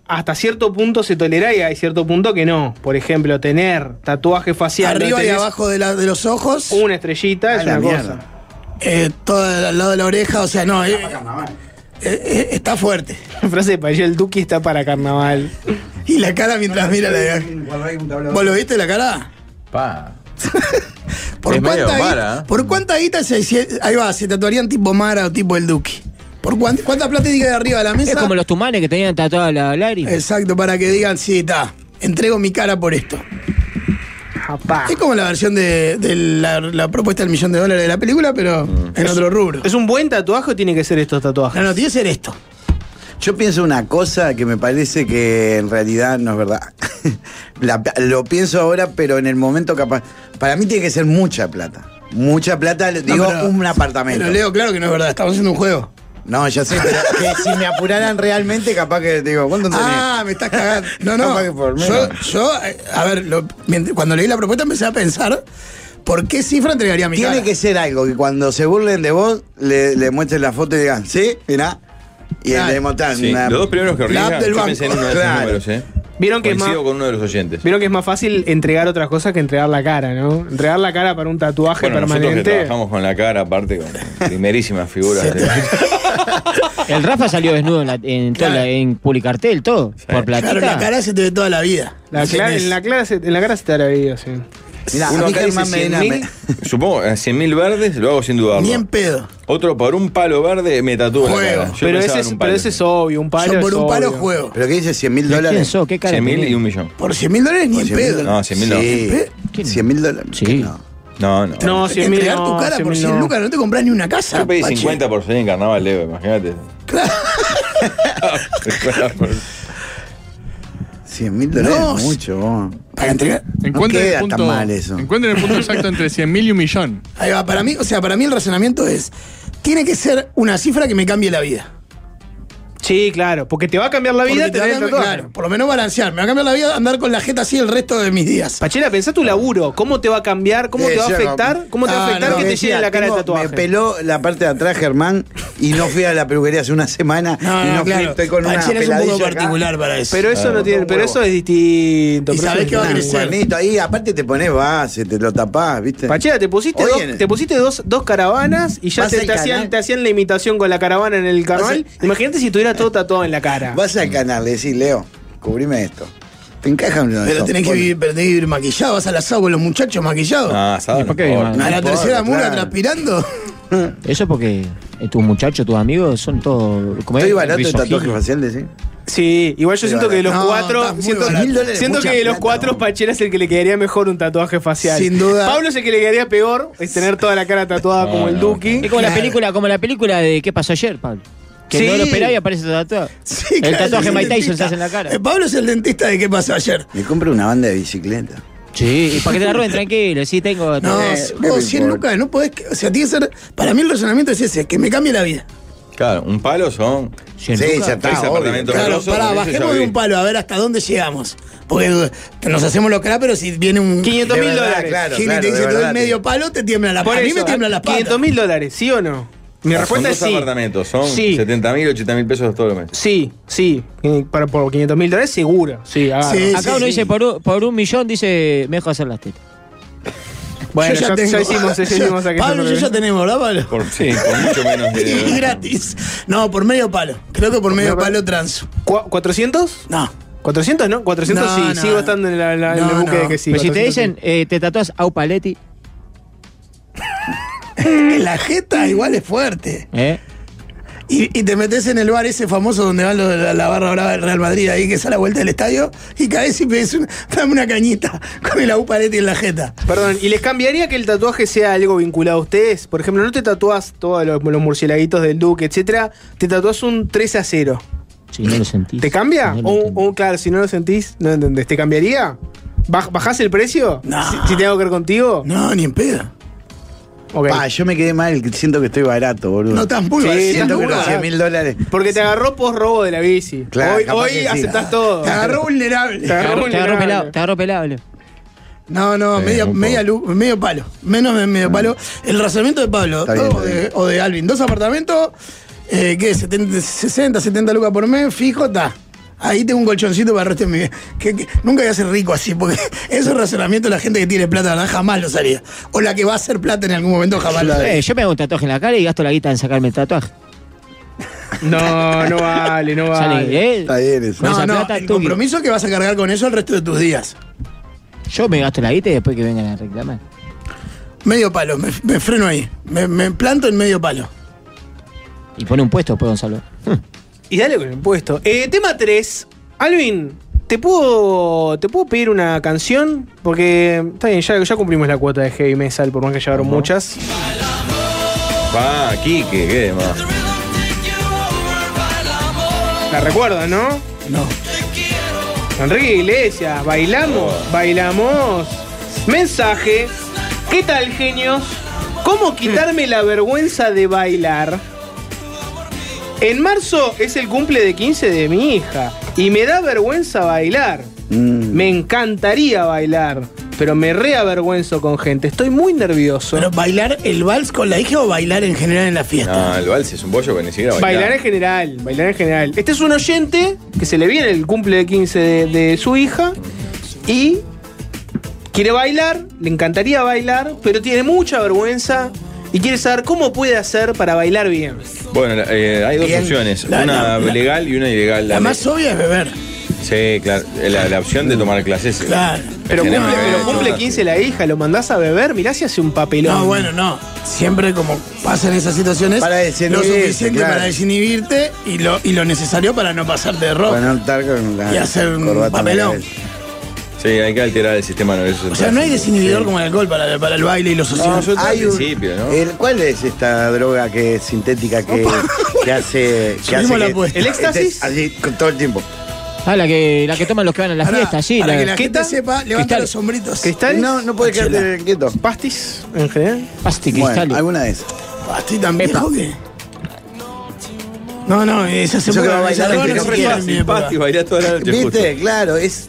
H: hasta cierto punto se tolera y hay cierto punto que no. Por ejemplo, tener tatuaje facial.
F: Arriba
H: donde
F: y
H: tenés
F: abajo de, la- de los ojos.
H: Una estrellita es una cosa.
F: Eh, todo al lado de la oreja, o sea, no. eh, eh, eh, está fuerte.
H: (laughs) Frase de Payel, el Duki está para carnaval.
F: Y la cara mientras mira la ¿Vos lo viste la cara?
E: Pa.
F: ¿Por,
E: Es medio
F: cuánta
E: para,
F: guita,
E: ¿eh?
F: ¿Por cuánta guita se, se- ahí va, se tatuarían tipo Mara o tipo el Duque? ¿Por cuán- cuánta plata diga de arriba de la mesa?
J: Es como los tumanes que tenían tatuada la Lari.
F: Exacto, para que digan, sí, está, entrego mi cara por esto. Es como la versión de, de la, la propuesta del millón de dólares de la película, pero en otro rubro.
H: ¿Es un buen tatuaje o tiene que ser estos tatuajes?
F: No, no, tiene que ser esto.
G: Yo pienso una cosa que me parece que en realidad no es verdad. (laughs) La- lo pienso ahora, pero en el momento capaz. Para mí tiene que ser mucha plata. Mucha plata, digo,
F: pero-
G: un apartamento.
F: pero Leo, claro que no es verdad, estamos haciendo un juego.
G: No, ya sé, pero
F: (laughs)
G: que si me apuraran realmente, capaz que digo, ¿cuánto tenés?
F: Ah, me estás cagando. No,
G: Capaz que
F: no.
G: por
F: Yo,
G: menos.
F: yo, eh, a ver, lo- mient- cuando leí la propuesta empecé a pensar por qué cifra entregaría mi
G: Tiene
F: cara.
G: que ser algo que cuando se burlen de vos, le, le muestren la foto y digan, sí, mirá. Y
F: Claro.
G: le montan
E: Sí, los dos primeros que
G: la app
E: organizan,
G: del
E: yo
G: banco.
E: pensé en uno de esos
G: Claro.
E: números, ¿eh?
H: Vieron que es
E: Coincido
H: más-
E: con uno de los oyentes.
H: Vieron que es más fácil entregar otras cosas que entregar la cara, ¿no? Entregar la cara para un tatuaje
E: Bueno, nosotros que
H: permanente.
E: trabajamos con la cara, aparte, con primerísimas figuras. ¿eh? de-
F: (laughs)
J: El Rafa salió desnudo en, la- en toda la- en Publicartel, todo. Por platita.
F: Claro, la cara se te ve toda la vida.
H: La cla- en, la clara se- en la cara se te hará video, sí.
E: Uno acá dice 100.000, (laughs) Supongo, a 100 mil verdes lo hago sin dudarlo.
F: Ni en pedo.
E: Otro por un palo verde me tatúo la
F: Juego.
E: cara. Yo
H: Pero
E: pensaba
H: ese,
E: en
H: es,
E: un palo.
H: pero ese es obvio, un palo.
F: Yo por
H: es
F: un palo
H: obvie.
F: juego.
G: ¿Pero qué dice? ¿100 mil dólares?
J: sos? ¿Qué cara
E: 100 mil
J: tenés?
E: y un millón.
F: Por 100 mil dólares ni en
G: 100 mil
F: pedo.
G: dólares.
E: No, 100 mil
G: Sí. 100 mil dólares.
J: Sí.
G: No.
E: no. No, no.
H: No, 100 mil.
F: Entregar
H: No,
F: tu cara
H: 100.000
F: por 100
H: no.
F: lucas, no te compras ni una casa.
E: Yo pedí
F: Pachi.
E: 50 por salir en carnaval, Leo, imagínate. Claro.
G: 100 mil dólares
F: No,
G: es mucho, vos.
F: Para entregar.
G: No
I: Encuentren,
G: queda
I: el punto,
G: tan mal eso.
I: encuentren el punto exacto entre 100 mil y un millón.
F: Ahí va, para mí, o sea, para mí el razonamiento es, tiene que ser una cifra que me cambie la vida.
H: Sí, claro, porque te va a cambiar la vida
F: Porque te va a
H: tener
F: cambiar-
H: tatuaje.
F: claro, por lo menos balancear, me va a cambiar la vida andar con la jeta así el resto de mis días. Eh,
H: Pachela, pensá tu laburo, cómo te va a cambiar, cómo
G: Sí,
H: te va a
G: yo no-
H: afectar, cómo te va a
F: Ah,
H: afectar
F: no,
H: que te
G: Decía,
H: llene la cara de
G: tengo-
H: tatuaje.
G: Me peló la parte de atrás, Germán, y no fui a la peluquería hace una semana.
F: No,
G: y
F: no,
G: no fui,
F: claro.
G: estoy
H: Ah,
G: con una
F: Pachela es un
G: peladilla
F: poco
G: acá.
F: particular para eso.
H: Pero eso no tiene, pero
G: huevo.
H: eso es distinto.
F: Y
H: pero eso
F: sabés
H: es
F: que va a
G: Nah,
H: distinto.
F: crecer.
G: cuernito ahí, aparte te pones base, te lo tapás, ¿viste?
H: Pachela, te pusiste,
G: Hoy
H: dos,
G: en-
H: te pusiste dos, dos caravanas y ya
G: Vas
H: te,
G: al
H: te hacían,
F: ¿eh?
G: canal.
H: te hacían la imitación con la caravana en
F: (laughs)
H: el carnaval. Imagínate si tuviera todo tatuado en la cara.
G: Vas al canal, le decís, Leo, cubrime esto. Te encaja uno de
F: Pero
G: esos,
F: tenés que
G: ponlo.
F: vivir, pero tenés que vivir maquillado, vas al asado con los muchachos maquillados.
E: Ah, asado no
J: ¿Por qué,
E: importa.
J: man?
F: a la
G: importa,
F: tercera mula
G: claro.
F: transpirando.
J: Eso porque eh, tus muchachos, tus amigos son todos. como
G: Estoy
J: es?
G: barato de
J: Rizoginos.
G: tatuaje facial, decís.
H: Sí, igual yo
G: Pero
H: siento que de los
F: ¿eh? no, estás
H: cuatro.
F: muy
H: Siento,
F: barato.
G: Mil dólares es
H: siento
G: mucha
H: que de los
G: plata,
H: cuatro,
G: ¿no?
H: Pachela es el que le quedaría mejor un tatuaje facial.
F: Sin duda.
H: Pablo es el que le quedaría peor, es tener toda la cara tatuada como el
E: no,
H: Duki.
J: Es como la
F: Claro.
J: película, como la película de ¿Qué pasó ayer, Pablo? Que
H: Sí.
J: no lo esperaba y aparece tatuado.
F: Sí,
J: el
F: claro,
J: tatuaje
F: es
J: Mike
F: el
J: Tyson se
F: dentista.
J: hace en la cara.
F: Eh, Pablo es el dentista de qué pasó ayer.
G: Me compro una banda de bicicleta.
J: Sí, y para que te la roben tranquilo, (laughs) sí tengo.
F: No,
J: tengo-
G: Eh, ¿qué me
F: vos 100
G: importa?
F: lucas, no podés. que- O sea, tiene que ser. Para mí el razonamiento es ese, que me cambie la vida.
E: (laughs) Claro, un palo son.
J: cien
G: Sí,
J: lucas.
G: ya está,
E: Tres
G: obvio.
E: apartamentos
F: Claro,
E: grosos,
F: pará,
E: con eso ya
F: bajemos de
E: viví.
F: un palo, a ver hasta dónde llegamos. Porque eh, nos hacemos los cráperos si viene un.
H: 500
G: De
H: mil
G: verdad,
H: dólares.
G: claro,
F: Gil y
G: claro,
F: te dice
G: de
F: todo
G: verdad,
F: el
G: te-
F: medio palo, te tiembla la
H: Por
F: pata. A mí
H: eso,
F: me tiembla la pata.
H: 500 mil dólares, ¿sí o no? Mi
E: Son
H: respuesta es
E: dos
H: sí.
E: apartamentos, son
H: Sí.
E: 70 mil, 80 mil pesos todos los meses.
H: Sí, sí. Eh, Para, por 500 mil dólares, seguro. Sí, agarro.
F: Sí,
J: Acá uno
F: sí.
J: dice por un, por un millón, dice, me dejo hacer las tetas.
H: (laughs) Bueno,
F: Yo
H: ya, ya hicimos,
F: (laughs)
H: ya hicimos aquello.
F: Pablo, yo ya tenemos, ¿verdad, Pablo?
E: Por, sí, por mucho menos
F: (laughs) Y
E: de.
F: gratis. No, por medio palo. Creo que por medio palo transo.
H: Cua- ¿400?
F: No. (laughs)
H: 400 no, 400
F: No,
H: sí,
F: no,
H: sigo
F: no.
H: estando en, la, la- en el
F: No,
H: buque
F: no.
H: de que sí.
J: Pero si te
H: 400 sí.
J: dicen, eh, te tatuas a Upaletti,
F: La jeta igual es fuerte.
J: ¿eh?
F: Y, y te metes en el bar ese famoso donde van los de la, la barra brava del Real Madrid, ahí que es a la vuelta del estadio, y caes y pedís una, (laughs) dame una cañita con el aguparete en la jeta.
H: Perdón, ¿y les cambiaría que el tatuaje sea algo vinculado a ustedes? Por ejemplo, no te tatuás todos los, los murcielaguitos del Duque, etcétera, te tatuás un 3 a 0.
J: Si no lo
F: (laughs)
J: sentís.
H: ¿Te cambia?
J: Si no lo
H: o, o, claro, si no lo sentís, no entendés. ¿Te cambiaría? ¿Baj- ¿Bajás el precio? Si, si tengo que ver contigo.
F: No, ni en pedo.
G: Pa, yo me quedé mal, siento que estoy barato, boludo.
H: No, tan pulga,
G: Sí,
F: eh,
H: sí,
G: siento
H: tan
G: que
H: pulga.
G: los 100 mil dólares.
H: Porque te agarró por robo de la bici.
G: Claro,
H: hoy
G: capaz
H: hoy
G: que sí.
H: aceptás todo.
F: Te agarró
H: (laughs)
F: vulnerable.
H: Te
J: Te
H: agarró,
J: agarró
H: vulnerable.
J: pelado, te agarró pelado, Leo.
F: No, no,
J: Sí,
F: media,
J: un poco. Ah.
F: media lu- medio palo. Menos de medio palo. El razonamiento de Pablo
G: Está bien,
F: o, de, o de Alvin. Dos apartamentos, eh, ¿qué? 70, 60, 70 lucas por mes, fijo, está. Ahí tengo un colchoncito para el resto de mi vida. Que- que nunca voy a ser rico así, porque (laughs) esos razonamientos la gente que tiene plata, la verdad, jamás los haría. O la que va a hacer plata en algún momento, jamás lo haría.
J: Eh, yo me hago un tatuaje en la cara y gasto la guita en sacarme el tatuaje.
H: No, no vale, no
J: Sale,
H: vale.
J: ¿eh? Está bien eso.
F: No,
J: esa
F: no,
J: plata,
F: el
J: tuki.
F: compromiso es que vas a cargar con eso el resto de tus días.
J: Yo me gasto la guita y después que vengan a reclamar.
F: Medio palo, me, me freno ahí. Me, me planto en medio palo.
J: Y pone un puesto después, Gonzalo.
H: Y dale con el puesto. Eh, tema 3. Alvin, ¿te puedo, ¿te puedo pedir una canción? Porque está bien, ya, ya cumplimos la cuota de heavy metal, por más que llegaron muchas.
E: Pa, Quique, qué demás.
H: La recuerdan, ¿no?
F: No.
H: Enrique Iglesias, bailamos, bailamos. Mensaje. ¿Qué tal, genios? ¿Cómo quitarme la vergüenza de bailar? En marzo es el cumple de 15 de mi hija y me da vergüenza bailar. Me encantaría bailar, pero me reavergüenzo con gente. Estoy muy nervioso.
F: Pero bailar el vals con la hija o bailar en general en la fiesta.
E: No, Ah, el vals es un bollo que ni siquiera baila.
H: Bailar en general, bailar en general. Este es un oyente que se le viene el cumple de 15 de, de su hija y quiere bailar, le encantaría bailar, pero tiene mucha vergüenza y quiere saber cómo puede hacer para bailar bien.
E: Bueno, eh, hay dos
H: Bien.
E: opciones,
H: La-
E: una
H: la- la-
E: legal y una ilegal.
F: La más obvia es beber.
E: Sí, claro, la, la opción de tomar clases.
F: Claro.
H: Pero
E: Tenemos
H: cumple,
E: que-
H: pero cumple 15 la hija, lo mandás a beber, mirá si hace un papelón.
F: No, bueno, no. Siempre como pasan esas situaciones,
G: Para
F: lo
G: desinhibirte,
F: suficiente
G: claro.
F: para desinhibirte y lo, y lo necesario para no pasarte de rock.
G: Para no estar con la
F: Y hacer un
G: corbata en la
F: papelón.
G: cabeza.
E: Sí, hay que alterar el sistema nervioso.
F: o sea, no hay desinhibidor como el alcohol para, para el baile y lo social.
G: No, yo
F: Hay
G: hay
F: un-
G: un- el- ¿Cuál es esta droga que es sintética que, que hace. Que hace
F: Subimos la
G: que-
F: apuesta. ¿El éxtasis?
G: Así, con todo el tiempo.
J: Ah, la que, la que toman los que van a la
F: Pará,
J: fiesta, sí.
F: para que la
J: ¿Qué
F: gente
J: tal?
F: sepa, levanta
J: Cristal.
F: los sombritos.
H: ¿Cristales?
G: No, no puede quedarte quieto.
H: ¿Pastis en general?
J: Pasti,
G: Bueno,
J: cristales.
G: alguna de esas.
F: Estoy tan viejo que- No, no, esa se
G: Eso que va a bailar
F: no
G: el que
F: se
G: no
F: hacía en
G: quiere.
F: mi época.
E: Pasti, bailás toda la noche.
G: ¿Viste?
E: justo.
G: Claro, es.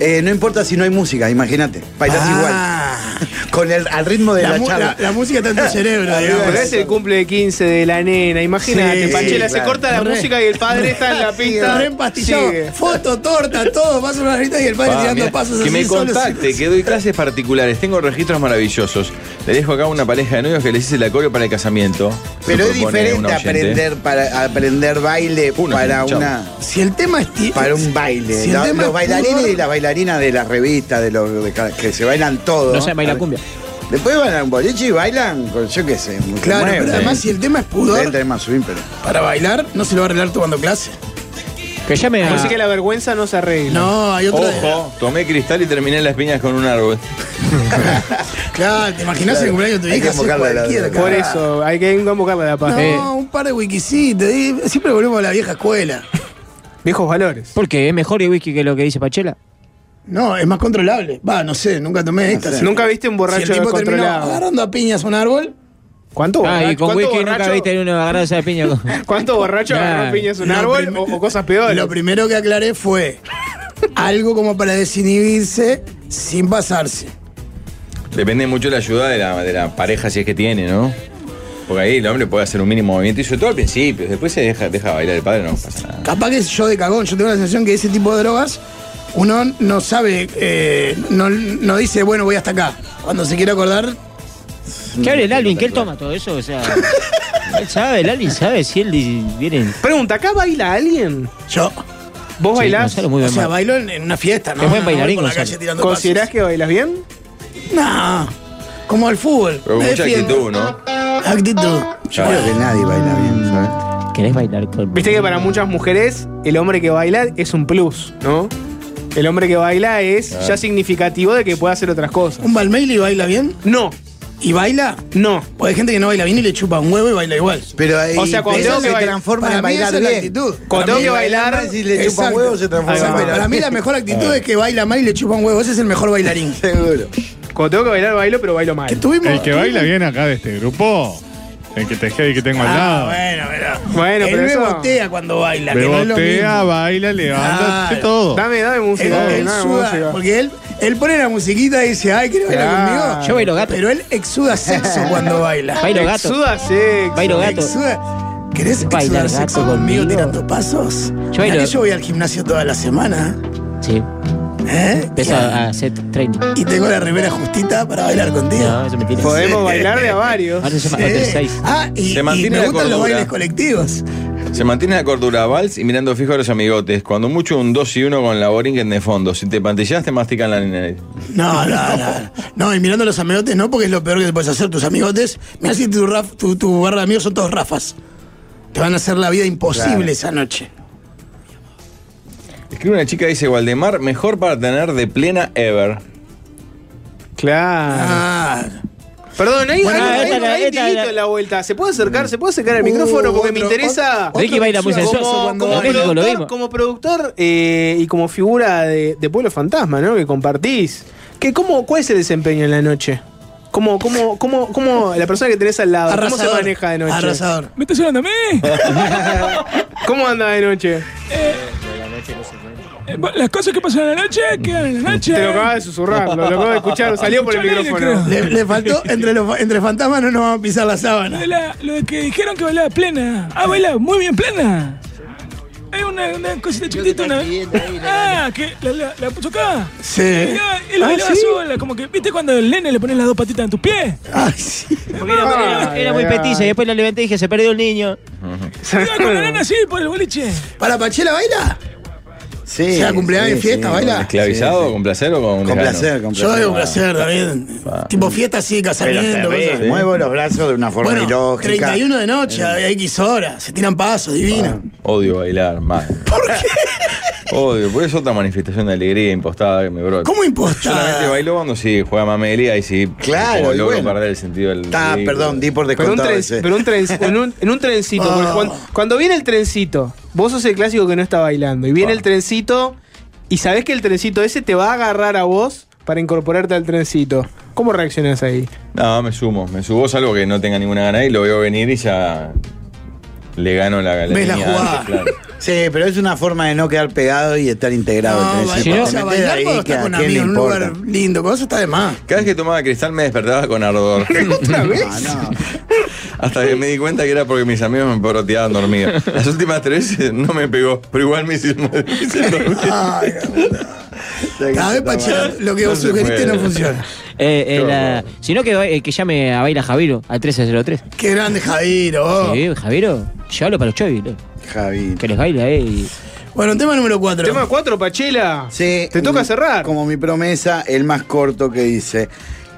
G: eh, no importa si no hay música, imagínate. Bailás
F: Ah.
G: igual. Con el, al ritmo de
F: La
G: la,
F: mu-
G: charla.
F: la- la música está en
G: (laughs)
F: tu cerebro, digamos.
H: Pero es el cumple de 15 de la nena, imagínate,
F: Sí,
H: Pachela, se
G: claro.
H: corta la
F: Re-
H: música y el padre
F: (laughs)
H: está en la pista.
F: Re empastillado.
H: Sigue.
F: Foto, torta, todo. Pasa una horita y el padre
E: Pa,
F: tirando
E: mirá,
F: pasos
E: Ah, que
F: así
E: me
F: solo,
E: contacte, que doy clases particulares, tengo registros maravillosos. Le dejo acá una pareja de novios que les hice la coreo para el casamiento.
G: Pero
E: Me
G: es
E: propone
G: diferente
E: una oyente.
G: aprender para aprender baile
E: Una,
G: para
E: chao.
G: una
F: Si el tema es. ti-
G: para un baile.
F: Si el
G: La-
F: tema
G: los
F: es
G: bailarines
F: pudor-
G: y las bailarinas de las revistas, de los de ca- que se bailan todo.
J: No saben bailar cumbia.
G: Después van a un boliche y bailan con yo qué sé, se
F: Claro,
G: mueven.
F: pero además, si el tema es
G: Deben
F: pudor
G: tener más swing, pero.
F: para bailar, no se lo va a arreglar tomando clase.
J: Que llame a...
H: Así que la vergüenza no se arregla.
F: No, hay otro.
E: Ojo, tomé cristal y terminé las piñas con un árbol.
F: Claro, te imaginas
G: Claro,
F: el cumpleaños de tu
G: hay que
F: hija, hacer
G: invocarla a la-
F: cualquiera.
H: Por
F: cagada.
H: eso, hay que invocarle a la paz. Eh,
F: No, un par de wikisitos. ahí. Siempre volvemos a la vieja escuela.
H: viejos valores.
J: Porque es mejor el whisky que lo que dice Pachela.
F: No, es más controlable. Va, no sé, nunca tomé estas.
H: Nunca viste un
F: Si el
H: borracho
F: tipo terminó
H: descontrolado.
F: agarrando a piñas un árbol,
J: Ah,
H: ¿Cuánto
J: y
H: borracho?
J: con
H: ¿Cuánto
J: whisky nunca
H: borracho-
J: viste uno agarrar esa piña. con-
H: (laughs) ¿Cuánto borracho
J: Nah.
H: agarró piñas un
F: Lo
H: árbol
F: prim-
H: o, o cosas peores?
F: lo primero que aclaré fue algo como para desinhibirse sin pasarse.
E: Depende mucho de la ayuda de la, de la pareja, si es que tiene, ¿no? Porque ahí el hombre puede hacer un mínimo movimiento y sobre todo al principio. Después se deja, deja bailar el padre, no pasa nada.
F: Capaz que yo de cagón, yo tengo la sensación que ese tipo de drogas uno no sabe, eh, no, no dice, bueno, voy hasta acá. Cuando se quiere acordar,
J: Que hable el Alvin, que él toma todo eso, o sea... Él Eh, sabe, el Alvin sabe si él di- viene...
H: Pregunta, ¿acá baila alguien?
F: yo.
H: ¿Vos bailás?
J: Gonzalo, muy
F: O
J: bien,
F: sea,
J: Mar.
F: bailo en, en una fiesta, ¿no?
J: Es buen
F: No, no voy
J: bailarín,
F: por la
J: Gonzalo.
F: calle tirando
H: ¿Considerás que bailas bien?
F: pasos. (laughs) No, como al fútbol.
E: Pero con
F: me
E: mucha
F: defiendo.
E: actitud, ¿no?
F: Actitud.
G: Yo creo que nadie baila bien, ¿sabes?
J: ¿Querés bailar con
H: Viste que para muchas mujeres el hombre que baila es un plus, ¿no? El hombre que baila es
F: Claro.
H: ya significativo de que puede hacer otras cosas.
F: ¿Un Balmaili baila bien?
H: No.
F: ¿Y baila?
H: No.
F: Porque hay gente que no baila bien y le chupa un huevo y baila igual.
G: Pero ahí
F: O sea, cuando
G: eso
F: tengo
G: se
F: que bail-
G: transforma
F: para
G: en
F: mí
G: bailar
F: esa es la
G: bien.
F: actitud.
G: Para
F: Cuando tengo
G: mí
F: que bailar-
G: mal, si le chupa
F: Exacto.
G: huevo se transforma en
F: Exacto.
G: bailar. Ah.
F: Para mí la mejor actitud es que baila mal y le chupa un huevo. Ese es el mejor bailarín.
G: (laughs) Seguro.
H: Cuando tengo que bailar, bailo, pero bailo mal.
I: El que baila bien acá de este grupo, el que te el que tengo al lado.
F: Bueno,
H: Bueno,
F: Él
H: pero eso-
F: bebotea cuando baila, que no es lo
I: Bebotea,
F: mismo.
I: baila, levanta, hace
F: Claro.
I: todo.
F: Él, él
I: Dame
F: suda,
I: música.
F: porque él, él pone la musiquita y dice, ay, ¿quieres bailar
J: Claro.
F: conmigo?
J: Yo bailo gato.
F: Pero él exuda sexo cuando
J: (laughs)
F: baila.
J: Bailo gato. Exuda sexo. Bailo gato.
F: Exuda- ¿Querés
J: Bailar
F: bailar
J: gato
F: sexo conmigo,
J: conmigo.
F: tirando pasos? Yo,
J: bailo-
F: yo voy al gimnasio toda la semana.
J: Sí.
F: ¿Eh?
J: Empiezo a hacer training.
F: Y tengo la remera justita para bailar contigo.
J: No, eso es mentira.
H: Podemos bailar de a varios.
J: Ahora se llama
F: Sí.
J: Hotel 6.
F: Ah, y,
E: Se
F: y
E: mantiene
F: me
E: la
F: gustan los
E: cordura.
F: bailes colectivos.
E: Se mantiene la cordura, vals y mirando fijo a los amigotes. Cuando mucho un 2 y 1 con la boringen de fondo. Si te pantillas, te mastican la nariz.
F: No, no, no. no. No, y mirando los amigotes no, porque es lo peor que te puedes hacer. Tus amigotes, mirá si tu, raf- tu, tu barra de amigos son todos rafas. Te van a hacer la vida imposible
E: Claro.
F: esa noche.
E: Escribe una chica, dice Waldemar, mejor para tener de plena ever.
H: Claro. Perdón, hay,
F: Bueno,
H: hay-
F: esta
H: hay-
F: la-
H: hay
F: esta
H: vidito
F: la-
H: en la vuelta. ¿Se puede acercar? ¿Se puede acercar el
F: Uh,
H: micrófono? Porque me
F: otro-
H: interesa.
F: otro Ricky baila muy
H: como-
F: sensuoso cuando
H: Como
F: baila. En México lo
H: productor,
F: vimos.
H: como productor, eh, y como figura de, de Pueblo Fantasma, ¿no? Que compartís. Que cómo, ¿Cuál es el desempeño en la noche? ¿Cómo, cómo, cómo, cómo la persona que tenés al lado, cómo se
F: Arrasador.
H: maneja de noche?
F: Arrasador.
H: ¿Me estás llorando a mí? (laughs) ¿Cómo anda de noche?
P: Eh, Las cosas que pasan en la noche quedan en la noche.
H: Te lo acabas de susurrar, lo, lo acabo de escuchar, salió por el
P: Escuchó al aire,
H: micrófono.
F: Le, le
H: (laughs)
F: faltó, entre, los, entre fantasmas no nos vamos a pisar la sábana.
P: De la- Ah, lo de que dijeron que bailaba plena. Ah, baila muy bien plena. Hay una, una cosita chiquitita, una. Ah, que la, la, la puso acá.
F: Sí.
P: Ya, Y lo
F: Ah,
P: bailaba
F: ¿sí?
P: sola, como que, ¿viste cuando el nene le pones las dos patitas en tus pies?
F: Ah, sí.
J: Era, era muy petiza y después la levanté y dije, se perdió el niño.
P: Iba con la nena así por el boliche.
F: ¿Para Pachela baila?
G: Sí.
F: O sea, cumpleaños
G: sí,
F: y fiesta,
G: sí.
F: baila.
E: ¿Esclavizado, con placer o con Ah.
G: Con
E: desgano?
G: placer, con
F: Yo debo placer, David.
H: Mm.
F: Tipo fiesta así,
G: Pero te
F: casamiento.
G: ve,
F: cosas.
G: Muevo los brazos de una forma
F: Bueno,
G: ilógica.
F: 31 de noche,
H: Mm.
F: a X horas. Se tiran pasos, divino.
H: Ah,
E: Odio bailar,
F: (laughs)
E: mal. ¿Por qué? Odio, porque es otra manifestación de alegría impostada que me brota.
F: ¿Cómo impostada?
E: Solamente bailo cuando sí juega Mamelia y sí.
G: Claro,
E: como
G: y
E: logro
G: bueno.
E: perder el sentido del.
G: Está,
E: ridículo.
G: perdón, di por
H: Pero, un
G: descontado.
H: tren-
G: ese.
H: pero un tren- en, un, en un trencito, porque cuando, cuando viene el trencito, vos sos el clásico que no está bailando, y viene el trencito, y sabés que el trencito ese te va a agarrar a vos para incorporarte al trencito. ¿Cómo reaccionás ahí?
E: No, me sumo, me subo, salvo que no tenga ninguna gana y lo veo venir y ya le gano la galería.
G: Ves la jugada.
E: (laughs)
G: Sí, pero es una forma de no quedar pegado y estar integrado.
F: No,
G: entre sí.
F: bailar, o
G: Porque metés
F: sea, bailar
G: ahí
F: cuando
G: que
F: estás
G: a
F: con
G: quién le
F: amigos en un
G: importa.
F: lugar lindo, con eso está de más.
E: Cada vez que tomaba cristal me despertaba con ardor.
F: (laughs) ¿Otra vez?
H: Ah,
E: Hasta que me di cuenta que era porque mis amigos me poroteaban dormido. Las últimas tres (laughs) eh, no me pegó, pero igual me hicieron, me hicieron dormir.
F: Cada vez, Pachela, lo que vos
E: No se
F: sugeriste
E: puede.
F: no funciona.
J: (laughs) Eh, eh, la- si no, que, va- eh, que llame a bailar Javiro al 1303.
F: Qué grande Jairo. vos.
J: Sí, Javiro, llévalo para los chovis. loco. Que les baila, eh. y-
F: Bueno, tema número 4.
H: Tema 4, Pachela.
G: Sí.
H: Te toca
G: mm,
H: cerrar.
G: Como mi promesa, el más corto que dice.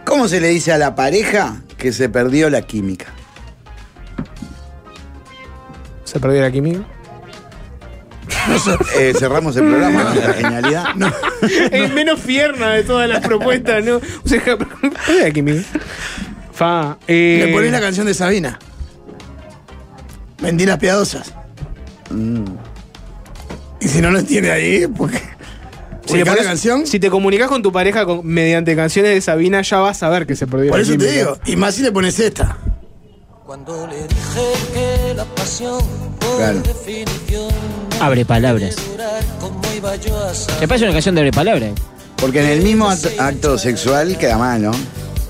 G: ¿Cómo se le dice a la pareja que se perdió la química?
H: ¿Se perdió la química?
G: Eh, cerramos el (laughs) programa con esta genialidad.
H: (laughs) Es menos pierna de todas las propuestas, ¿no? O sea, (laughs) ¿qué aquí, Miguel? Fa, eh,
F: Le ponés la canción de Sabina. Mentiras piadosas. Y si no lo entiende ahí, porque.
H: si, le
F: ubicás la
H: pones- si te comunicas con tu pareja con- mediante canciones de Sabina, ya vas a ver que se perdió
F: Por
H: la
F: eso te
H: química.
F: digo. Y más si le pones esta.
Q: Cuando le dije que la pasión por
J: Claro.
Q: definición
J: Abre palabras.
Q: durar como iba yo a saber.
J: Me parece una canción de abre palabras.
G: Porque en el mismo act- acto sexual queda mal, ¿no?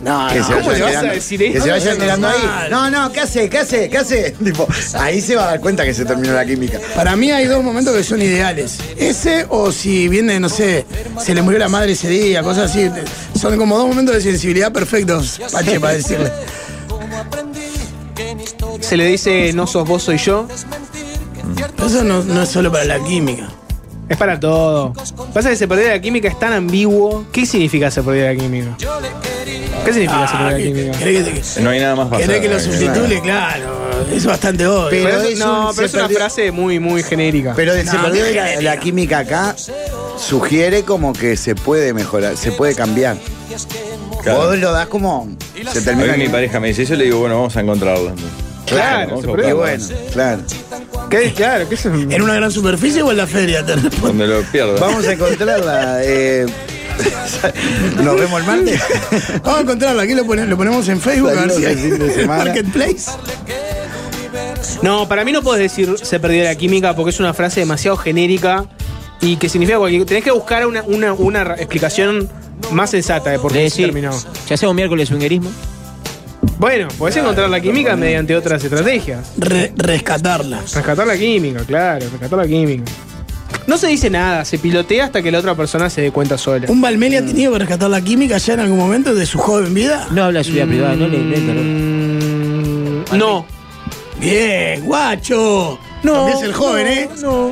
F: No,
G: que
J: no,
G: se
J: ¿cómo le vas
G: vayan
J: a
G: tirando-
J: decir eso?
G: Que se vayan
J: Eso es
G: tirando ahí.
J: normal.
G: No, no, ¿qué hace? ¿Qué hace? ¿Qué hace? Tipo, ahí se va a dar cuenta que se terminó la química.
F: Para mí hay dos momentos que son ideales. Ese o si viene, no sé, se le murió la madre ese día, cosas así. Son como dos momentos de sensibilidad perfectos, Pache, para decirle.
H: Se le dice no sos vos, soy yo.
F: Mm. Eso no, no es solo para la química.
H: Es para todo. Pasa que se perdió la química es tan ambiguo. ¿Qué significa se perdió la química?
F: Ah,
H: ¿Qué significa se perdió la química?
E: No hay nada más eh, pasado.
F: ¿Querés que lo sustituye? Claro. es bastante obvio.
H: Pero,
F: Pero
H: es,
F: es
H: no,
F: un-
H: pero
F: se
H: es una
F: perdió-
H: frase muy, muy genérica.
G: Pero se perdió la, la química acá. Sugiere como que se puede mejorar, se puede cambiar.
E: Claro.
G: Vos lo das como. Se
E: A
G: termina.
E: mí mi pareja me dice eso y le digo, bueno, vamos a encontrarla.
G: Claro,
E: Vamos a
G: se perdió.
E: buscarla.
G: Qué bueno, claro.
H: ¿Qué? Claro, ¿qué es
F: ¿En una gran superficie o en la feria? Te respondo.
E: Donde lo pierdo.
G: Vamos a encontrarla. eh, (laughs) Nos vemos el martes. (laughs)
F: Vamos a encontrarla. Aquí lo, pone- lo ponemos en Facebook a ver
H: Salimos
F: si (laughs)
H: el fin de
F: hay
H: semana.
F: Marketplace.
H: No, para mí no puedes decir se perdió la química porque es una frase demasiado genérica y que significa cualquier Tenés que buscar una, una, una ra- explicación más sensata de por qué se terminó.
J: Ya hacemos miércoles swingerismo.
H: Bueno, podés encontrar la química mediante otras estrategias.
F: rescatarla.
H: Rescatar la química, claro, rescatar la química. No se dice nada, se pilotea hasta que la otra persona se dé cuenta sola.
F: ¿Un Balmeli ha tenido que rescatar la química ya en algún momento de su joven vida?
J: No habla de su vida privada, no le
H: No.
F: Bien, guacho. No. También es el joven, ¿eh?
H: No.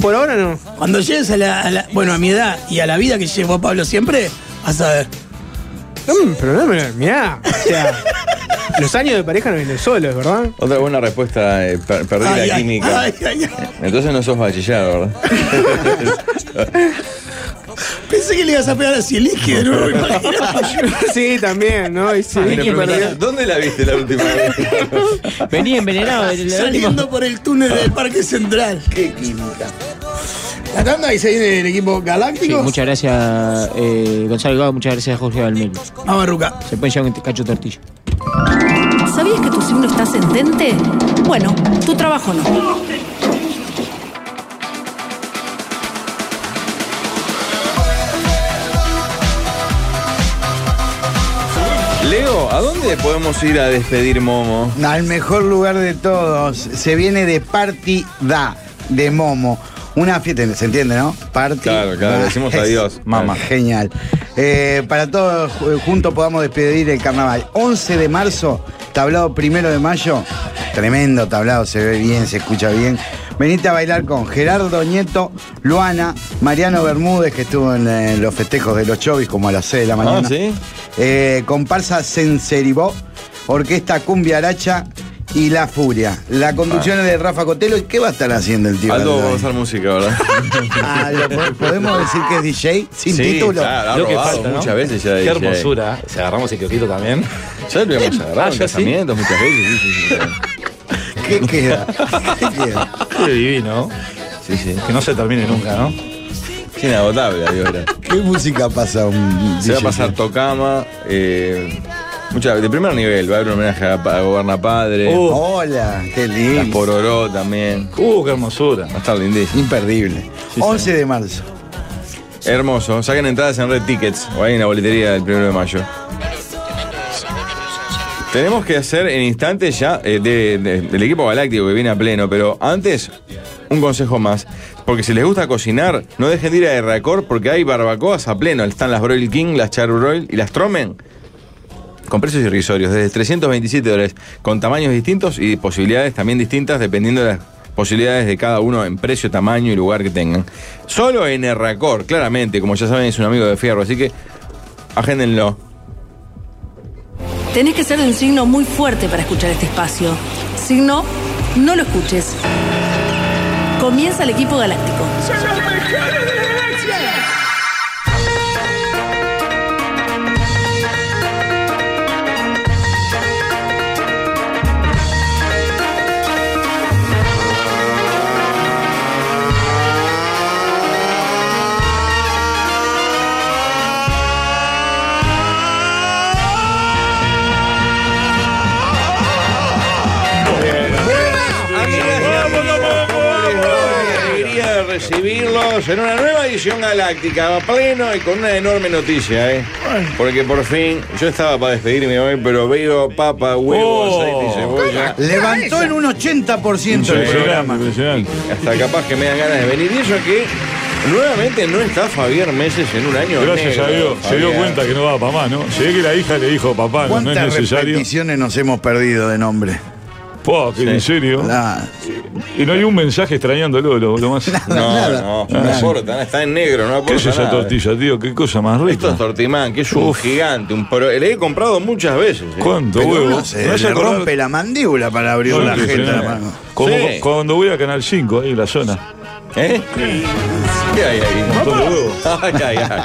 H: Por ahora no.
F: Cuando llegues a la, a la- Bueno, a mi edad y a la vida que llevó Pablo siempre, vas a ver.
H: Mm, pero no, mirá, mirá, Ah, o sea, los años de pareja no vienen solos, ¿verdad?
E: Otra buena respuesta, eh, per- perdí la química.
F: ay, ay, ay.
E: Entonces no sos bachiller, ¿verdad?
F: Pensé que le ibas a pegar a Cielinski de
H: (laughs)
F: nuevo,
H: sí, también, ¿no? Y sí,
E: Pero preguntá, ¿Dónde la viste la última vez?
J: Vení envenenado.
F: Saliendo por el túnel del Parque Central. Qué química. La tanda y se viene el equipo
J: Sí,
F: galáctico.
J: muchas gracias, eh, Gonzalo Gado, muchas gracias, Jorge Balmín.
F: Vamos, Ruca.
J: Se pueden llevar un cacho de tortilla.
O: ¿Sabías que tu signo está ascendente? Bueno, tu trabajo no.
E: Leo, ¿a dónde podemos ir a despedir Momo?
G: Al mejor lugar de todos. Se viene de partida de Momo. Una fiesta, ¿se entiende, no? Party.
E: Claro, claro,
G: da.
E: decimos
G: Es-
E: adiós, mamá.
G: Genial. Eh, para todos eh, juntos podamos despedir el carnaval. 11 de marzo, tablado primero de mayo. Tremendo tablado, se ve bien, se escucha bien. Venite a bailar con Gerardo Nieto, Luana, Mariano Bermúdez, que estuvo en eh, los festejos de los chovis como a las 6 de la mañana.
E: Ah, ¿sí?
G: Eh, comparsa Senseribó, Orquesta Cumbia Aracha y La Furia. La conducción es de Rafa Cotelo. ¿Y qué va a estar haciendo el tío?
E: Aldo
G: Aldo?
E: va a usar música, ¿verdad?
G: (laughs) Ah, ¿lo po- ¿Podemos decir que es DJ sin
E: Sí,
G: título?
E: claro, ha
R: Lo que
E: robado
R: falta, ¿no?
E: muchas veces ya de
R: Qué
E: DJ.
R: hermosura. Si agarramos el kiosquito (laughs) también.
E: Ya lo hemos agarrado
R: Ah,
E: en
R: ya sí.
E: casamientos muchas veces. sí, sí, sí, sí.
G: (laughs) ¿Qué queda? ¿Qué queda?
R: Qué divino. Sí, sí. Que no se termine nunca, ¿no?
E: Es inagotable, la viola.
G: ¿Qué música pasa un
E: Se va a
G: DJ?
E: pasar Tocama, eh, muchas- de primer nivel, va a haber un homenaje a, a Goberna Padre.
G: Uh. Hola, qué lindo.
E: Las Pororó también.
R: Uh, qué hermosura.
E: Va a estar lindísimo.
G: Imperdible. 11 de marzo.
E: Hermoso. Saquen entradas en Red Tickets o ahí en la boletería del 1 de mayo. Tenemos que hacer en instantes ya eh, de- de- del equipo galáctico que viene a pleno, pero antes un consejo más. Porque si les gusta cocinar, no dejen de ir a Erracor porque hay barbacoas a pleno. Están las Broil King, las Char Broil y las Tromen con precios irrisorios, desde 327 dólares, con tamaños distintos y posibilidades también distintas dependiendo de las posibilidades de cada uno en precio, tamaño y lugar que tengan. Solo en Erracor, claramente, como ya saben, es un amigo de Fierro, así que agéndenlo.
O: Tenés que ser de un signo muy fuerte para escuchar este espacio. Signo, no lo escuches. Comienza el equipo galáctico.
E: alegría de recibirlos en una nueva edición galáctica, a pleno y con una enorme noticia, ¿eh? Porque por fin, yo estaba para despedirme hoy, pero veo papa, huevo,
G: Oh.
R: Oh.
E: aceite y cebolla.
G: Levantó en un 80% el
E: Sí,
G: programa.
E: impresionante. Hasta capaz que me dan ganas de venir. Y eso que nuevamente no está Javier Meses en un año.
S: Gracias
E: negro,
S: a Dios. Se dio
E: Fabián.
S: cuenta que no daba para más, ¿no? Se ve que la hija le dijo, papá, no, no es
G: ¿Cuántas
S: necesario.
G: repeticiones nos hemos perdido de nombre? Ah,
R: Oh, que en serio. Y no hay un mensaje extrañándolo, lo, lo más.
E: (laughs) No, no, no, aporta, nada, está en negro, no aporta.
R: ¿Qué es esa
E: nada.
R: tortilla, tío? ¿Qué cosa más rica?
E: Esto es tortimán, que es un gigante, un pro- le he comprado muchas veces. ¿eh?
R: ¿Cuánto
E: Pero
R: huevo?
E: no sé,
R: Me hace
E: le
R: acordar-
G: Rompe la mandíbula para abrir
R: No,
G: la
R: que
G: jeta.
R: frena.
G: hermano.
R: Como
G: Sí.
R: cu- cuando voy a Canal 5, ahí en la zona.
E: ¿Eh? ¿Qué hay ahí? (laughs) Ay, ay, ay.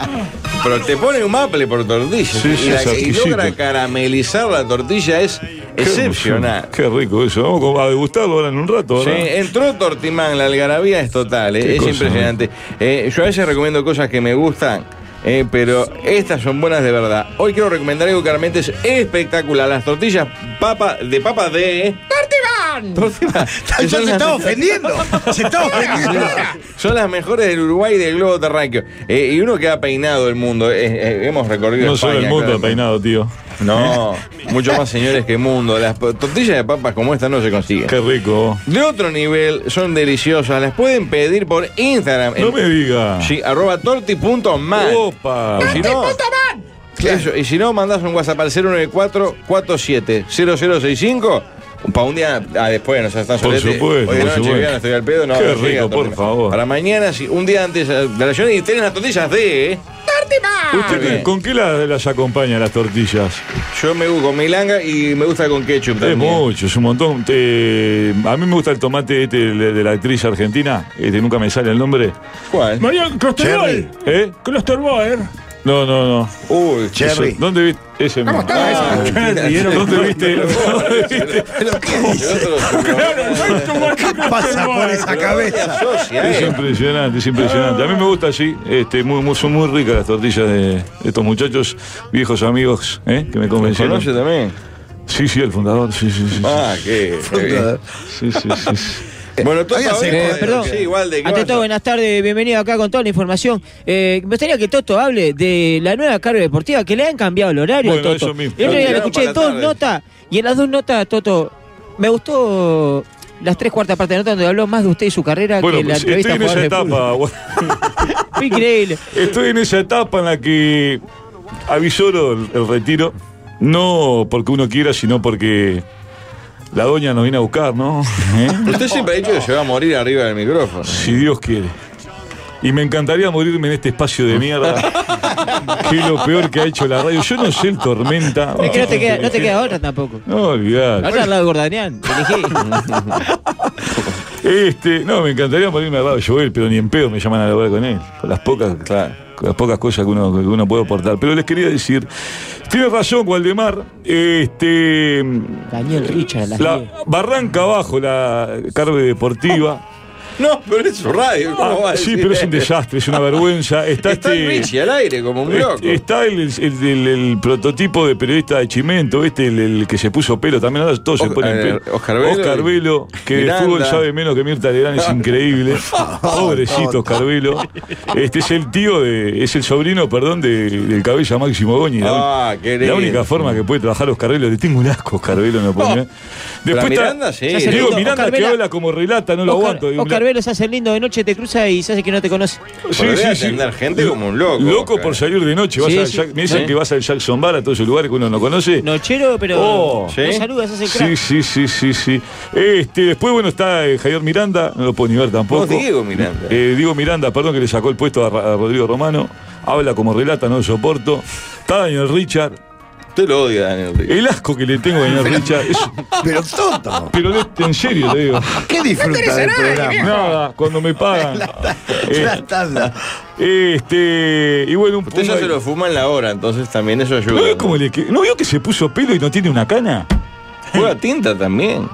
E: Pero te pone un maple por tortilla.
R: Sí, sí,
E: y, la-
R: es
E: y
R: exquisito.
E: logra caramelizar la tortilla es excepcional.
R: Qué rico eso. Vamos como a degustarlo ahora en un rato,
E: Sí,
R: ¿verdad?
E: entró Tortimán, la algarabía es total, eh,
R: Qué
E: es
R: cosa,
E: impresionante. Eh, yo a veces recomiendo cosas que me gustan, eh, pero estas son buenas de verdad. Hoy quiero recomendar algo que realmente es espectacular, las tortillas papa, de papa de... eh,
B: ¡Tortimán!
E: Tortimán.
B: Ya se está ofendiendo. Se está ofendiendo.
E: Son las mejores del Uruguay y del globo terráqueo. Eh, y uno que ha peinado el mundo. eh, eh, hemos recorrido
R: No solo
E: España,
R: el mundo
E: claramente.
R: ha peinado, tío.
E: No, mucho más señores que el mundo. Las po- tortillas de papas como esta no se consiguen.
R: Qué rico.
E: De otro nivel, son deliciosas. Las pueden pedir por Instagram.
R: No me diga.
E: Sí, arroba torti.man.
R: Opa.
E: Y si no, eso, y si no, mandás un WhatsApp al 094-47-0065. Para un día ah, después, no sea, está
R: Por
E: solete.
R: supuesto, por
E: Hoy de noche
R: supuesto.
E: vegana, estoy al pedo. No,
R: Qué
E: no
R: rico,
E: llega,
R: por
E: tortilla.
R: favor.
E: Para mañana, sí, un día antes eh, de la llorona y tienen las tortillas de... ¿eh?
R: ¿Usted
E: Bien.
R: qué- con qué la- las acompaña las tortillas?
E: Yo me gusta con milanga y me gusta con ketchup
R: Es
E: también.
R: mucho, es un montón. Te- a mí me gusta el tomate este de, de la actriz argentina. Este, nunca me sale el nombre.
E: ¿Cuál?
P: María Crosterboy.
R: ¿Eh?
P: Crosterboy.
R: No, no, no.
E: Uy,
R: Cherry. ¿Dónde viste ese?
P: ¿Cómo
R: mismo.
P: estaba esa? (laughs)
R: Cherry, era- ¿Dónde viste?
B: ¿Qué pasa por esa cabeza?
R: Es impresionante, es impresionante. A mí me gusta así, este, muy, muy- son muy ricas las tortillas de estos muchachos, viejos amigos, ¿eh? que me convencieron.
E: conoce también?
R: Sí, sí, el fundador, sí, sí, sí.
E: Ah, qué. qué bien.
R: Sí, sí, sí, sí.
E: Bueno, tú
J: Había
E: sabés,
J: secuencia.
E: Rodrigo,
J: Eh, Perdón.
E: sí, igual de- ¿qué
J: Ante
E: pasa?
J: todo, buenas tardes, bienvenido acá con toda la información. Eh, me gustaría que Toto hable de la nueva carga deportiva, que le han cambiado el horario
R: Bueno,
J: a Toto.
R: eso mismo.
J: El otro día
R: Lo
J: le
R: tiraron
J: escuché
R: para
J: en
R: la
J: dos
R: tarde.
J: notas, y en las dos notas, Toto, me gustó las tres cuartas partes de la nota donde habló más de usted y su carrera
R: Bueno,
J: que la
R: pues,
J: entrevista
R: estoy en
J: a
R: esa
J: jugadores de fútbol.
R: etapa.
J: (laughs) Fue increíble.
R: Estoy en esa etapa en la que avisoro el, el retiro, no porque uno quiera, sino porque la doña nos viene a buscar, ¿no? (laughs) ¿Eh?
E: Usted siempre ha dicho que se va a morir arriba del micrófono.
R: Si Dios quiere. Y me encantaría morirme en este espacio de
E: (laughs)
R: mierda, que es lo peor que ha hecho la radio. Yo no sé el tormenta.
J: Es que no te queda, no te queda otra tampoco.
R: No, olvidar.
J: Ahora al lado de
R: (laughs)
J: Gordanián, elegí.
R: Este, no, me encantaría morirme al lado de Joel, pero ni en pedo me llaman a hablar con él. Con las pocas, con las pocas cosas que uno, que uno puede aportar. Pero les quería decir, tiene razón, Waldemar. Este,
J: Daniel Richard, a las
R: la
J: 10.
R: Barranca abajo, la carve deportiva.
E: No, pero es su radio, ¿cómo
R: Ah,
E: va a
R: sí,
E: decir?
R: pero es un desastre, es una
E: (laughs)
R: vergüenza. Está,
E: Está el
R: este-
E: Richie al aire como un
R: Est-
E: loco.
R: Está el, el- el- el- el prototipo de periodista de Chimento, este, el, el que se puso pelo, también ahora todos se
E: Oc-
R: ponen
E: eh,
R: pelo.
E: Oscar Velo y-
R: Velo, que de
E: Miranda.
R: fútbol sabe menos que Mirta Legrand, es
E: (laughs)
R: increíble. Pobrecito Oscar Velo. Este es el tío de, es el sobrino, perdón, de- del cabeza Máximo Goñi. La,
E: Ah, qué
R: la
E: lindo. Oh.
R: única forma que puede trabajar Oscar Velo, le tengo un asco a Oscar Velo, no puedo mirar.
E: Pero a
R: está-
E: Miranda, sí. Ya se
R: Digo,
J: le-
R: Miranda
J: Oscar
R: que
J: Vela-
R: habla como relata, no lo
J: Oscar,
R: aguanto. digo,
J: Oscar Velo se hace lindo de noche, te cruza y se hace que no te conoce.
R: Sí,
E: Pero debe
R: sí, sí.
E: atender gente como un loco,
R: Loco
E: Oscar.
R: por salir de noche. Vas
J: Sí,
R: al
J: sí.
R: Jack- me dicen
J: Sí.
R: que vas al Jackson Bar, a todos esos lugares que uno no conoce.
J: Nochero, pero
R: Oh,
J: no
R: ¿sí?
J: saludas, hace crack.
R: Sí, sí, sí, sí, sí. Este, después, bueno, está eh, Javier Miranda, no lo puedo ni ver tampoco.
E: No, Diego Miranda.
R: Eh, Diego Miranda, perdón que le sacó el puesto a, Ra- a Rodrigo Romano. Habla como relata, no lo soporto. Está Daniel Richard.
E: Usted lo odia, Daniel Richard.
R: El asco que le tengo a Daniel Richard.
E: (laughs)
R: es-
G: Pero tonto.
R: pero de- en serio te digo.
G: ¿Qué disfruta del programa?
R: Nada, cuando me pagan.
E: (laughs)
R: Eh,
G: La tanda.
R: este, y ¿Eh? bueno, un
E: Usted ya
R: un-
E: se lo fuma en la hora, entonces también eso
R: ¿No
E: ayuda.
R: vio, cómo le que- ¿No vio que se puso pelo y no tiene una cana?
E: Juega tinta también.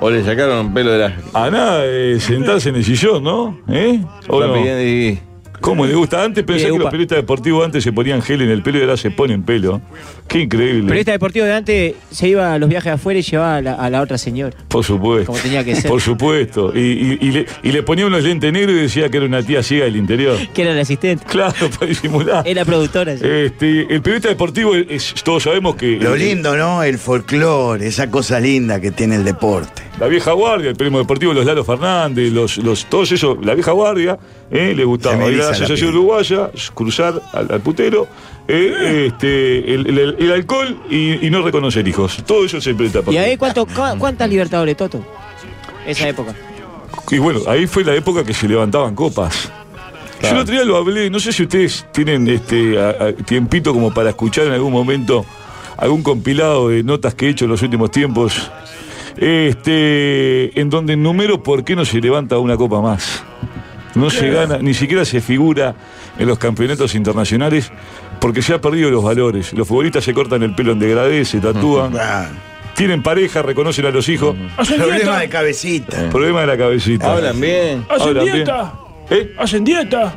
E: O le sacaron un pelo de la.
R: A nada de sentarse Ah, en el sillón, ¿no? ¿Eh? ¿O
E: Está
R: no?
E: pidiendo y-
R: ¿Cómo le gusta? Antes
J: Bien,
R: pensé que los
J: upa.
R: periodistas deportivos antes se ponían gel en el pelo y ahora se ponen pelo. Qué increíble.
J: Periodista deportivo de antes se iba a los viajes afuera y llevaba a la, a la otra señora.
R: Por
J: este
R: supuesto.
J: Como tenía que ser.
R: Por supuesto. Y, y- y le, y le ponía unos lentes negros y decía que era una tía ciega del interior.
J: (laughs) Que era la asistente.
R: Claro, para disimular.
J: Era productora. sí.
R: Este, el periodista deportivo, es- todos sabemos que.
G: Lo lindo, ¿no? El folclore, esa cosa linda que tiene el deporte.
R: La vieja guardia, el primo deportivo, los Lalo Fernández, los, los, todos esos, la vieja guardia, ¿eh? le gustaba.
G: Se me
R: Ahí
G: eriza
R: la
M: Esa es la
R: Asociación Uruguaya, cruzar al, al putero, eh, este, el, el- el alcohol y, y no reconocer hijos. Todo eso se enfrenta.
J: ¿Y ahí cuánto, cua- cuántas libertadores, Toto? Esa época.
R: Y bueno, ahí fue la época que se levantaban copas. Yo el otro día lo hablé, no sé si ustedes tienen este a- a- tiempito como para escuchar en algún momento algún compilado de notas que he hecho en los últimos tiempos, este, en donde número por qué no se levanta una copa más. No se gana, ni siquiera se figura en los campeonatos internacionales porque se ha perdido los valores. Los futbolistas se cortan el pelo en degradé, se tatúan. Tienen pareja, reconocen a los hijos.
P: Hacen Problema dieta. de
R: cabecita. Problema de la cabecita.
E: Hablan bien.
P: ¿Hacen
R: Hablan bien.
P: dieta?
R: ¿Eh?
P: ¿Hacen dieta?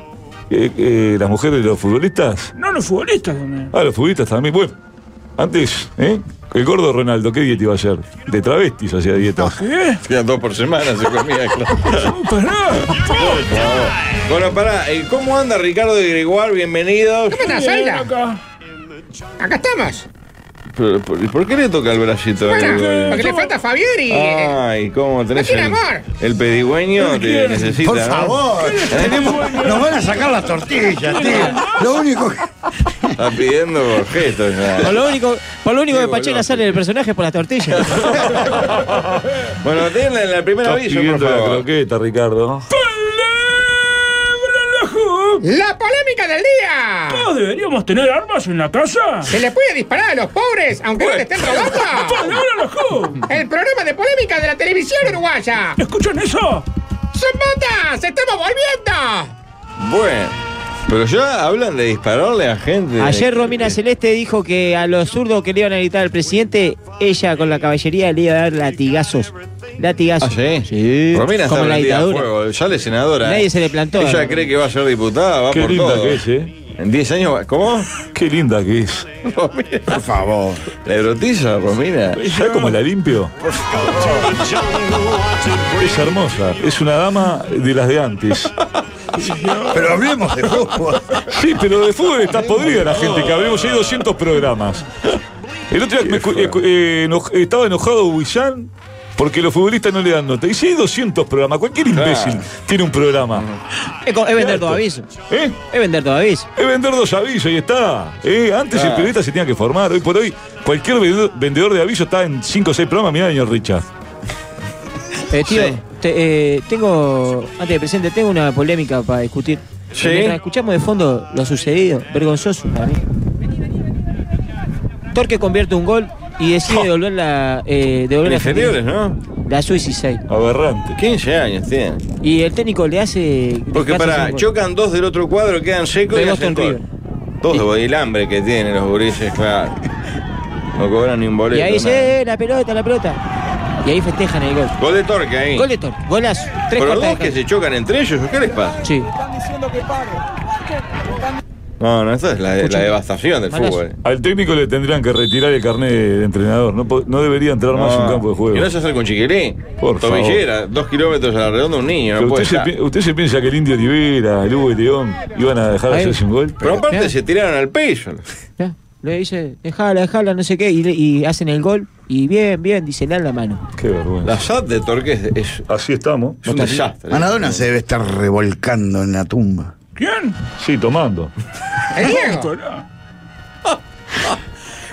R: Eh, eh, las mujeres de los futbolistas.
P: No, los futbolistas también.
R: Ah, los futbolistas también. Bueno, antes, ¿eh? El gordo Ronaldo, ¿qué dieta iba a hacer? De travestis hacía dieta.
P: ¿Qué?
E: Hacía dos por semana, se comía, claro.
P: Pará.
E: Bueno, pará, eh, ¿cómo anda Ricardo de Gregoire? Bienvenido.
S: ¿Cómo estás, Aira? Acá estamos.
E: Pero, ¿Por, por qué le toca el bracito de
S: Bueno, porque le
E: Gregoire?
S: falta Fabián y.
E: Ay, ¿cómo Ah, tenés
S: No tiene
E: el,
S: amor.
E: el pedigüeño? Te necesita,
G: Por
E: ¿no?
G: favor, tenemos- nos van a sacar las tortillas, tío. Lo único que.
E: Está pidiendo gestos. ya.
J: Por lo único, por lo único
E: Qué
J: que Pachela
E: boludo.
J: sale del personaje es por las tortillas.
E: Bueno, denle la primera
R: Estás
E: aviso, por
R: pidiendo la
E: favor.
R: croqueta, Ricardo.
S: ¡La polémica del día!
P: ¿Todos deberíamos tener armas en la casa?
S: ¿Se le puede disparar a los pobres aunque no te estén
P: (laughs)
S: robando? El programa de polémica de la televisión uruguaya.
P: ¿Escuchan eso?
S: ¡Son botas! ¡Estamos volviendo!
E: Bueno, pero ya hablan de dispararle a gente.
J: Ayer Romina Celeste dijo que a los zurdos que le iban a gritar al presidente, ella con la caballería le iba a dar latigazos.
E: Ah,
J: Latigazos.
E: sí. Romina está
J: Como la
E: prendida a
J: dictadura.
E: fuego. Ya le senadora.
J: Nadie
E: eh.
J: se le plantó,
E: Ella
J: ¿no?
E: cree que va a ser diputada, va
R: Qué
E: por
R: linda
E: todo.
R: que es, eh.
E: En 10 años, va- ¿cómo?
R: Qué linda que
E: (laughs)
R: es.
E: Por favor. La erotiza, pues Romina.
R: ¿Sabes cómo la limpio? Es hermosa. Es una dama de las de antes.
G: (laughs) Pero hablemos de fútbol.
R: Sí, pero de fútbol está podrida la gente, que hablemos, hay 200 programas. El otro día me escu- escu- eh, eno- estaba enojado Huillán porque los futbolistas no le dan nota. Y si hay 200 programas, cualquier imbécil tiene un programa.
J: Es, co- es vender dos avisos.
R: Este. ¿Eh?
J: Es vender Ah. dos avisos.
R: Es vender dos avisos, ahí está. Eh, antes
J: Claro.
R: el periodista se tenía que formar. Hoy por hoy, cualquier vendedor- vendedor de avisos está en 5 o 6 programas. Mirá, señor Richard.
J: Eh, tío,
R: Sí.
J: te- eh, tengo, antes de presente, tengo una polémica para discutir.
R: Sí.
J: Mientras escuchamos de fondo lo sucedido, vergonzoso para mí. Torque convierte un gol y decide devolver la. Eh, devolver la
E: Inferiores, ¿no?
J: La Suicide.
R: Aberrante.
E: 15 años tiene.
J: Y el técnico le hace.
E: Porque
J: le hace
E: para,
J: un gol.
E: chocan dos del otro cuadro, quedan secos
J: De
E: y hacen
J: Boston
E: gol. Dos, y el hambre que tienen los gurises, claro. No cobran ni un boleto.
J: Y ahí
E: nada.
J: dice, "Eh, la pelota, la pelota. Y ahí festejan el gol.
E: Gol de Torque ahí.
J: Gol de Torque, golazo. Tres
E: Pero
J: cuartas
E: dos
J: de
E: que se chocan entre ellos, ¿qué les pasa?
J: Sí.
E: No, no, esa es la, la devastación del
R: Malazo.
E: fútbol.
R: Al técnico le tendrían que retirar el carnet de entrenador. No, po- no debería entrar más en un campo de juego.
E: Y no se hace con chiquilín.
R: Por
E: Tobillera, dos kilómetros a la redonda un niño,
R: Pero
E: no puede
R: usted, se,
E: estar.
R: pi- usted se piensa que el Indio Olivera, el Hugo de León iban a dejar de
J: Ahí.
R: hacerse un gol?
E: Pero aparte se tiraron al pecho.
J: Ya, Le dice, dejala, dejala, no sé qué. Y, le- y hacen el gol. Y bien, bien, dice, le dan la mano.
R: Qué vergüenza.
E: La SAT de Torque es, es-
R: Así estamos.
E: es un desastre.
G: Maradona se debe estar revolcando en la tumba.
P: ¿Quién?
R: Sí, tomando.
S: El Diego.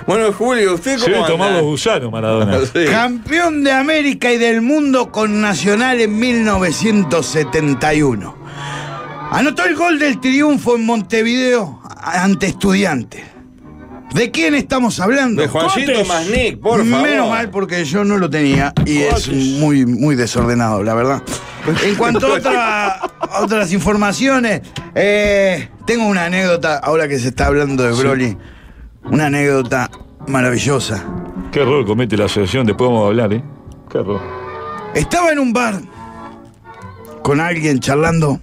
E: Bueno, Julio, ¿usted
R: Se
G: cómo
R: debe
G: anda?
R: tomar los gusanos, Maradona.
G: Campeón de América y del mundo con Nacional en 1971. Anotó el gol del triunfo en Montevideo ante Estudiantes. ¿De quién estamos hablando?
E: De Juancito
G: Cortes.
E: Masnick, por favor.
G: Menos mal porque yo no lo tenía y es muy, muy desordenado, la verdad. En cuanto a, otra-
E: (laughs)
G: a otras informaciones, eh, tengo una anécdota, ahora que se está hablando de Broly, una anécdota maravillosa.
R: Qué error comete la asociación, después vamos a hablar, ¿eh? Qué error.
G: Estaba en un bar con alguien charlando.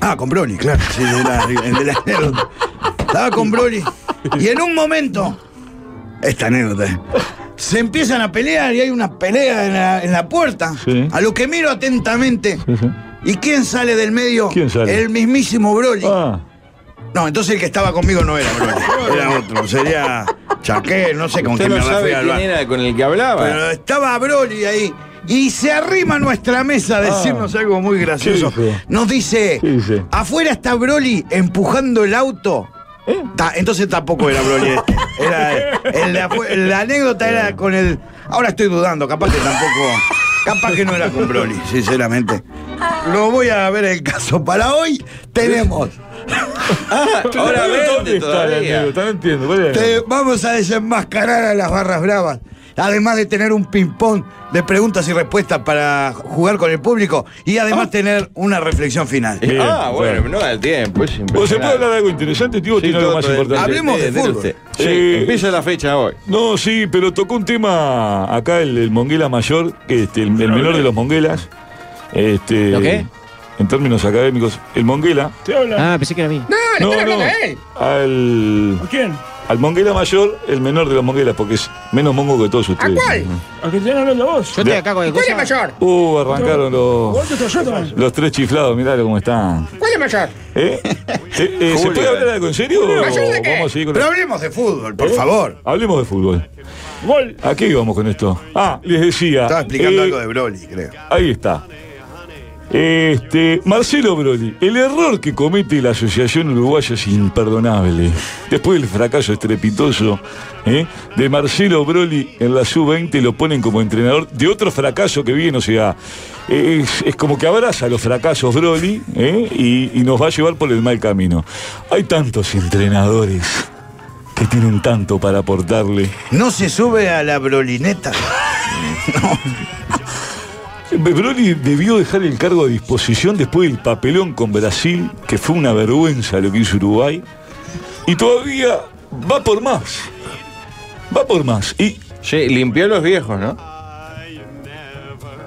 G: Ah, con Broly, claro. Sí, de la, de la anécdota. Estaba con Broly. Y en un momento, esta anécdota, eh, se empiezan a pelear y hay una pelea en la, en la puerta. A lo que miro atentamente. ¿Y quién sale del medio?
R: sale?
G: El mismísimo Broly.
E: Ah.
G: No, entonces el que estaba conmigo no era Broly.
E: (laughs)
G: Era otro. Sería Chaqué, no sé con
E: Usted
G: quién
E: no
G: me
E: sabe
G: refiero al
E: quién
G: bar.
E: (laughs) era con el que hablaba. Ah,
G: Pero estaba Broly ahí. Y se arrima a nuestra mesa a decirnos algo muy gracioso.
R: ¿Qué dijo?
G: Nos dice, afuera está Broly empujando el auto. Ta- entonces tampoco era Broly. este. Era, el de afu- la anécdota era con el... (laughs) Ahora estoy dudando, capaz que tampoco... Capaz que no era con Broly, sinceramente. Lo voy a ver el caso. Para hoy tenemos...
R: Ahora
G: vende todavía.
R: No entiendo. ¿cuál es?
G: Te vamos a desenmascarar a las barras bravas. Además de tener un ping-pong de preguntas y respuestas para jugar con el público y además
R: Ah.
G: tener una reflexión final.
E: ah, bueno, no da el tiempo. Es
R: Bueno, ¿Se puede hablar de algo interesante, tío? o
E: Sí,
R: tiene algo
E: todo
R: más
E: todo el-
R: importante?
E: Hablemos de fútbol. Sí, empieza la fecha hoy.
R: No, sí, pero tocó un tema acá el, el Monguela mayor, este, el, el menor de los Monguelas. Este,
J: ¿Lo qué?
R: En términos académicos, el Monguela.
J: Ah, pensé que era mío.
R: No, no, Al,
P: ¿Quién?
R: al Monguela mayor, el menor de los Monguelas, porque es menos mongo que todos ustedes.
S: cuál?
P: ¿A que te hablando vos?
R: Yo estoy acá con el
S: ¿Cuál es mayor?
R: Uh, arrancaron
P: ¿Vos
R: los,
P: te estás yo también?
R: los tres chiflados, mirá cómo están.
S: ¿Cuál es mayor?
R: ¿Eh? ¿Se, eh, se
G: Julio.
R: puede hablar de algo en serio?
P: Oh,
R: o
G: ¿Mayor de qué?
R: Vamos a seguir con
G: Pero
R: la-
G: hablemos de fútbol, por
R: ¿Eh?
G: favor.
R: Hablemos de fútbol. ¿A qué íbamos con esto? Ah, les decía.
G: Estaba explicando
R: eh,
G: algo de Broly, creo.
R: Ahí está. Este, Marcelo Broly, el error que comete la Asociación Uruguaya es imperdonable. Después del fracaso estrepitoso ¿eh? de Marcelo Broly en la sub-20 lo ponen como entrenador de otro fracaso que viene, o sea, es, es como que abraza los fracasos Broly ¿eh? y, y nos va a llevar por el mal camino. Hay tantos entrenadores que tienen tanto para aportarle.
G: No se sube a la brolineta.
R: (laughs) Broli debió dejar el cargo a disposición después del papelón con Brasil, que fue una vergüenza lo que hizo Uruguay. Y todavía va por más. Va por más. Y
E: Sí, limpió a los viejos, ¿no?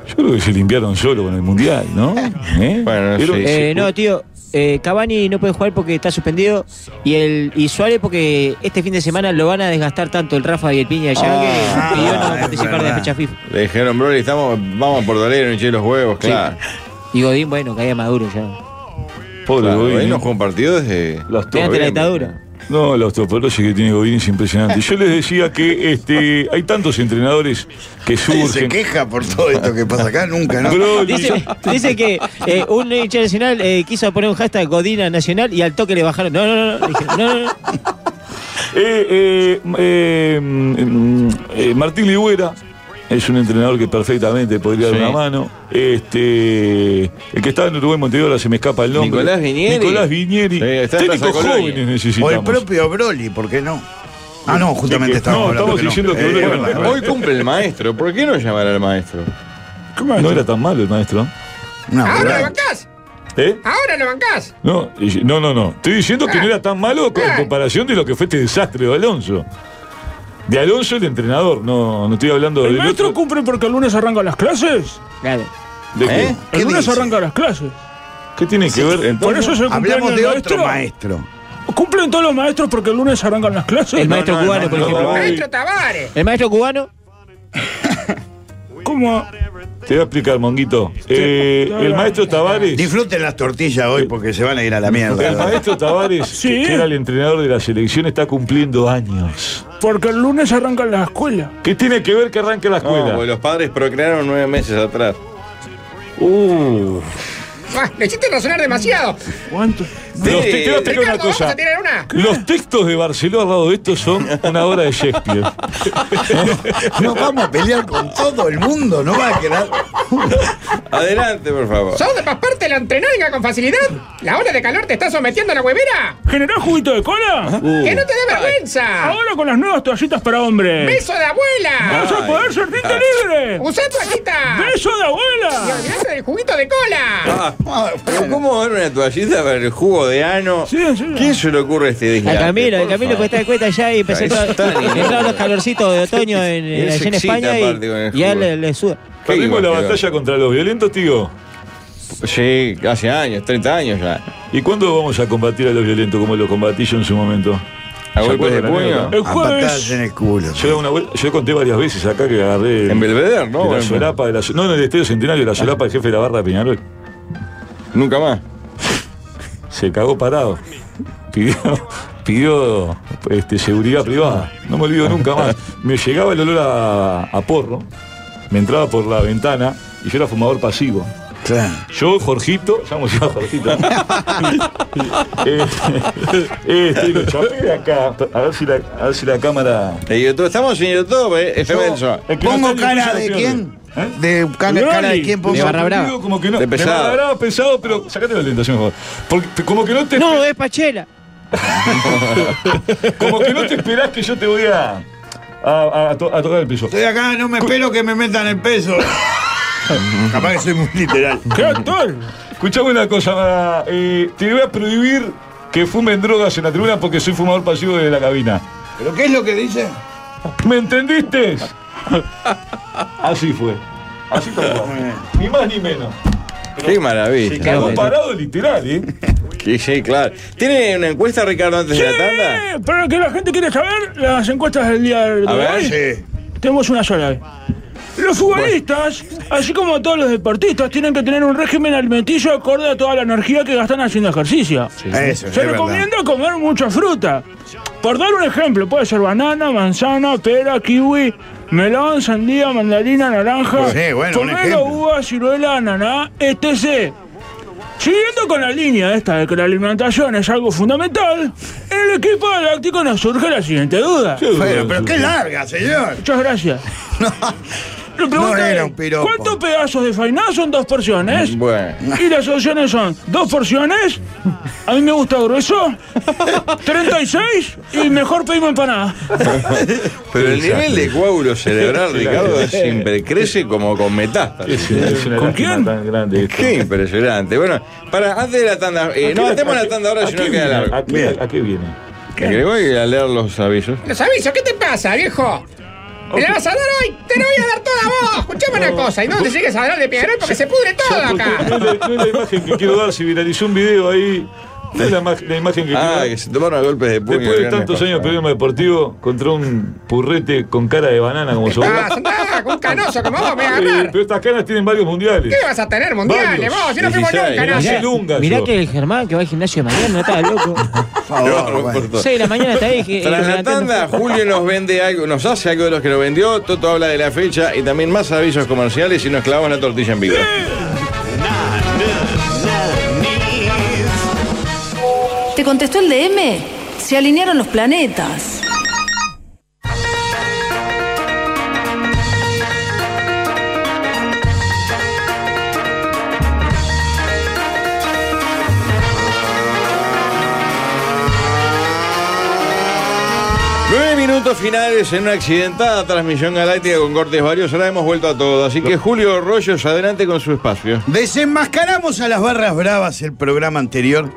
R: yo creo que se limpiaron solo con el Mundial,
E: (laughs)
R: ¿no? ¿Eh? Pero-
J: Eh, no, tío. eh, Cavani no puede jugar porque está suspendido. Y el y Suárez porque este fin de semana lo van a desgastar tanto el Rafa y el Piña
E: Ah,
J: allá que pidió no participar de la fecha FIFA.
E: Le dijeron, Broly, estamos, vamos por Dolero, hinché los huevos, claro.
J: Y Godín, bueno, caía maduro ya.
R: Pobre
E: Claro,
R: Godín,
E: Godín
R: ¿eh?
E: nos jugó un partido desde.
R: Las
J: Mira, ante la dictadura.
R: No, la osteoporosis que tiene Godín es impresionante. Yo les decía que este, hay tantos entrenadores que
G: Nadie
R: surgen.
G: se queja por todo esto que pasa acá,
J: (laughs)
G: nunca, ¿no?
R: Broly.
J: Dice, dice que eh, un hincha nacional eh, quiso poner un hashtag Godina Nacional y al toque le bajaron. No, no, no. no. Dije, no,
E: (laughs)
J: no, no.
R: Eh, eh, eh, mm, eh, Martín Ligüera es un entrenador que perfectamente podría dar
E: Sí.
R: una mano. Este, el que estaba en Uruguay Montevideo ahora se me escapa el nombre.
E: Nicolás Vinieri.
R: Nicolás Vinieri.
E: Sí, está en
R: Técnicos
E: Plaza Colonia.
R: jóvenes
G: O
R: necesitamos.
G: el propio Broly, ¿por qué no? Ah, no, justamente
R: Sí, que-
G: estamos
R: no,
G: hablando
R: estamos
G: que no.
R: diciendo que
G: Eh,
R: Broly-
G: es verdad.
E: Hoy cumple el maestro, ¿por qué no llamar al maestro?
R: No era tan malo el maestro.
P: Ah,
S: ¿Ahora lo bancás?
R: ¿Eh?
S: ¿Ahora lo bancás?
R: No, y- no, no, no. Estoy diciendo que no era tan malo con- en comparación de lo que fue este desastre de Alonso. De Alonso el entrenador, no, no estoy hablando
P: ¿El
R: del
P: maestro
R: otro.
P: cumple porque el lunes arrancan las clases?
J: Claro.
R: ¿De qué?
P: ¿Eh? El lunes arrancan las clases.
R: ¿Qué tiene que ver entonces?
P: Por eso es el
G: Hablamos
P: cumpleaños
G: de
P: del
G: otro
P: maestro. ¿Cumplen todos los maestros porque el lunes arrancan las clases?
J: El maestro cubano, por ejemplo.
S: Maestro Tavares.
J: El maestro cubano.
P: ¿Cómo?
R: Te voy a explicar, Monguito. Eh, el maestro Tavares.
G: Disfruten las tortillas hoy porque se van a ir a la mierda.
R: El maestro Tavares,
S: Ah,
R: que- que era
G: (laughs)
R: el entrenador de la selección, está cumpliendo años.
P: Porque el lunes arrancan la escuela.
R: ¿Qué tiene que ver que arranque la
E: No,
R: escuela?
E: porque los padres procrearon nueve meses atrás.
R: Uh.
S: Ah, Lo hiciste razonar demasiado.
P: ¿Cuánto?
R: Los te- te voy a explicar una
S: Ricardo, vamos
R: cosa.
S: a tirar una.
R: Los textos de Barcelona al lado de estos son una obra
S: (laughs)
R: de Shakespeare.
G: No vamos a pelear con todo el mundo, no va a quedar.
E: Adelante, por favor.
S: ¿Sos de parte la entrenáringa con facilidad? ¿La ola de calor te está sometiendo a la huevera?
P: ¿Generás juguito de
J: Uh.
P: cola? Uh.
S: ¡Que no te dé vergüenza!
P: Ahora con las nuevas toallitas para hombres.
S: ¡Beso de
P: ¡Vas
S: abuela!
P: a poder ser tinta libre!
S: ¡Usá toallita!
P: ¡Beso de
S: ¡Y
P: abuela!
S: olvidate del juguito de cola!
E: Ah, pero ¿cómo va a haber una toallita para el jugo de ano? ¿Quién se le ocurre este
J: A
E: disparate?
J: Camilo, a
E: Por
J: Camilo
E: favor.
J: cuesta de cuesta allá y empezó
E: Ahí
J: todo-
E: está, ni-
J: entraron los calorcitos de otoño en,
E: Él se
J: allá en
E: excita
J: España
E: aparte con el
J: y, y a él
E: fútbol.
J: le, le suda.
R: Perdimos
E: Qué
R: la
E: iba, qué
R: batalla contra los violentos, tío.
E: Sí, hace años, 30 años ya.
R: ¿Y cuándo vamos a combatir a los violentos como lo combatí yo en su momento?
E: ¿A
R: ¿Se
E: golpes de
R: acuerdan la
E: puño?
R: anécdota?
P: El jueves.
G: en el culo.
R: Yo, una vuelta- yo conté varias veces acá que agarré.
E: En Belvedere, ¿no?
R: de la
E: Bueno.
R: solapa, de la, no, en el Estadio Centenario, la solapa del jefe de la barra de Peñarol.
E: Nunca más.
R: Se cagó parado. Pidió, pidió este, seguridad privada. No me olvido nunca más. Me llegaba el olor a, a porro. me entraba por la ventana y yo era fumador pasivo.
T: Claro.
R: Yo, Jorgito, llamo yo a Jorgito. eh, este, lo chapé de acá, a ver si la, a ver si la cámara.
E: estamos en YouTube, eh, FM del Sol.
R: Pongo cara de quién.
G: De
E: cara- cara de quién, pongo.
R: De barra brava.
E: Digo,
R: ¿Eh? como que no.
E: De
R: De,
E: pesado.
R: barra brava, pesado, pero sacate la tentación, por favor. Porque como que no te.
J: No, es Pachela.
R: (laughs) como que no te esperás que yo te voy a. A, a to- a tocar el piso.
G: Estoy acá, no me espero que me metan el
R: (laughs)
G: peso. Capaz que soy muy literal.
R: ¡Qué actor! Escuchame una cosa, eh, te voy a prohibir que fumen drogas en la tribuna porque soy fumador pasivo de la cabina.
G: ¿Pero qué es lo que dice?
R: ¿Me entendiste? (laughs) Así fue. Así tal cual. Ni más ni menos.
E: Qué maravilla.
R: Se cagó parado literal, ¿eh?
E: Sí, sí, claro. ¿Tiene una encuesta, Ricardo, antes de la tanda?
P: Eh, Para que la gente quiere saber las encuestas del día de
E: A ver,
P: hoy. Tenemos una sola. Los futbolistas, así como todos los deportistas, tienen que tener un régimen alimenticio acorde a toda la energía que gastan haciendo ejercicio.
G: Eso, es
P: Se
G: verdad.
P: recomienda comer mucha fruta. Por dar un ejemplo, puede ser banana, manzana, pera, kiwi, melón, sandía, mandarina, naranja,
G: Sí, bueno, un
P: pomelo, uva, ciruela, ananá, etc. Siguiendo con la línea esta de que la alimentación es algo fundamental, en el equipo galáctico nos surge la siguiente duda.
G: Sí, Pero- pero qué larga, señor. (laughs)
P: Muchas gracias. La pregunta
G: No era
P: es,
G: un piropo.
P: ¿Cuántos pedazos de fainá son dos porciones?
R: (laughs)
E: Bueno.
P: Y las opciones son dos porciones, a mí me gusta grueso, 36 y mejor pedimos empanada.
E: Pero el nivel de coágulo cerebral,
R: Sí,
E: Ricardo,
R: claro.
E: siempre crece como con metástasis.
R: ¿Con quién? Tan grande esto.
E: Qué impresionante. Bueno, para, antes de la tanda, eh,
R: ¿A
E: no
R: qué-
E: batemos
R: a
E: la
R: qué-
E: tanda ahora,
R: a
E: si no
R: qué
E: queda
R: viene?
E: largo.
R: ¿A qué, a qué viene?
E: ¿Me que voy a leer los avisos?
S: Los aviso, ¿qué te pasa, viejo? ¿Me la vas a dar hoy? ¡Te la voy a dar toda vos! Escuchame una cosa, y no te llegues a hablar de Peñarol porque se pudre todo
R: Ya, porque
S: acá.
R: No es, la, no es la imagen que quiero dar, si viralizó un video ahí. No es la, ma- la imagen que quiero
E: Ah,
R: dar.
E: que se tomaron a golpes de puño.
R: Después de
E: grandes
R: tantos
E: cosas.
R: años de periodismo deportivo, contra un purrete con cara de banana como sos.
S: Ah, andá, con un canoso como vos me vas a
R: Eh,
S: ganar.
R: Pero estas caras tienen varios mundiales.
S: ¿Qué vas a tener, mundiales,
R: Varios.
S: vos? Yo no fui nunca,
R: no
J: Mirá,
R: sé nunca.
J: mirá
R: yo.
J: que el Germán que va al gimnasio de mañana, está loco. Seis de la mañana está ahí. que-
E: Tras la
J: levantando-
E: tanda, Julio nos vende algo, nos hace algo de los que nos vendió, Toto habla de la fecha y también más avisos comerciales y nos clavamos la tortilla en vivo.
O: ¿Te contestó el DM? Se alinearon los planetas.
E: Nueve minutos finales en una accidentada transmisión galáctica con cortes varios. Ahora hemos vuelto a todo. Así que Julio Rollos, adelante con su espacio.
G: Desenmascaramos a las barras bravas el programa anterior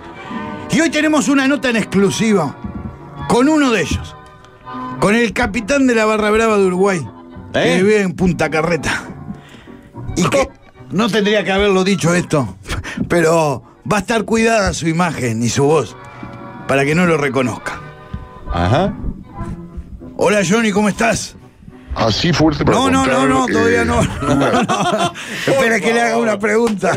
G: y hoy tenemos una nota en exclusiva con uno de ellos, con el capitán de la barra brava de Uruguay,
U: ¿Eh?
G: que vive en Punta Carreta. Y que no tendría que haberlo dicho esto, pero va a estar cuidada su imagen y su voz para que no lo reconozca.
E: Ajá.
G: Hola Johnny, ¿cómo estás?
U: Así fuerte para
G: No, no, no,
U: contar,
G: no,
U: eh,
G: todavía no. Espera que le haga una pregunta.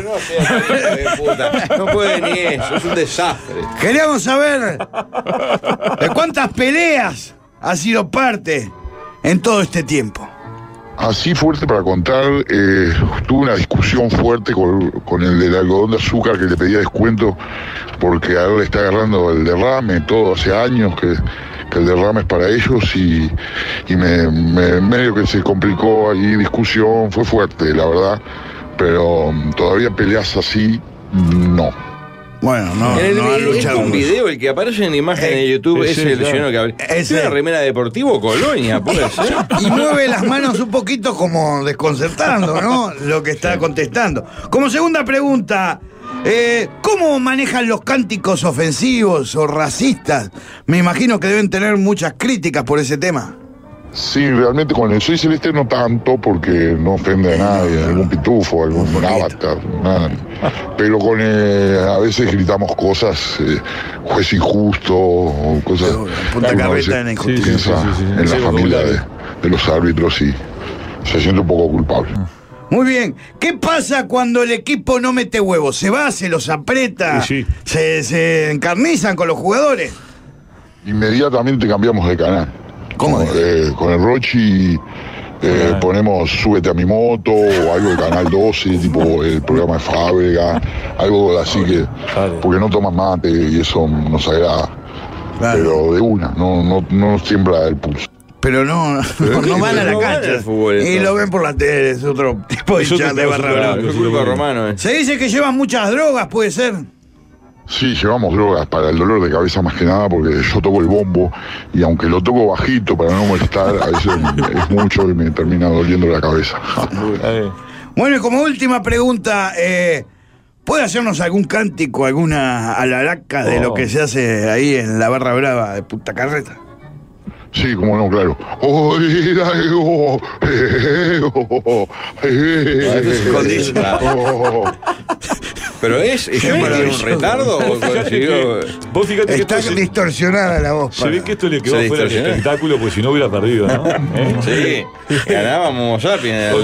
E: No puede ni eso, es un desastre.
G: Queríamos saber de cuántas peleas ha sido parte en todo este tiempo.
U: Así fuerte para contar, eh, tuve una discusión fuerte con, con el del algodón de azúcar que le pedía descuento porque a él le está agarrando el derrame, todo hace años que, que el derrame es para ellos y, y me, me- medio que se complicó ahí discusión, fue fuerte la verdad, pero mm, todavía peleas así, no.
G: Bueno,
E: En el-
G: no han
E: es
G: luchado
E: un
G: con eso.
E: video el que aparece en imagen de YouTube,
G: ese,
E: es el
G: claro.
E: señor que abre. Es
G: Ese.
E: una remera deportivo Colonia,
G: (laughs)
E: puede ser.
G: Y mueve las manos un poquito como desconcertando, ¿no? Lo que está contestando. Como segunda pregunta, eh, ¿cómo manejan los cánticos ofensivos o racistas? Me imagino que deben tener muchas críticas por ese tema.
U: Sí, realmente con el Soy Celeste no tanto porque no ofende a nadie, algún pitufo, algún avatar, nada. Pero con eh, a veces gritamos cosas, eh, juez injusto, o cosas.
G: punta
U: que uno
G: carreta
U: a veces
G: en la injusticia.
U: piensa
G: Sí, sí, sí, sí, sí.
U: En
G: Sí,
U: la familia de,
G: vocabulario.
U: de los árbitros y se siente un poco culpable.
G: Muy bien. ¿Qué pasa cuando el equipo no mete huevos? ¿Se va? ¿Se los aprieta? Se, se encarnizan con los jugadores?
U: Inmediatamente cambiamos de canal. ¿Cómo? con el eh, Rochi Eh, Ponemos Súbete a mi moto o algo de Canal (laughs) 12, tipo el programa de Fábrega, algo así que. Porque no tomas mate y eso nos agrada. Pero de una, no, no, no nos tiembla el pulso.
G: Pero no,
U: Pero
G: no
U: sí,
G: van a la
U: no van
G: cancha.
U: al fútbol,
G: y
U: entonces.
G: lo ven por la tele, es otro (laughs) tipo de
U: Es otro
G: hinchada de
U: tipo,
G: barra
U: claro,
G: brava.
U: es culpa romano, eh.
G: Se dice que llevan muchas drogas, pues. puede ser.
U: Sí, llevamos drogas para el dolor de cabeza más que nada, porque yo toco el bombo y aunque lo toco bajito para no molestar, a veces es mucho y me termina doliendo la cabeza.
G: Bueno, y como última pregunta, eh, ¿puede hacernos algún cántico, alguna alaraca de
U: Oh.
G: lo que se hace ahí en la (laughs) barra brava de puta carreta?
U: Sí, como no, claro. Oye, dale, oh, eh, oh, eh,
E: eso es escondido, claro.
U: oh.
E: Pero es, es
U: Qué
E: que tiene un
U: maravilloso.
E: retardo o consiguió-
R: Vos fíjate que
G: Está
R: esto se-
G: distorsionada la voz.
R: Se ve que esto le quedó
E: Se
R: fuera del
E: distorsionó.
R: espectáculo porque si no hubiera perdido, ¿no? ¿Eh?
E: Sí, ganábamos Sapiens.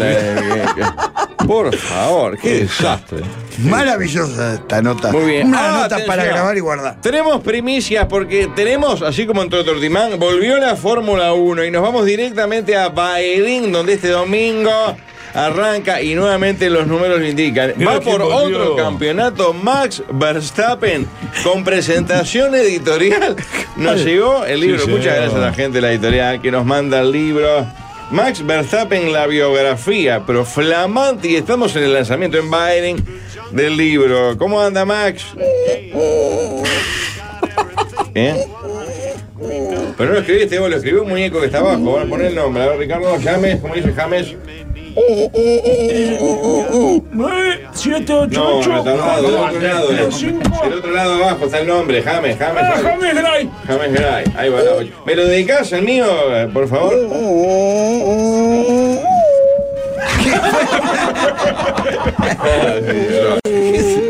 E: Por favor, qué desastre.
G: Maravillosa esta nota.
E: Muy bien.
G: Una
E: Ah,
G: nota
E: atención.
G: para grabar y guardar.
E: Tenemos primicias porque tenemos, así como entró Tortimán, volvió la Fórmula 1 y nos vamos directamente a Bahrein, donde este domingo arranca y nuevamente los números lo indican.
R: Mira
E: Va
R: quién
E: por
R: volvió.
E: otro campeonato Max Verstappen con presentación editorial. Nos llegó el libro.
R: Sí,
E: Muchas
R: señor.
E: gracias a la gente de la editorial que nos manda el libro. Max Verstappen, la biografía, pero flamante, y estamos en el lanzamiento en Bahrein del libro. ¿Cómo anda Max? ¿Eh? Pero no lo escribiste vos, lo escribió un muñeco que está abajo. Bueno, a poner el nombre. A ver, Ricardo James, ¿cómo le dice James?
P: 9, 7, 8,
E: No,
P: 8.
E: no está al lado, del otro lado. eh. Del otro lado abajo está el nombre, James, James.
P: Ah,
E: James.
P: James Gray.
E: James Gray, ahí va la ocho. ¿Me lo dedicás el mío, eh, por favor?
G: Oh,
E: (laughs)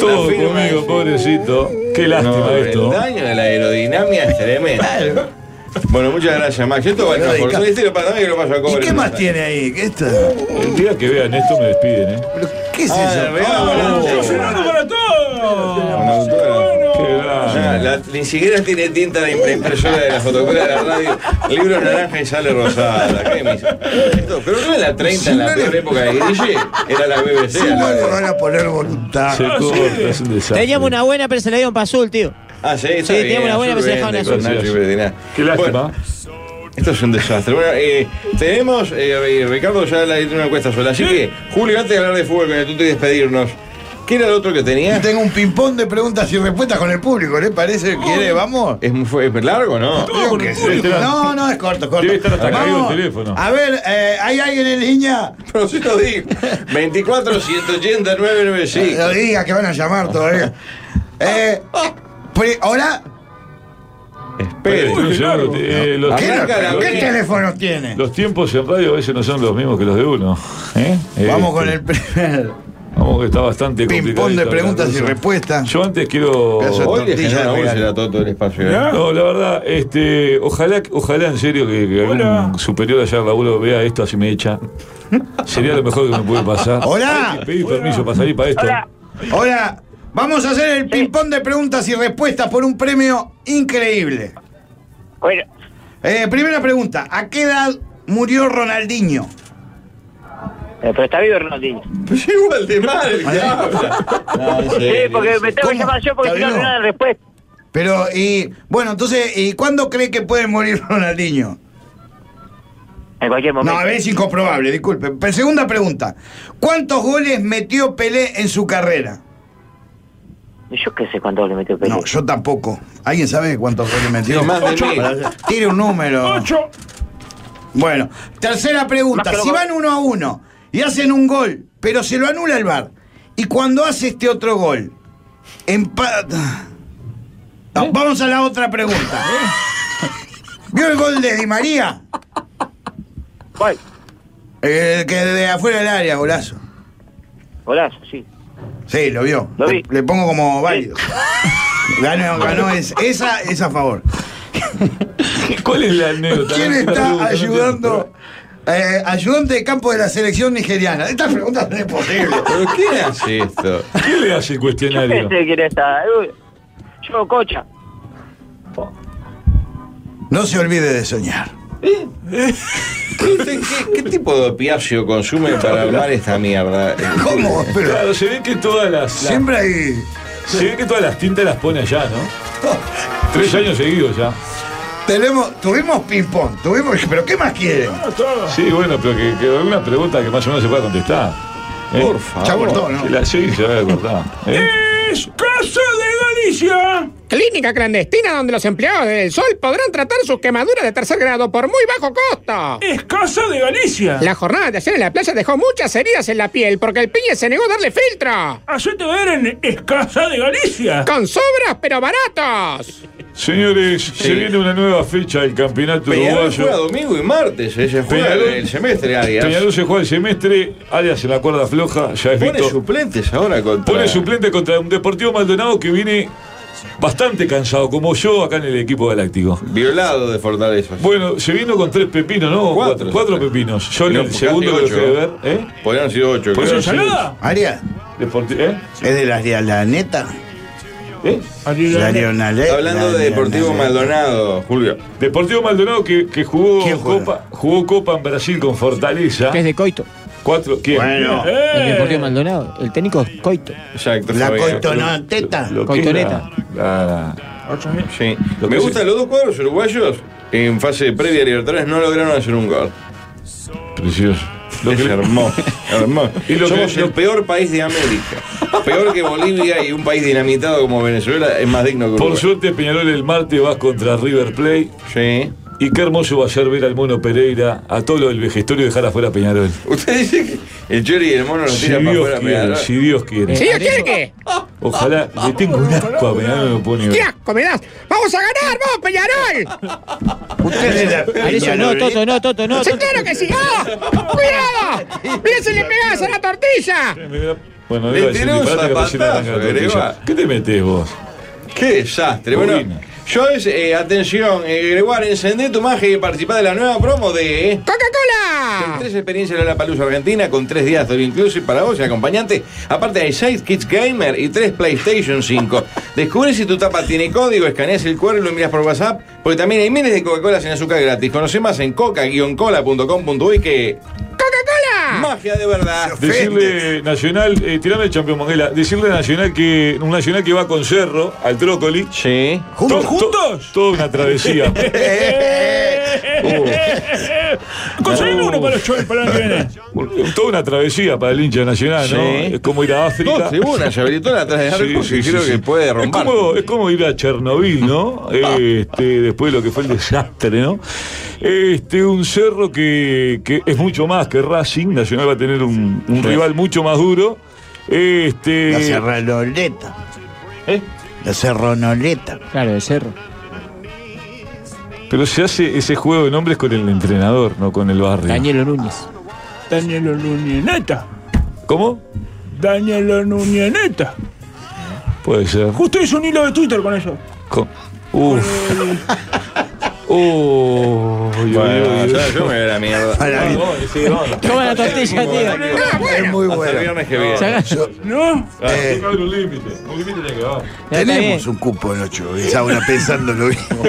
R: Todo conmigo, pobrecito. Qué lástima
E: No,
R: esto.
E: El daño de la aerodinámica es tremendo. Bueno, muchas gracias, Max. Esto va al campo. Yo este lo paso a mí que lo paso a cobre.
G: ¿Y qué más tiene ahí? ¿Qué está?
R: El día que vean esto me despiden, ¿eh?
G: ¿Qué es
E: Ah,
G: eso?
E: veamos,
P: ¡Está sonando para todos!
E: Ya, la- ni siquiera tiene tinta de impre- impresora de la fotocopia de la radio. Libro naranja y sale rosada. Qué misa. Esto, Pero no en la 30, en la peor época de Grille, era la BBC.
G: Si
E: a la Ah,
G: no le
E: vez.
G: van a poner voluntad.
R: Se corta, es un (laughs) desastre.
J: Teníamos una buena, pero se la dieron para azul, tío.
E: Ah, sí,
J: Sí,
E: está bien,
J: teníamos una buena, pero se dejaron
E: absorbente,
J: azul.
E: con Nacho y Verdinaz.
R: Qué lástima.
E: Bueno, esto es un desastre. Bueno, eh, tenemos, eh, eh, Ricardo ya la hizo una encuesta sola. Así que, Julio, antes de hablar de fútbol con el tuto y despedirnos, ¿qué era el otro que tenía?
G: Tengo un ping-pong de preguntas y respuestas con el público, ¿le parece? ¿Quiere? ¿Vamos?
E: ¿Es, muy- fue, es largo, no?
G: Creo que sí. No, no, es corto, corto.
R: Debe estar hasta caído
G: Vamos.
R: el teléfono.
G: A ver, eh, ¿hay alguien en línea?
E: Pero si lo digo. 24 180
G: Lo
E: 995.
G: diga que van a llamar
E: (laughs)
G: todavía. Eh, pre- ¿Hola?
E: Espere.
R: Uy, qué largo. Eh, los-
G: ¿Qué,
E: Arranca la
G: ¿qué
E: avenida.
G: teléfono tiene?
R: Los tiempos en radio a veces no son los mismos que los de uno. ¿eh?
G: Vamos
R: Este,
G: con el primer
R: Vamos que está bastante complicado.
G: ping-pong de preguntas y respuestas.
R: Yo antes quiero.
G: Pedazo de
E: Hoy le
G: tortilla
E: genera
G: de
E: una
G: regalo.
E: úlcera a todo el espacio. ¿eh?
R: No, la verdad, este, ojalá, ojalá en serio que, que algún superior allá del laburo vea esto así me echa. Sería lo mejor que me puede pasar.
G: Hola.
R: Hay que Pedir permiso para salir para esto.
G: Hola, vamos a hacer el ping-pong de preguntas y respuestas por un premio increíble.
A: Bueno,
G: Eh, primera pregunta, ¿a qué edad murió Ronaldinho?
A: Eh, pero está vivo Ronaldinho.
E: Pues igual de
G: (laughs)
E: mal el que habla. No, en
A: Sí,
E: serio.
A: porque me tengo que
G: ¿Cómo?
A: llamar yo porque
G: ¿Está
A: si no,
G: vivo?
A: no hay nada de respuesta.
G: Pero, y bueno, entonces, ¿y cuándo cree que puede morir (laughs) Ronaldinho?
A: En cualquier
G: No,
A: momento.
G: a ver, es incomprobable, disculpe. Pe- Segunda pregunta, ¿cuántos goles metió Pelé en su carrera?
A: Yo qué sé cuánto le metió Pelé.
G: No, yo tampoco. ¿Alguien sabe cuántos goles metió?
E: Sí, más de
G: Ocho.
E: mil.
G: Tire un número.
P: Ocho.
G: Bueno, tercera
A: Más
G: pregunta.
A: que lo
G: Si
A: gol.
G: van uno a uno y hacen un gol, pero se lo anula el VAR, y cuando hace este otro gol, empata... No,
A: ¿Eh?
G: Vamos a la otra pregunta. ¿eh? ¿Vio el gol de Di María?
A: ¿Cuál?
G: El que de afuera del área, golazo.
A: Golazo, sí.
G: Sí, lo vio.
A: Lo vi.
G: Le, le pongo como válido. Ganó, ganó. es- esa es a favor.
R: ¿Cuál es la anécdota?
G: ¿Quién
R: La pregunta,
G: está
R: no
G: ayudando? eh, ayudante de campo de la selección nigeriana. Esta pregunta no es
R: (laughs)
G: posible.
E: ¿Pero qué hace esto?
R: entiendo. ¿Quién le hace el
A: Yo
R: cuestionario?
A: pensé que era esta. eh, Yo, cocha.
G: No se olvide de soñar.
E: ¿Qué, qué- qué tipo de opiáceo consume para armar esta mierda?
R: ¿Cómo? Claro, se ve que todas las. Siempre
V: hay.
R: Se ve que todas las tintas las pone allá, ¿no? (laughs) Tres años seguidos ya.
V: Tenemos, tuvimos ping-pong, tuvimos. Pero ¿qué más quieren?
R: Sí, bueno, pero que, que alguna pregunta que más o menos se pueda contestar. ¿Eh? Por favor.
V: Ya cortó, ¿no?
R: Que la- sí, se va a cortar. (laughs) ¿eh?
S: ¡Es Casa de Galicia! Clínica clandestina donde los empleados del Sol podrán tratar sus quemaduras de tercer grado por muy bajo costo. ¡Es Casa de Galicia! La jornada de ayer en la playa dejó muchas heridas en la piel porque el piñe se negó a darle filtro. ¡Hacete ver en Es Casa de Galicia! Con sobras pero baratos.
R: Señores, se viene una nueva fecha del campeonato
E: Peñarol
R: uruguayo.
E: juega domingo y martes, eh, se juega
R: Peñarol-
E: el semestre, Arias.
R: Peñarol se juega el semestre, Arias en la cuerda floja, ya es
E: Pone
R: visto.
E: suplentes ahora contra.
R: Pone suplente contra un Deportivo Maldonado que viene bastante cansado, como yo acá en el equipo galáctico.
E: Violado de Fortaleza.
R: Bueno, se vino con tres pepinos, ¿no?
E: Cuatro.
R: Cuatro pepinos. Yo en
E: No,
R: el
E: casi
R: segundo que
E: ocho.
R: dejé de ver. ¿eh?
E: Podrían ser ocho.
R: ¿Por
E: creo.
R: eso ensalada?
V: Aria.
R: ¿Es
V: de la, la, neta?
R: ¿Eh?
V: La Lionel- eh,
E: Está hablando
V: la-
E: de Deportivo
V: la- la-
E: Maldonado, Julio.
R: Deportivo Maldonado que, que jugó Copa, jugó Copa en Brasil con Fortaleza.
J: Que es de Coito.
R: Cuatro, ¿quién? (laughs) Eh.
J: El Deportivo Maldonado. El técnico es Coito.
E: Exacto.
J: La
E: Fabián.
J: coitonateta.
E: Lo- lo que
J: Coitoneta.
R: era-
E: la- Sí. Me
R: que
E: gustan los dos cuadros uruguayos en fase previa a Libertadores no lograron hacer un gol.
R: Precioso.
E: es (laughs) hermoso, hermoso.
R: Y lo que-
E: Somos el peor país de América.
R: (laughs)
E: Peor que Bolivia y un país dinamitado como Venezuela es más digno que Uruguay.
R: Por suerte, Peñarol el martes va contra River Plate.
E: Sí.
R: Y qué hermoso va a ser ver al mono Pereira, a todo lo del vejestorio dejar afuera a Peñarol.
E: Usted dice que el Chori y el mono nos
R: Si
E: tiran para
R: Dios
E: afuera.
R: quiere,
E: Peñarol.
R: si Dios quiere.
S: ¿Sí Dios quiere Ah, qué?
R: Ojalá, le tengo un asco a Peñarol, no lo puedo ni
S: ¡Qué
R: ver.
S: asco me das! ¡Vamos a ganar, vamos, Peñarol!
J: Arezo, no, Toto, no, Toto, no.
S: ¡Sí,
J: Toto.
S: claro que sí! ¡Ah! ¡Cuidado! ¡Mirá si le pegás a la tortilla!
R: Bueno,
E: Le
R: iba a decir,
E: tiró un
R: disparate que recién arranca la
E: zapatazo,
R: tortilla.
E: Greba.
R: ¿Qué te metes vos?
E: Qué desastre. Bueno,
R: Bobina.
E: yo es, eh, atención, eh, Gregoire, encendé tu magia y participá de la nueva promo de...
S: ¡Coca-Cola!
E: Tres experiencias en la Palusa Argentina con tres días de inclusive para vos y acompañante. Aparte hay seis Kids Gamer y tres PlayStation 5. Descubre si tu tapa tiene código, escaneas el QR y lo envías por WhatsApp, porque también hay miles de Coca-Cola sin azúcar gratis. Conoce más en coca-cola.com.uy que...
S: ¡Coca-Cola!
E: Magia de verdad.
R: Decirle Nacional, eh, tirame el campeón Manguela, decirle a Nacional que un Nacional que va con Cerro, al Trócoli.
E: Sí.
R: ¿Juntos? toda una (laughs) travesía.
P: Conseguimos uno para los shows para el año que viene.
R: Toda una travesía para el hincha nacional, ¿no?
E: Sí.
R: Es como ir a África.
E: Dos tribunas, se habilitó la atrás de arco, que creo que puede romper.
R: Es como, es como ir a Chernobyl,
E: (laughs)
R: ¿no? Este, después de lo que fue el desastre, ¿no? Este, un cerro que, que es mucho más que Racing. Nacional va a tener un, un rival mucho más duro. Este,
V: La serranoleta.
R: ¿Eh?
V: La serranoleta.
J: Claro, el cerro.
R: Pero se hace ese juego de nombres con el entrenador, no con el barrio.
J: Daniel Núñez.
P: Danielo Núñez Neta.
R: ¿Cómo?
P: Danielo Núñez Neta.
R: Puede ser.
P: Justo hizo un hilo de Twitter con eso.
R: Co- Uf. Oh,
E: Bueno, ya, (laughs) yo me voy a la mierda.
J: Toma la tortilla, tío.
V: Es muy
E: Hasta el
V: bueno.
E: viernes que viene.
P: ¿No?
V: Eh,
R: haber un límite. Un límite tiene que haber.
V: tenemos un cupo en ocho. Ahora pensando lo mismo.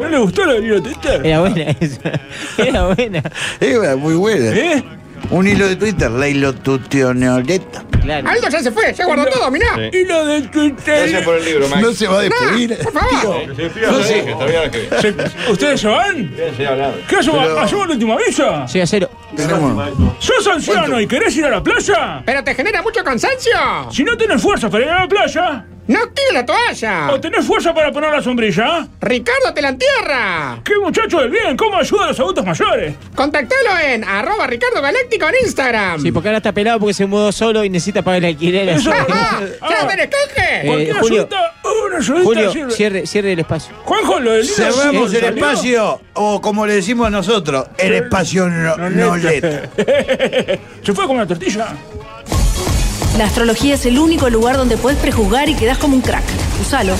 P: ¿No le gustó la del hilo de Twitter?
J: Era buena esa. Era buena.
V: Era muy buena.
P: ¿Eh?
V: Un hilo de Twitter, la hilo tuteonoleta.
J: Claro.
S: Aldo ya se fue, ya guardó todo, mirá.
V: Sí.
P: Hilo de Twitter. Ah,
E: Gracias por el libro, Max.
V: No se va a despedir.
S: Por favor.
E: No sé, hasta el viernes que viene.
P: Se- ¿Ustedes se van?
E: Seguí hablando.
P: ¿Qué hacemos? ¿Hacemos la última visa?
J: Llega a cero.
P: ¿Sos anciano y querés ir a la playa?
S: ¿Pero te genera mucho cansancio?
P: Si no tenés fuerza para ir a la playa,
S: ¡No active la toalla!
P: ¿o tenés fuerza para poner la sombrilla?
S: ¡Ricardo te la entierra!
P: ¡Qué muchacho del bien! ¿Cómo ayuda a los adultos mayores?
S: Contactalo en arroba Ricardo Galáctico en Instagram.
J: Sí, porque ahora está pelado porque se mudó solo y necesita pagar el alquiler.
P: Eso.
S: ¡Ah!
J: (laughs)
S: ¡Ya tenés canje!
J: Eh,
P: Cualquier
J: Julio,
P: ayudita, una ayudita
J: Julio,
P: sirve.
J: cierre, cierre el espacio.
P: Juanjo, lo del hilo
V: Cerramos
P: de
V: el
P: Twitter salió.
V: espacio, o como le decimos nosotros, el espacio no, noleta.
P: ¿Se fue con una tortilla?
O: La astrología es el único lugar donde puedes prejuzgar y quedás como un crack. Usalo.